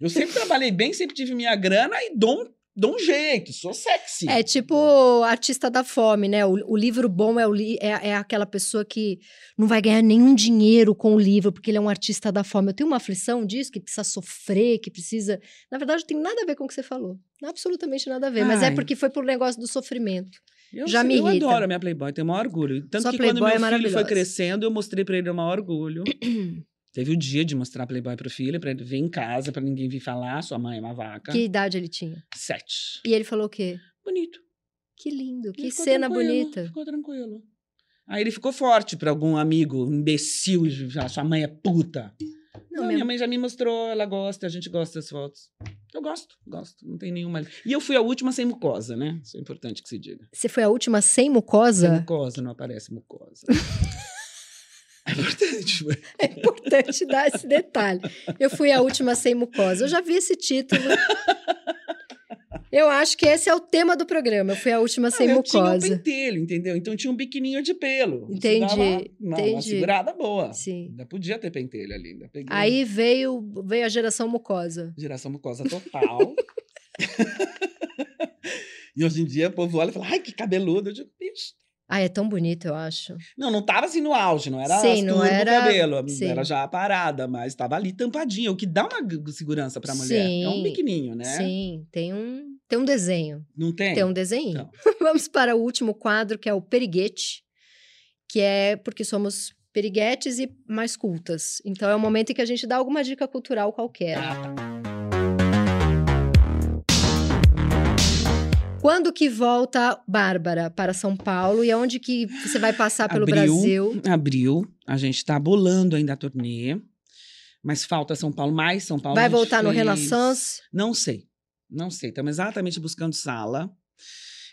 [SPEAKER 2] Eu sempre trabalhei bem, sempre tive minha grana e dou um, dou um jeito, sou sexy.
[SPEAKER 1] É tipo artista da fome, né? O, o livro bom é, o li- é, é aquela pessoa que não vai ganhar nenhum dinheiro com o livro, porque ele é um artista da fome. Eu tenho uma aflição disso, que precisa sofrer, que precisa. Na verdade, não tem nada a ver com o que você falou. Absolutamente nada a ver. Mas é
[SPEAKER 2] Ai.
[SPEAKER 1] porque foi por negócio do sofrimento.
[SPEAKER 2] eu,
[SPEAKER 1] já me
[SPEAKER 2] eu
[SPEAKER 1] irrita.
[SPEAKER 2] adoro a minha Playboy, tenho o maior orgulho. Tanto
[SPEAKER 1] Sua
[SPEAKER 2] que
[SPEAKER 1] Playboy é
[SPEAKER 2] quando meu filho foi
[SPEAKER 1] maravilhosa.
[SPEAKER 2] crescendo, eu mostrei pra ele o maior orgulho. Teve o dia de mostrar a Playboy pro filho, pra ele vir em casa, pra ninguém vir falar, sua mãe é uma vaca.
[SPEAKER 1] Que idade ele tinha?
[SPEAKER 2] Sete.
[SPEAKER 1] E ele falou o quê?
[SPEAKER 2] Bonito.
[SPEAKER 1] Que lindo, que
[SPEAKER 2] Ele ficou
[SPEAKER 1] cena
[SPEAKER 2] tranquilo,
[SPEAKER 1] bonita.
[SPEAKER 2] Ficou tranquilo. Aí ele ficou forte pra algum amigo imbecil, já, sua mãe é puta. Não,
[SPEAKER 1] Não, minha-
[SPEAKER 2] minha mãe já me mostrou, ela gosta, a gente gosta das fotos. Eu gosto, gosto, não tem nenhuma. E eu fui a última sem mucosa, né? Isso é importante que se diga.
[SPEAKER 1] Você foi a última sem
[SPEAKER 2] Sem
[SPEAKER 1] mucosa?
[SPEAKER 2] mucosa, não aparece mucosa. é importante, ué.
[SPEAKER 1] É importante dar esse detalhe. Eu fui a última sem mucosa. Eu já vi esse título. Eu acho que esse é o tema do programa. Eu fui a última sem
[SPEAKER 2] eu Tinha um
[SPEAKER 1] mucosa.
[SPEAKER 2] pentelho, entendeu? Então tinha um biquininho de pelo. Isso
[SPEAKER 1] Entendi,
[SPEAKER 2] dava uma- uma,
[SPEAKER 1] entendi.
[SPEAKER 2] Uma segurada boa.
[SPEAKER 1] Sim.
[SPEAKER 2] Ainda podia ter pentelho ali, ainda peguei.
[SPEAKER 1] Aí veio, veio a geração mucosa.
[SPEAKER 2] Geração mucosa total. e hoje em dia o povo olha e fala, ai, que cabeludo. Eu digo, bicho.
[SPEAKER 1] Ah, é tão bonito, eu acho.
[SPEAKER 2] Não, não tava assim no auge, não era
[SPEAKER 1] Sim,
[SPEAKER 2] Sim,
[SPEAKER 1] não
[SPEAKER 2] não
[SPEAKER 1] era-
[SPEAKER 2] cabelo.
[SPEAKER 1] sim.
[SPEAKER 2] Era já a parada, mas tava ali tampadinha, o que dá uma g- segurança pra mulher. É
[SPEAKER 1] Sim.
[SPEAKER 2] um biquininho, né?
[SPEAKER 1] Sim, tem um, tem um desenho.
[SPEAKER 2] Não tem?
[SPEAKER 1] Tem um desenho.
[SPEAKER 2] Então.
[SPEAKER 1] Vamos para o último quadro, que é o periguete, que é porque somos periguetes e mais cultas. Então é o momento em que a gente dá alguma dica cultural qualquer.
[SPEAKER 2] Tá.
[SPEAKER 1] Quando que volta Bárbara para São Paulo e aonde que você vai passar pelo
[SPEAKER 2] Abril.
[SPEAKER 1] Brasil?
[SPEAKER 2] Abril, a gente tá bolando ainda a turnê. Mas falta São Paulo, mais São Paulo. a
[SPEAKER 1] Vai
[SPEAKER 2] gente
[SPEAKER 1] voltar no
[SPEAKER 2] fez-
[SPEAKER 1] Renaissance?
[SPEAKER 2] Não sei. Não sei. Estamos exatamente buscando sala.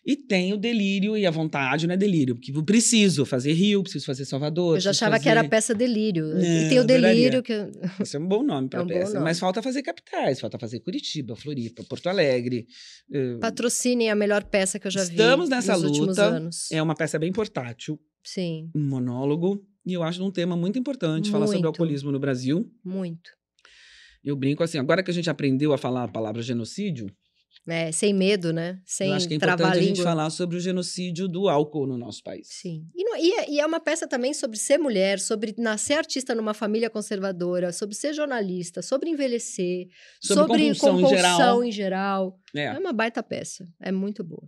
[SPEAKER 2] E tem o delírio e a vontade, não é delírio, porque eu preciso fazer Rio, preciso fazer Salvador.
[SPEAKER 1] Eu já
[SPEAKER 2] preciso
[SPEAKER 1] achava que
[SPEAKER 2] fazer-
[SPEAKER 1] era peça delírio. e
[SPEAKER 2] Não,
[SPEAKER 1] tem o delírio
[SPEAKER 2] adoraria.
[SPEAKER 1] que. eu-
[SPEAKER 2] Esse é um bom nome para
[SPEAKER 1] É um bom
[SPEAKER 2] peça.
[SPEAKER 1] nome.
[SPEAKER 2] Mas falta fazer capitais, falta fazer Curitiba, Floripa, Porto Alegre. Eh,
[SPEAKER 1] Patrocinem a melhor peça que eu já vi.
[SPEAKER 2] Estamos nessa
[SPEAKER 1] nos últimos
[SPEAKER 2] luta.
[SPEAKER 1] anos.
[SPEAKER 2] É uma peça bem portátil,
[SPEAKER 1] Sim,
[SPEAKER 2] um monólogo. E eu acho um tema muito importante falar sobre
[SPEAKER 1] Muito.
[SPEAKER 2] alcoolismo no Brasil.
[SPEAKER 1] muito.
[SPEAKER 2] Eu brinco assim, agora que a gente aprendeu a falar a palavra genocídio,
[SPEAKER 1] É, sem medo, né? Sem
[SPEAKER 2] eu acho que é
[SPEAKER 1] travar
[SPEAKER 2] importante
[SPEAKER 1] a
[SPEAKER 2] a
[SPEAKER 1] língua.
[SPEAKER 2] gente falar sobre o genocídio do álcool no nosso país.
[SPEAKER 1] Sim. E, não- e é- e é uma peça também sobre ser mulher, sobre nascer artista numa família conservadora, sobre ser jornalista, sobre envelhecer,
[SPEAKER 2] Sobre, compulsão, em geral.
[SPEAKER 1] em geral. É
[SPEAKER 2] É.
[SPEAKER 1] uma baita peça, é muito boa.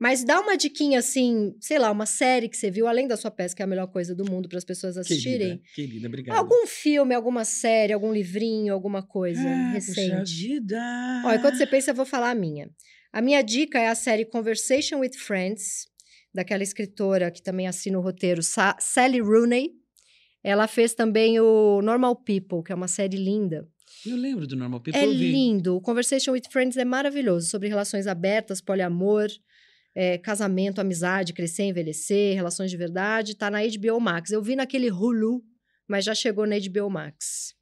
[SPEAKER 1] Mas dá uma diquinha assim, sei lá, uma série que você viu, além da sua peça, que é a melhor coisa do mundo para as pessoas assistirem.
[SPEAKER 2] Querida, querida, obrigada.
[SPEAKER 1] Algum filme, alguma série, algum livrinho, alguma coisa
[SPEAKER 2] Ah, Puxa
[SPEAKER 1] recente.
[SPEAKER 2] vida.
[SPEAKER 1] Ó, enquanto
[SPEAKER 2] Ah.
[SPEAKER 1] você pensa, eu vou falar a minha. A minha dica é a série Conversation with Friends, daquela escritora que também assina o roteiro, Sa- Sally Rooney. Ela fez também o Normal People, que é uma série linda.
[SPEAKER 2] Eu lembro do Normal People.
[SPEAKER 1] é
[SPEAKER 2] eu vi.
[SPEAKER 1] lindo. O Conversation with Friends é maravilhoso, sobre relações abertas, poliamor, é, casamento, amizade, crescer, envelhecer, relações de verdade. Tá na HBO Max. Eu vi naquele Hulu, mas já chegou na HBO Max.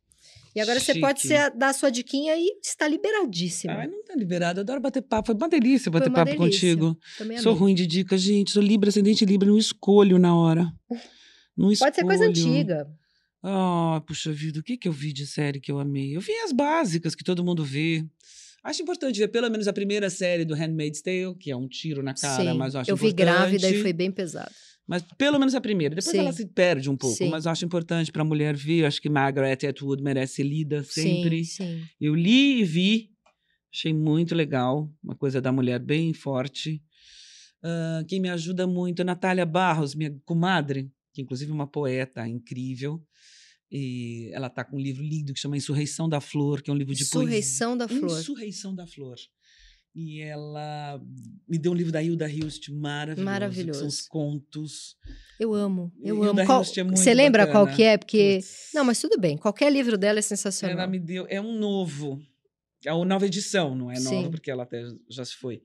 [SPEAKER 1] E agora você pode
[SPEAKER 2] Chique.
[SPEAKER 1] ser, a- dar a sua diquinha e está liberadíssima.
[SPEAKER 2] Ai, não tá liberado. Adoro bater papo. Foi uma delícia
[SPEAKER 1] Foi
[SPEAKER 2] bater
[SPEAKER 1] uma
[SPEAKER 2] papo
[SPEAKER 1] delícia.
[SPEAKER 2] contigo.
[SPEAKER 1] Também é
[SPEAKER 2] Sou
[SPEAKER 1] amei.
[SPEAKER 2] ruim de dicas, gente. Sou Libra, ascendente Libra. Não escolho na hora. Não escolho.
[SPEAKER 1] Pode ser coisa antiga.
[SPEAKER 2] Ah, puxa vida, o que, que eu vi de série que eu amei? Eu vi as básicas que todo mundo vê. Acho importante ver pelo menos a primeira série do Handmaid's Tale, que é um tiro na cara,
[SPEAKER 1] Sim.
[SPEAKER 2] mas eu acho
[SPEAKER 1] eu vi
[SPEAKER 2] importante.
[SPEAKER 1] grávida e foi bem pesado.
[SPEAKER 2] Mas pelo menos a primeira. Depois ela
[SPEAKER 1] Sim.
[SPEAKER 2] se perde um pouco,
[SPEAKER 1] Sim.
[SPEAKER 2] mas eu acho importante pra mulher ver. Eu acho que Margaret Atwood merece ser lida sempre.
[SPEAKER 1] Sim, sim.
[SPEAKER 2] Eu li e vi, achei muito legal, uma coisa da mulher bem forte. Ah, quem me ajuda muito é Natália Barros, minha comadre, que inclusive é uma poeta incrível. E ela está com um livro lindo que chama Insurreição da Flor, que é um livro de poesia.
[SPEAKER 1] Insurreição da Flor.
[SPEAKER 2] Insurreição da Flor. E ela me deu um livro da Hilda Hilst maravilhoso, que são os
[SPEAKER 1] Maravilhoso.
[SPEAKER 2] contos.
[SPEAKER 1] Eu amo, eu
[SPEAKER 2] Hilda
[SPEAKER 1] amo. Qual-
[SPEAKER 2] Hilst é muito
[SPEAKER 1] Você lembra qual
[SPEAKER 2] bacana.
[SPEAKER 1] que é? Porque.
[SPEAKER 2] Putz.
[SPEAKER 1] Não, mas tudo bem. Qualquer livro dela é
[SPEAKER 2] Ela
[SPEAKER 1] sensacional.
[SPEAKER 2] me deu. É um novo. É uma nova edição, não é nova,
[SPEAKER 1] Sim.
[SPEAKER 2] porque ela até já se foi.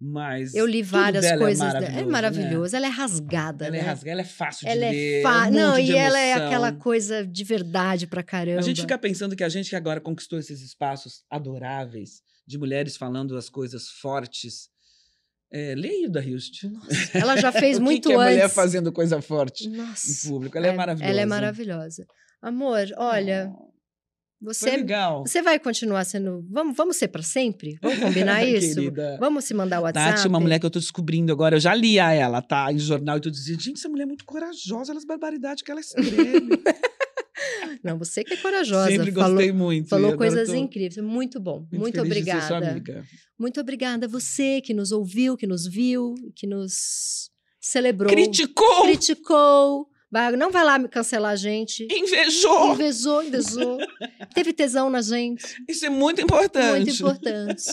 [SPEAKER 2] Mas.
[SPEAKER 1] Eu li
[SPEAKER 2] tudo
[SPEAKER 1] várias
[SPEAKER 2] dela
[SPEAKER 1] coisas.
[SPEAKER 2] É
[SPEAKER 1] dela.
[SPEAKER 2] maravilhoso.
[SPEAKER 1] É
[SPEAKER 2] né?
[SPEAKER 1] maravilhoso. Ela é rasgada,
[SPEAKER 2] Ela
[SPEAKER 1] né?
[SPEAKER 2] é rasga, ela é fácil
[SPEAKER 1] Ela
[SPEAKER 2] de ler.
[SPEAKER 1] é
[SPEAKER 2] é
[SPEAKER 1] fa...
[SPEAKER 2] um
[SPEAKER 1] Não,
[SPEAKER 2] monte de
[SPEAKER 1] e ela é
[SPEAKER 2] emoção.
[SPEAKER 1] aquela coisa de verdade pra caramba.
[SPEAKER 2] A gente fica pensando que a gente que agora conquistou esses espaços adoráveis de mulheres falando as coisas fortes. É, leia o da Hilst.
[SPEAKER 1] Nossa, ela já fez
[SPEAKER 2] o que
[SPEAKER 1] muito
[SPEAKER 2] que é mulher
[SPEAKER 1] antes.
[SPEAKER 2] fazendo coisa forte em
[SPEAKER 1] Nossa.
[SPEAKER 2] público. Ela é, maravilhosa.
[SPEAKER 1] Ela é maravilhosa. Amor, olha, você
[SPEAKER 2] Foi
[SPEAKER 1] é
[SPEAKER 2] legal.
[SPEAKER 1] Você vai continuar sendo. Vamos, vamos ser para sempre? Vamos combinar isso?
[SPEAKER 2] Querida.
[SPEAKER 1] Vamos se mandar o WhatsApp?
[SPEAKER 2] Tati é uma mulher que eu tô descobrindo agora. Eu já lia ela, tá? Em jornal e tudo dizia, gente, essa mulher é muito corajosa, olha as barbaridades que ela escreve.
[SPEAKER 1] Não, você que é corajosa.
[SPEAKER 2] Sempre
[SPEAKER 1] falou
[SPEAKER 2] gostei muito.
[SPEAKER 1] falou
[SPEAKER 2] e agora
[SPEAKER 1] coisas
[SPEAKER 2] tô
[SPEAKER 1] incríveis. Muito bom. Muito,
[SPEAKER 2] feliz de ser sua
[SPEAKER 1] obrigada.
[SPEAKER 2] amiga.
[SPEAKER 1] Muito obrigada a você que nos ouviu, que nos viu, que nos celebrou.
[SPEAKER 2] Criticou,
[SPEAKER 1] Criticou. Vai- não vai lá me cancelar a gente.
[SPEAKER 2] invejou.
[SPEAKER 1] Invezou, invezou. Teve tesão na gente.
[SPEAKER 2] Isso é muito importante.
[SPEAKER 1] Muito importante.